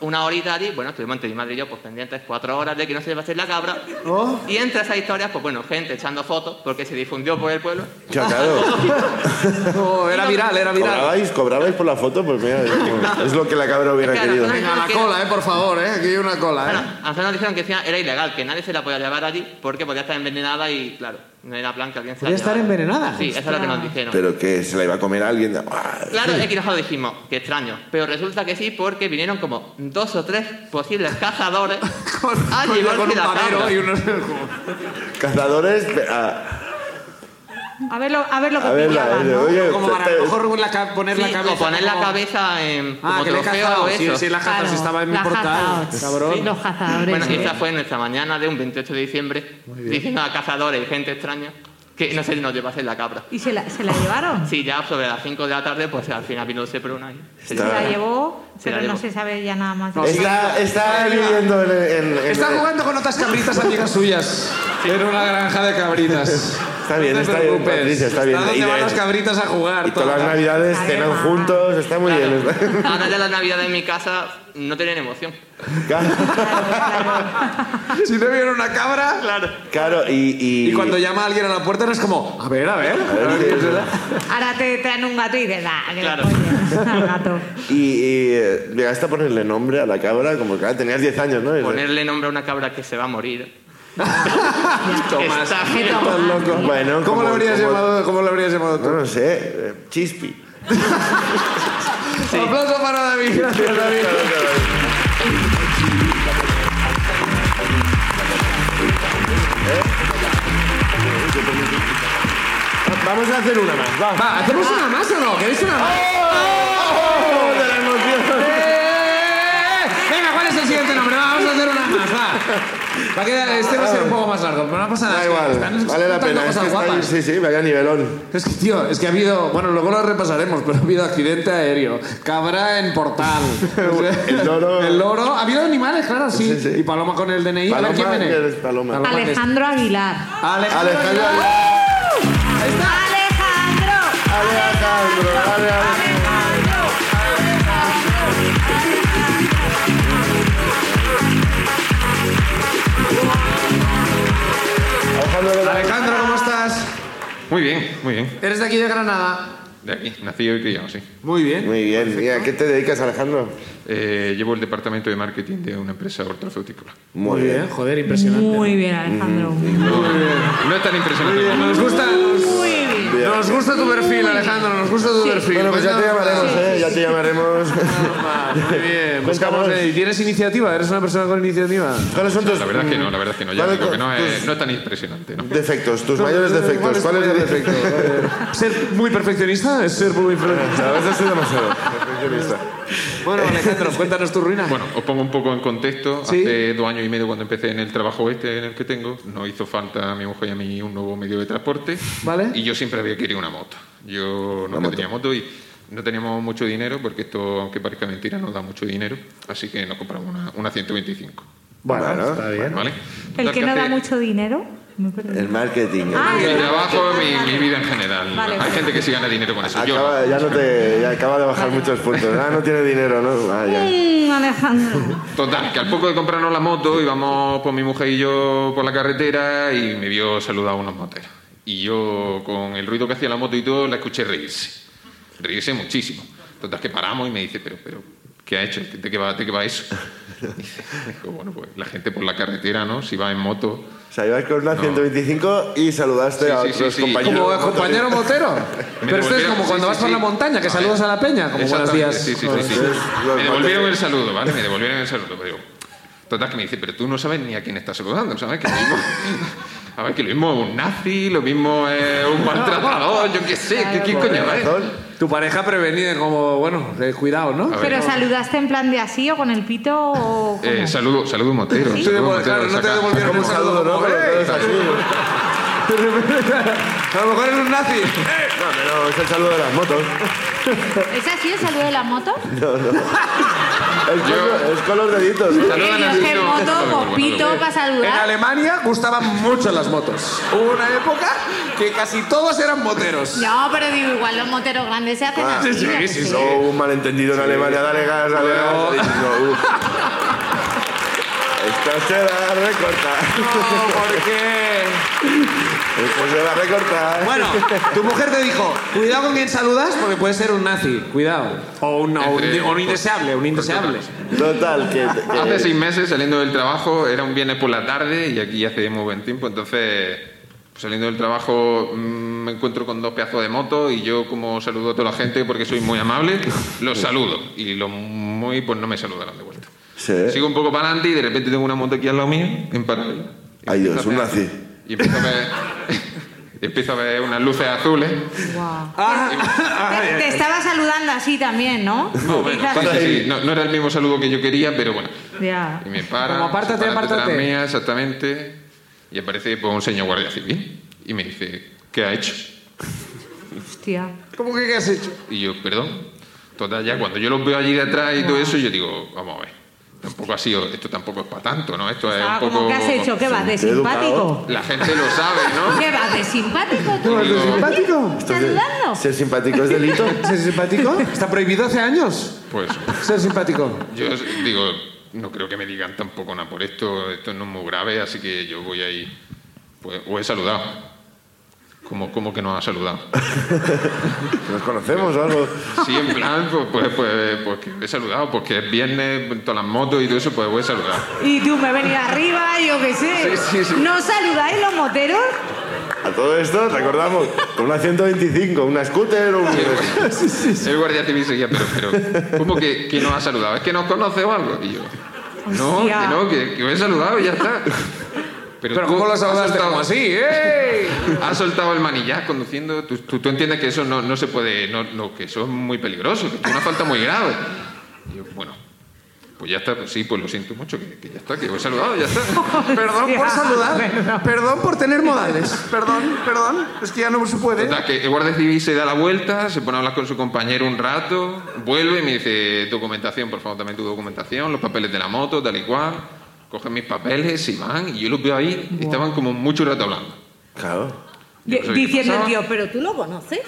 [SPEAKER 8] una horita allí, bueno, estuvimos entre mi madre y yo pues pendientes cuatro horas de que no se llevase la cabra.
[SPEAKER 2] Oh.
[SPEAKER 8] Y entre esas historias, pues bueno, gente echando fotos porque se difundió por el pueblo.
[SPEAKER 1] Ya, claro.
[SPEAKER 2] No, era viral, era viral.
[SPEAKER 1] ¿Cobrabais, cobrabais por la foto? Pues mira, es lo que la cabra hubiera
[SPEAKER 8] Es que a
[SPEAKER 1] querido.
[SPEAKER 8] nosotros-
[SPEAKER 2] Venga, la cola, eh, por favor, eh. Aquí hay una
[SPEAKER 8] Bueno,
[SPEAKER 2] cola, eh.
[SPEAKER 8] a nosotros nos dijeron que encima era ilegal, que nadie se la podía llevar allí porque podía estar envenenada y, claro, no era plan que alguien se la
[SPEAKER 2] ¿Podía estar
[SPEAKER 8] llevara.
[SPEAKER 2] envenenada?
[SPEAKER 8] Sí, eso es lo que nos dijeron.
[SPEAKER 1] Pero que se la iba a comer a alguien. Ah,
[SPEAKER 8] Claro,
[SPEAKER 2] eh.
[SPEAKER 8] es que nosotros dijimos, qué extraño. Pero resulta que sí, porque vinieron como dos o tres posibles cazadores
[SPEAKER 2] Con,
[SPEAKER 8] a
[SPEAKER 2] con- con
[SPEAKER 8] llevarse
[SPEAKER 2] un
[SPEAKER 8] la
[SPEAKER 2] madero
[SPEAKER 8] cabra.
[SPEAKER 2] y unos.
[SPEAKER 1] Cazadores. pe- ah,
[SPEAKER 3] A ver lo, a ver lo que
[SPEAKER 1] a ver, la-
[SPEAKER 3] pillaba, ¿no?
[SPEAKER 1] oye,
[SPEAKER 2] Como para a
[SPEAKER 1] te-
[SPEAKER 2] lo mejor la ca- poner la
[SPEAKER 8] Sí,
[SPEAKER 2] cabeza.
[SPEAKER 8] o poner la
[SPEAKER 2] como-
[SPEAKER 8] cabeza en,
[SPEAKER 2] Ah,
[SPEAKER 8] como
[SPEAKER 2] que le he
[SPEAKER 8] trofeo
[SPEAKER 2] cazado.
[SPEAKER 8] o
[SPEAKER 2] Sí,
[SPEAKER 8] eso.
[SPEAKER 2] sí, la
[SPEAKER 3] Claro,
[SPEAKER 2] cazado, sí, estaba en mi
[SPEAKER 3] la
[SPEAKER 2] portal.
[SPEAKER 3] cazao.
[SPEAKER 2] Cabrón.
[SPEAKER 3] Los cazadores.
[SPEAKER 8] Bueno,
[SPEAKER 3] ¿eh?
[SPEAKER 8] esa fue nuestra mañana de un 28 de diciembre, diciendo a cazadores y gente extraña que no se nos llevasen la cabra.
[SPEAKER 3] ¿Y se la, se la llevaron?
[SPEAKER 8] Sí, ya sobre las 5 de la tarde, pues al final vino el Seprona y se
[SPEAKER 1] Está-
[SPEAKER 3] Se la
[SPEAKER 8] llevó.
[SPEAKER 3] llevó,
[SPEAKER 8] Se la
[SPEAKER 3] pero
[SPEAKER 8] llevó.
[SPEAKER 3] no se sabe ya nada más. de-
[SPEAKER 2] No, sí.
[SPEAKER 1] Está, está viviendo en. en- en-
[SPEAKER 2] Está jugando con otras cabritas amigas suyas. En una granja de cabritas.
[SPEAKER 1] Está bien,
[SPEAKER 2] No te
[SPEAKER 1] está bien,
[SPEAKER 2] preocupes.
[SPEAKER 1] Patricia, está bien.
[SPEAKER 2] ¿Dónde
[SPEAKER 1] Y
[SPEAKER 2] van
[SPEAKER 1] de-
[SPEAKER 2] las cabritas a jugar?
[SPEAKER 1] Y todas las navidades
[SPEAKER 3] Ay,
[SPEAKER 1] cenan
[SPEAKER 3] mamá.
[SPEAKER 1] juntos, está muy
[SPEAKER 8] Claro.
[SPEAKER 1] bien. está-
[SPEAKER 8] Ahora ya las navidades en mi casa no tienen emoción.
[SPEAKER 2] Si no vieron una cabra.
[SPEAKER 8] Claro.
[SPEAKER 1] Claro, y.
[SPEAKER 2] Y,
[SPEAKER 1] y-
[SPEAKER 2] cuando llama a alguien a la puerta no es como, a ver, a ver. A ver,
[SPEAKER 1] ver,
[SPEAKER 2] quién
[SPEAKER 1] sí.
[SPEAKER 2] será".
[SPEAKER 3] Ahora te traen un gato y te da.
[SPEAKER 8] Claro.
[SPEAKER 3] gato.
[SPEAKER 1] y- y, eh, llegaste a ponerle nombre a la cabra, como que claro, tenías 10 años, ¿no? Y-
[SPEAKER 8] Ponerle nombre a una cabra que se va a morir.
[SPEAKER 2] Tomás.
[SPEAKER 8] Está
[SPEAKER 3] Qué
[SPEAKER 8] bien.
[SPEAKER 3] toma.
[SPEAKER 1] loco. Bueno,
[SPEAKER 2] ¿Cómo,
[SPEAKER 1] como-
[SPEAKER 2] lo habrías
[SPEAKER 1] como-
[SPEAKER 2] llamado, ¿Cómo lo habrías llamado
[SPEAKER 1] No
[SPEAKER 2] tú?
[SPEAKER 1] lo sé, eh, Chispi.
[SPEAKER 2] Aplauso para David. Gracias, David.
[SPEAKER 1] Vamos a hacer una más, va.
[SPEAKER 2] Va, ¿hacemos una más o no? ¿Queréis una más?
[SPEAKER 1] ¡Oh, de la emoción!
[SPEAKER 2] ¡Eh! Venga, ¿cuál es el siguiente nombre? Va, vamos a hacer una más, va. Va a quedar, este va a ser un poco más largo, pero no pasa nada.
[SPEAKER 1] Da
[SPEAKER 2] es que
[SPEAKER 1] igual,
[SPEAKER 2] están
[SPEAKER 1] vale la
[SPEAKER 2] contando
[SPEAKER 1] pena. Es
[SPEAKER 2] cosas
[SPEAKER 1] que está ahí,
[SPEAKER 2] guapas.
[SPEAKER 1] sí, sí, vaya nivelón.
[SPEAKER 2] Es que, tío, es que ha habido. Bueno, luego lo repasaremos, pero ha habido accidente aéreo, cabra en portal.
[SPEAKER 1] El loro.
[SPEAKER 2] El loro. Ha habido animales, claro, sí.
[SPEAKER 1] Sí, sí.
[SPEAKER 2] Y Paloma con el DNI. a ver
[SPEAKER 1] Paloma,
[SPEAKER 2] quién viene.
[SPEAKER 1] que es Paloma.
[SPEAKER 2] que es-
[SPEAKER 3] Alejandro Aguilar.
[SPEAKER 2] Alejandro.
[SPEAKER 1] Alejandro.
[SPEAKER 2] Ahí está.
[SPEAKER 3] Alejandro.
[SPEAKER 1] Alejandro, Alejandro. Alejandro de la-
[SPEAKER 2] Alejandro, ¿cómo estás?
[SPEAKER 9] Muy bien, muy bien.
[SPEAKER 2] Eres de aquí de Granada.
[SPEAKER 9] De aquí, nacido y criado, sí.
[SPEAKER 2] Muy bien.
[SPEAKER 1] Muy bien. ¿Y a qué te dedicas, Alejandro?
[SPEAKER 9] Eh, llevo el departamento de marketing de una empresa hortofrutícola.
[SPEAKER 1] Muy bien.
[SPEAKER 2] Joder, impresionante.
[SPEAKER 3] Muy bien, Alejandro.
[SPEAKER 8] Mm,
[SPEAKER 9] No es tan impresionante como
[SPEAKER 2] Nos gusta.
[SPEAKER 3] Muy bien.
[SPEAKER 2] Nos gusta tu perfil, Alejandro. Nos gusta tu perfil.
[SPEAKER 1] Bueno, pues ya te
[SPEAKER 2] Cuéntanos
[SPEAKER 1] llamaremos, ¿eh? Ya te llamaremos.
[SPEAKER 2] más. Muy bien. Buscamos.
[SPEAKER 1] Cuéntanos.
[SPEAKER 2] eh, ¿Tienes iniciativa? ¿Eres una persona con iniciativa?
[SPEAKER 1] ¿Cuáles son tus...
[SPEAKER 9] La verdad es que no, la verdad es que no. Ya
[SPEAKER 1] ¿Cuáles
[SPEAKER 2] pues,
[SPEAKER 9] digo que no
[SPEAKER 1] son
[SPEAKER 9] es,
[SPEAKER 1] tus
[SPEAKER 9] no es tan impresionante, ¿no?
[SPEAKER 1] Defectos, tus mayores defectos. ¿Cuál es el defecto?
[SPEAKER 2] ¿Ser muy perfeccionista? ¿Es ser muy perfeccionista?
[SPEAKER 1] A veces soy demasiado. perfeccionista.
[SPEAKER 2] Bueno, Alejandro, cuéntanos tu ruina.
[SPEAKER 9] Bueno, os pongo un poco en contexto.
[SPEAKER 2] Sí.
[SPEAKER 9] Hace dos años y medio, cuando empecé en el trabajo este en el que tengo, nos hizo falta a mi mujer y a mí un nuevo medio de transporte.
[SPEAKER 2] Vale.
[SPEAKER 9] Y yo siempre había querido una moto. Yo no
[SPEAKER 1] moto.
[SPEAKER 9] tenía moto y no teníamos mucho dinero, porque esto, aunque parezca mentira, nos da mucho dinero. Así que nos compramos una, una 125.
[SPEAKER 1] Bueno,
[SPEAKER 9] ¿Vale?
[SPEAKER 3] El
[SPEAKER 9] Total,
[SPEAKER 3] que no da
[SPEAKER 9] hace-
[SPEAKER 3] mucho dinero. Me perdí.
[SPEAKER 1] El marketing.
[SPEAKER 3] Ah,
[SPEAKER 9] Mi
[SPEAKER 3] el
[SPEAKER 9] trabajo,
[SPEAKER 3] marketing,
[SPEAKER 9] mi,
[SPEAKER 3] vale.
[SPEAKER 9] mi vida en general.
[SPEAKER 3] Vale,
[SPEAKER 9] Hay
[SPEAKER 3] vale.
[SPEAKER 9] gente que sí gana dinero con eso. Yo no.
[SPEAKER 1] Acaba, ya no te, ya acaba de bajar muchos puntos. Ah, no tiene dinero, ¿no? Ah, ya.
[SPEAKER 3] Mm, Alejandro.
[SPEAKER 9] Total, que al poco de comprarnos la moto íbamos por mi mujer y yo por la carretera y me vio saludar a unos moteros. Y yo, con el ruido que hacía la moto y todo, la escuché reírse. Reírse muchísimo. Total, que paramos y me dice, pero, pero, ¿qué ha hecho? ¿De qué va, de qué va eso? Dice, dijo, bueno, pues la gente por la carretera, ¿no? Si va en moto.
[SPEAKER 1] O sea, ibas con una 125 y saludaste
[SPEAKER 9] Sí,
[SPEAKER 1] a
[SPEAKER 9] sí,
[SPEAKER 1] otros
[SPEAKER 9] sí, sí.
[SPEAKER 1] compañeros.
[SPEAKER 2] Como compañero motero. Pero esto es
[SPEAKER 9] devolvieron-
[SPEAKER 2] como cuando
[SPEAKER 9] pues sí,
[SPEAKER 2] vas
[SPEAKER 9] sí,
[SPEAKER 2] por
[SPEAKER 9] sí.
[SPEAKER 2] la montaña, que
[SPEAKER 9] A
[SPEAKER 2] saludas
[SPEAKER 9] ver.
[SPEAKER 2] a la peña, como buenos
[SPEAKER 9] Exactamente,
[SPEAKER 2] días.
[SPEAKER 9] Sí, sí, sí, sí.
[SPEAKER 1] los
[SPEAKER 9] Me devolvieron
[SPEAKER 1] materiales.
[SPEAKER 9] el saludo, ¿vale? Me devolvieron el saludo. Pero digo, total, que me dice, pero tú no sabes ni a quién estás saludando, ¿sabes? Que lo mismo, a ver, que lo mismo es un nazi, lo mismo es un maltratador, yo qué sé, ¿qué, ¿quién coño es?
[SPEAKER 2] Tu pareja prevenida, como, bueno, de cuidado, ¿no?
[SPEAKER 9] A ver.
[SPEAKER 3] Pero saludaste en plan de así o con el pito o. cómo?
[SPEAKER 9] Eh, saludo, saludo motero.
[SPEAKER 2] Sí,
[SPEAKER 9] saludo
[SPEAKER 2] bueno,
[SPEAKER 9] motero,
[SPEAKER 2] claro, no te
[SPEAKER 9] saca-
[SPEAKER 2] devolvieron
[SPEAKER 9] saca
[SPEAKER 2] el
[SPEAKER 9] un-
[SPEAKER 1] Saludo, ¿no? Con los dedos así.
[SPEAKER 2] De repente, A lo mejor es un nazi.
[SPEAKER 1] No, pero es el saludo de las motos.
[SPEAKER 3] ¿Es así el saludo de la moto?
[SPEAKER 1] Es con, es con los deditos. ¿eh?
[SPEAKER 9] Saludan
[SPEAKER 3] Porque
[SPEAKER 9] a
[SPEAKER 3] yo es que
[SPEAKER 9] Nacido.
[SPEAKER 3] moto
[SPEAKER 9] Bueno,
[SPEAKER 3] con
[SPEAKER 9] bueno,
[SPEAKER 3] pito
[SPEAKER 9] bueno.
[SPEAKER 3] para
[SPEAKER 2] En
[SPEAKER 3] saludar.
[SPEAKER 2] Alemania gustaban mucho las motos. Hubo una época que casi todos eran moteros.
[SPEAKER 3] No, pero digo, igual los moteros grandes se
[SPEAKER 1] Ah,
[SPEAKER 3] hacen así.
[SPEAKER 2] sí,
[SPEAKER 3] yo qué
[SPEAKER 2] sí,
[SPEAKER 3] sé.
[SPEAKER 1] No, hubo un malentendido en Alemania. Dale gas, dale
[SPEAKER 2] No.
[SPEAKER 1] gas. Y no, uf. Esto se va a recortar.
[SPEAKER 2] porque...
[SPEAKER 1] Esto se va a recortar.
[SPEAKER 2] Bueno, tu mujer te dijo, cuidado con quien saludas porque puede ser un nazi, cuidado. O un, o un- o un indeseable, un indeseable.
[SPEAKER 1] Total, que... que-
[SPEAKER 9] Hace seis meses saliendo del trabajo, era un viernes por la tarde y aquí hace muy buen tiempo, entonces pues, saliendo del trabajo mm, me encuentro con dos pedazos de moto y yo como saludo a toda la gente porque soy muy amable, los saludo y los muy pues no me saludaron de vuelta.
[SPEAKER 1] Sí.
[SPEAKER 9] Sigo un poco para adelante y de repente tengo una moto aquí al lado mío en paralelo. Y
[SPEAKER 1] Ay, Dios,
[SPEAKER 9] empiezo a
[SPEAKER 1] un
[SPEAKER 9] ver-
[SPEAKER 1] nazi.
[SPEAKER 9] Y empiezo a ver, empiezo a ver unas luces azules.
[SPEAKER 3] Guau.
[SPEAKER 2] Ah,
[SPEAKER 3] Te, te estaba saludando así también, ¿no? Quizás-
[SPEAKER 9] Sí, sí, sí. No, no era el mismo saludo que yo quería, pero bueno.
[SPEAKER 3] Ya.
[SPEAKER 9] Y me para.
[SPEAKER 2] Como apártate,
[SPEAKER 9] se para detrás
[SPEAKER 2] apártate.
[SPEAKER 9] mía, exactamente. Y aparece pues, un señor guardia civil. Y me dice, ¿qué ha hecho?
[SPEAKER 3] Hostia.
[SPEAKER 2] ¿Cómo que qué has hecho?
[SPEAKER 9] Y yo, perdón. Total, ya cuando yo los veo allí detrás y todo eso, yo digo, vamos a ver. Tampoco ha sido, esto tampoco es para tanto, ¿no? Esto es
[SPEAKER 3] Ah,
[SPEAKER 9] un
[SPEAKER 3] ¿cómo
[SPEAKER 9] poco.
[SPEAKER 3] que has hecho? ¿Qué vas? ¿De
[SPEAKER 1] Qué
[SPEAKER 3] simpático?
[SPEAKER 1] educado.
[SPEAKER 9] La gente lo sabe, ¿no?
[SPEAKER 3] ¿Qué vas? ¿De simpático? tú?
[SPEAKER 9] vas de
[SPEAKER 3] ¿Aquí?
[SPEAKER 2] simpático?
[SPEAKER 3] ¿Saludando?
[SPEAKER 1] Ser simpático es delito.
[SPEAKER 2] ¿Ser simpático? Está prohibido hace años
[SPEAKER 9] Pues
[SPEAKER 2] ser simpático.
[SPEAKER 9] yo digo, no creo que me digan tampoco nada por esto, esto no es muy grave, así que yo voy ahí. Pues, o he saludado. ¿Cómo, cómo que no ha saludado?
[SPEAKER 1] Nos conocemos o algo.
[SPEAKER 9] Sí, en plan, pues, pues, pues, pues que he saludado, porque es viernes, todas las motos y todo eso, pues voy a saludar.
[SPEAKER 3] Y tú me venía arriba, yo qué sé.
[SPEAKER 9] Sí, sí, sí.
[SPEAKER 3] ¿No saludáis los moteros?
[SPEAKER 1] A todo esto, recordamos, con una 125, una scooter, un...
[SPEAKER 9] El guardia civil seguía, pero, pero ¿cómo que, que no ha saludado? ¿Es que nos conoce o algo? Y yo, no,
[SPEAKER 3] Hostia.
[SPEAKER 9] que no, que, que os he saludado y ya está. Pero,
[SPEAKER 2] Pero
[SPEAKER 9] tú
[SPEAKER 2] ¿cómo lo
[SPEAKER 9] has
[SPEAKER 2] saludaste?
[SPEAKER 9] soltado-
[SPEAKER 2] Como así, ¿eh?
[SPEAKER 9] Has soltado el manillar conduciendo. Tú, tú- tú entiendes que eso no, no se puede, no, no, que eso es muy peligroso, que es una falta muy grave. Y yo, bueno, Pues ya está, pues sí, pues lo siento mucho, que, que ya está, que os he saludado, ya está. Perdón por
[SPEAKER 2] saludar. Perdón por tener modales. Perdón, perdón. Es que ya no se puede.
[SPEAKER 9] Total, que el guardia civil se da la vuelta, se pone a hablar con su compañero un rato, vuelve y me dice, documentación, por favor, también tu documentación, los papeles de la moto, tal y cual. Cogen mis papeles y van, y yo los veo ahí, y estaban como mucho rato hablando.
[SPEAKER 1] Claro.
[SPEAKER 9] Yo no sabía qué
[SPEAKER 7] Diciendo el
[SPEAKER 9] pasaba.
[SPEAKER 7] tío, pero tú lo conoces.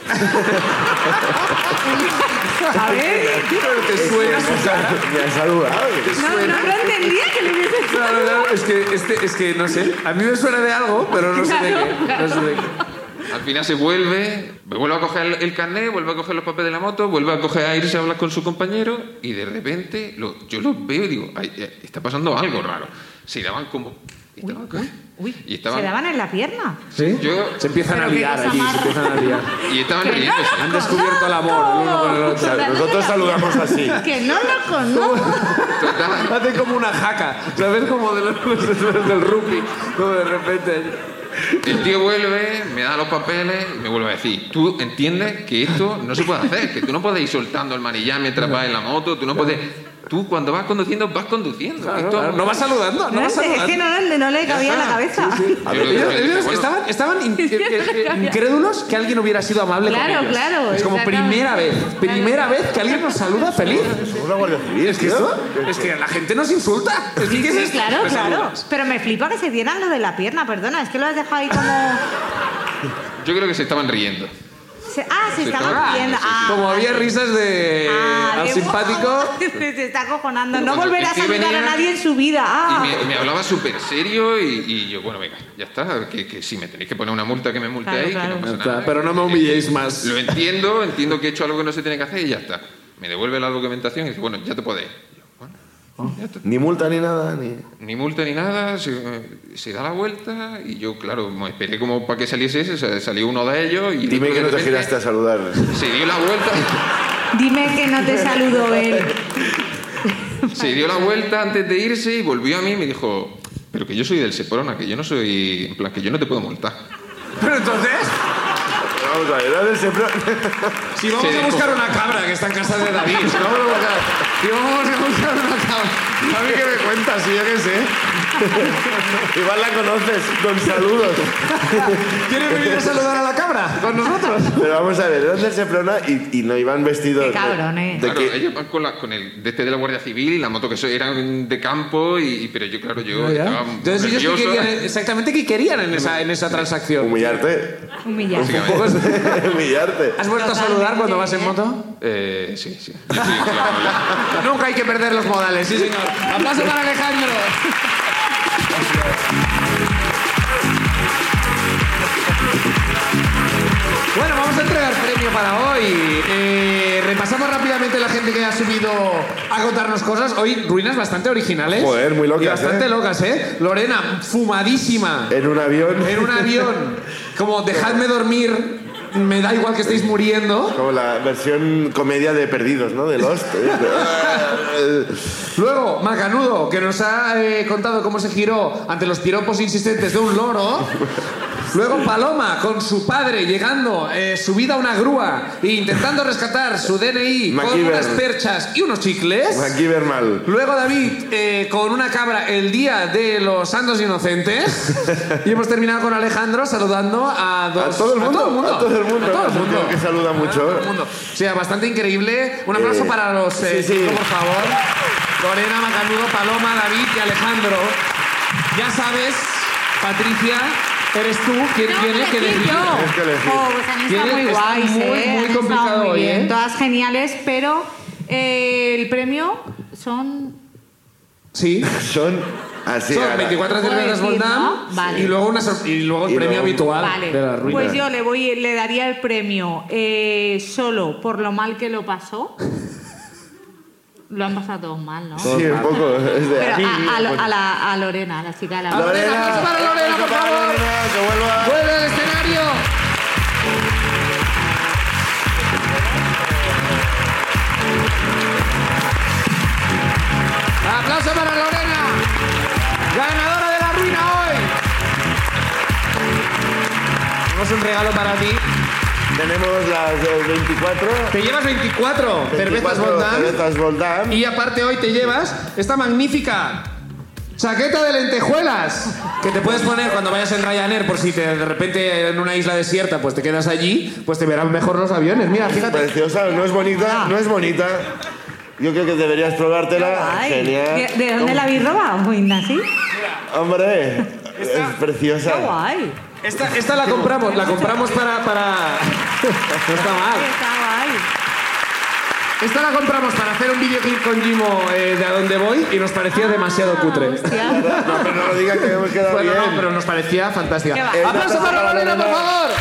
[SPEAKER 2] A ver. Pero te suena su cara.
[SPEAKER 1] Me has saludado.
[SPEAKER 7] No, no, no entendía que le hubieses
[SPEAKER 2] Claro, claro, es que, este, es que no sé. A mí me suena de algo, pero no sé de qué. No sé de qué.
[SPEAKER 9] Al final se vuelve, vuelve a coger el, el carnet, vuelve a coger los papeles de la moto, vuelve a coger a irse a hablar con su compañero y de repente lo- yo los veo y digo, "Ay, eh, está pasando algo raro. Se daban como... estaban co-
[SPEAKER 3] Uy,
[SPEAKER 9] y estaban,
[SPEAKER 3] se daban en la pierna.
[SPEAKER 2] ¿Sí?
[SPEAKER 9] Yo-
[SPEAKER 2] Se empiezan a
[SPEAKER 3] Pero qué
[SPEAKER 2] liar
[SPEAKER 3] cosa
[SPEAKER 2] allí,
[SPEAKER 3] más
[SPEAKER 2] se empiezan a liar.
[SPEAKER 9] y estaban riéndose.
[SPEAKER 2] Han descubierto el amor el uno con el
[SPEAKER 1] O
[SPEAKER 2] otro.
[SPEAKER 1] sea, nosotros saludamos así.
[SPEAKER 3] Que no lo conozco. ¿eh?
[SPEAKER 9] Total,
[SPEAKER 2] Hacen como una jaca, ¿sabes? Como de los, los- los del rugby, como de repente.
[SPEAKER 9] El tío vuelve, me da los papeles y me vuelve a decir, tú entiendes que esto no se puede hacer, que tú no puedes ir soltando el manillar mientras vas en la moto, tú no puedes... Tú cuando vas conduciendo, vas conduciendo.
[SPEAKER 2] Claro,
[SPEAKER 9] Esto-
[SPEAKER 2] claro, no va saludando, no va
[SPEAKER 7] Es que- es que no,
[SPEAKER 2] saludando.
[SPEAKER 7] le- no le cabía en la cabeza.
[SPEAKER 9] Yo
[SPEAKER 1] A
[SPEAKER 9] lo que
[SPEAKER 1] ver,
[SPEAKER 2] Ellos,
[SPEAKER 9] dije,
[SPEAKER 2] ellos
[SPEAKER 9] bueno,
[SPEAKER 2] estaban, estaban in- eh, eh, eh, incrédulos que alguien hubiera sido amable con
[SPEAKER 3] Claro,
[SPEAKER 2] ellos.
[SPEAKER 3] claro,
[SPEAKER 2] Es como
[SPEAKER 3] exactamente.
[SPEAKER 2] primera vez, primera
[SPEAKER 3] Claro.
[SPEAKER 2] vez que alguien nos saluda feliz.
[SPEAKER 1] Somos la Guardia Civil,
[SPEAKER 2] Es que
[SPEAKER 1] tío.
[SPEAKER 2] esto, es que la gente nos insulta. Es que, ¿qué es
[SPEAKER 7] Sí,
[SPEAKER 2] esto?
[SPEAKER 7] claro,
[SPEAKER 2] Nos
[SPEAKER 7] claro.
[SPEAKER 2] saludas.
[SPEAKER 7] Pero me flipa que se dieran lo de la pierna, perdona, es que lo has dejado ahí como.
[SPEAKER 9] Yo creo que se estaban riendo.
[SPEAKER 7] se- Ah,
[SPEAKER 9] Se
[SPEAKER 7] se estaban
[SPEAKER 9] toca,
[SPEAKER 7] riendo.
[SPEAKER 9] sí, sí.
[SPEAKER 7] Ah,
[SPEAKER 2] Como había risas de
[SPEAKER 7] ah,
[SPEAKER 2] al
[SPEAKER 7] de-
[SPEAKER 2] simpático.
[SPEAKER 7] se está acojonando. No
[SPEAKER 9] Cuando
[SPEAKER 7] volverá a
[SPEAKER 9] el tío
[SPEAKER 7] saludar a
[SPEAKER 9] venía-
[SPEAKER 7] nadie en su vida. Ah.
[SPEAKER 9] Y me, me hablaba súper serio y, y yo, bueno, venga, ya está, que, que si me tenéis que poner una multa, que me multéis, que
[SPEAKER 7] Claro,
[SPEAKER 9] no
[SPEAKER 7] claro.
[SPEAKER 9] pasa
[SPEAKER 2] Ya está,
[SPEAKER 9] nada.
[SPEAKER 2] pero no me humilléis más.
[SPEAKER 9] Lo entiendo, entiendo que he hecho algo que no se tiene que hacer y ya está. Me devuelve la documentación y dice, bueno, ya te podéis.
[SPEAKER 1] Ni multa ni nada, ni...
[SPEAKER 9] Ni multa ni nada, se, se da la vuelta y yo, claro, me esperé como para que saliese ese, sa- salió uno de ellos y... el
[SPEAKER 1] Dime
[SPEAKER 9] otro
[SPEAKER 1] que
[SPEAKER 9] de
[SPEAKER 1] no te
[SPEAKER 9] repente
[SPEAKER 1] giraste a saludar.
[SPEAKER 9] Se dio la vuelta,
[SPEAKER 7] Dime que no te saludo él.
[SPEAKER 9] se dio la vuelta antes de irse y volvió a mí y me dijo, pero que yo soy del Seprona, que yo no soy, en plan, que yo no te puedo multar.
[SPEAKER 2] Pero entonces,
[SPEAKER 1] Vamos a ver, dale el sempro-
[SPEAKER 2] si vamos
[SPEAKER 9] Sí,
[SPEAKER 2] a buscar una cabra que está en casa de David, si vamos a buscar, si vamos a buscar una cabra, a mí que me cuentas, si yo qué sé.
[SPEAKER 1] Igual la conoces, con saludos.
[SPEAKER 2] ¿Quieres venir a saludar a la cabra con nosotros?
[SPEAKER 1] Pero vamos a ver, ¿dónde se plona? Y, y no iban vestidos.
[SPEAKER 3] Qué
[SPEAKER 1] de-
[SPEAKER 3] cabrón, eh.
[SPEAKER 1] de
[SPEAKER 9] Claro,
[SPEAKER 1] que-
[SPEAKER 9] ellos van con, la- con el de este de la Guardia Civil y la moto que eso era de campo, y, y- pero yo, claro, yo estaba
[SPEAKER 2] Entonces ellos
[SPEAKER 9] nervioso.
[SPEAKER 2] qué querían, exactamente qué querían en esa, en esa
[SPEAKER 3] eh.
[SPEAKER 2] transacción.
[SPEAKER 1] Humillarte.
[SPEAKER 3] Humillante.
[SPEAKER 1] Humillarte.
[SPEAKER 2] ¿Has vuelto a saludar cuando vas en moto?
[SPEAKER 9] Eh, sí, sí. Sí, claro, ya.
[SPEAKER 2] Nunca hay que perder los modales, sí señor. Aplauso para Alejandro. Bueno, vamos a entregar premio para hoy. Eh, repasamos rápidamente la gente que ha subido a contarnos cosas. Hoy ruinas bastante originales.
[SPEAKER 1] Joder, muy locas,
[SPEAKER 2] Y bastante
[SPEAKER 1] ¿eh?
[SPEAKER 2] locas, ¿eh? Lorena, fumadísima.
[SPEAKER 1] En un avión.
[SPEAKER 2] En un avión. Como, dejadme dormir. Me da igual que estéis muriendo.
[SPEAKER 1] Como la versión comedia de Perdidos, ¿no? De Lost. Eh,
[SPEAKER 2] Luego, Macanudo, que nos ha eh, contado cómo se giró ante los piropos insistentes de un loro. Luego Paloma, con su padre llegando, eh, subida a una grúa e intentando rescatar su DNI con
[SPEAKER 1] MacGyver.
[SPEAKER 2] unas perchas y unos chicles.
[SPEAKER 1] MacGyver mal.
[SPEAKER 2] Luego David, eh, con una cabra, el día de los santos inocentes. y hemos terminado con Alejandro saludando a
[SPEAKER 1] A
[SPEAKER 2] dos...
[SPEAKER 1] todo el mundo.
[SPEAKER 2] A todo el mundo.
[SPEAKER 1] A todo el mundo. Que saluda
[SPEAKER 2] A todo
[SPEAKER 1] mucho.
[SPEAKER 2] el mundo. O sea, bastante increíble. Un aplauso
[SPEAKER 1] Eh,
[SPEAKER 2] para los eh,
[SPEAKER 1] sí, sí.
[SPEAKER 2] cinco, por favor. Lorena, Macanudo, Paloma, David y Alejandro. Ya sabes, Patricia, eres tú quien
[SPEAKER 3] Tengo
[SPEAKER 2] tiene que
[SPEAKER 3] que decir
[SPEAKER 2] decir.
[SPEAKER 3] yo.
[SPEAKER 1] Tienes que elegir.
[SPEAKER 3] Oh, pues han estado
[SPEAKER 2] Tiene-
[SPEAKER 3] muy
[SPEAKER 2] está
[SPEAKER 3] guays,
[SPEAKER 2] muy,
[SPEAKER 3] eh,
[SPEAKER 2] muy
[SPEAKER 3] han estado
[SPEAKER 2] complicado hoy,
[SPEAKER 3] bien,
[SPEAKER 2] eh.
[SPEAKER 3] Todas geniales, pero eh, el premio son...
[SPEAKER 2] Sí.
[SPEAKER 1] Son así.
[SPEAKER 2] Son
[SPEAKER 1] ahora.
[SPEAKER 2] 24
[SPEAKER 3] Puedo
[SPEAKER 2] cervezas
[SPEAKER 3] decir,
[SPEAKER 2] Boldam
[SPEAKER 3] ¿no? Vale.
[SPEAKER 2] y luego una sor- y luego el
[SPEAKER 1] Y
[SPEAKER 2] premio
[SPEAKER 1] luego-
[SPEAKER 2] habitual
[SPEAKER 3] Vale,
[SPEAKER 2] de la ruina.
[SPEAKER 3] pues yo le voy, le daría el premio eh, solo por lo mal que lo pasó. Lo han pasado todos mal, ¿no?
[SPEAKER 1] Sí, un poco. Es de
[SPEAKER 3] Pero
[SPEAKER 1] aquí.
[SPEAKER 3] a, a lo- a la, a Lorena, a la chica de la
[SPEAKER 2] Lorena, aplausos para Lorena, por
[SPEAKER 1] Para
[SPEAKER 2] favor.
[SPEAKER 1] Lorena, que vuelva.
[SPEAKER 2] ¡Vuelve al escenario! ¡Aplauso para Lorena! ¡Ganadora de la ruina hoy! Tenemos un regalo para ti.
[SPEAKER 1] Tenemos las eh, 24.
[SPEAKER 2] Te llevas 24 cervezas
[SPEAKER 1] 24
[SPEAKER 2] Bondam.
[SPEAKER 1] cervezas Voldam.
[SPEAKER 2] Y aparte hoy te llevas esta magnífica chaqueta de lentejuelas que te puedes poner cuando vayas en Ryanair por si te- de repente en una isla desierta pues te quedas allí, pues te verán mejor los aviones. Mira, fíjate. Ah.
[SPEAKER 1] Preciosa, no es bonita, no es bonita. Yo creo que deberías probártela.
[SPEAKER 3] Ay,
[SPEAKER 1] Genial.
[SPEAKER 3] ¿de- ¿De dónde la habéis robado, Winda? ¿Sí?
[SPEAKER 1] Hombre, es
[SPEAKER 3] Qué
[SPEAKER 1] preciosa.
[SPEAKER 3] guay.
[SPEAKER 2] Esta, esta la compramos, la compramos para... para... No está mal.
[SPEAKER 3] Está guay.
[SPEAKER 2] Esta la compramos para hacer un videoclip con Jimo eh, de a dónde voy y nos parecía demasiado cutre.
[SPEAKER 1] No, pero no lo digas que hemos quedado
[SPEAKER 2] Bueno, no,
[SPEAKER 1] bien.
[SPEAKER 2] pero nos parecía fantástica.
[SPEAKER 3] Qué va.
[SPEAKER 2] ¡Aplauso para Lorena, por favor!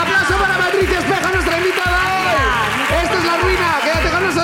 [SPEAKER 2] ¡Aplauso para Patricia Espeja, nuestra invitada hoy!
[SPEAKER 3] Mira, mira.
[SPEAKER 2] ¡Esta es la ruina! ¡Quédate con nosotros!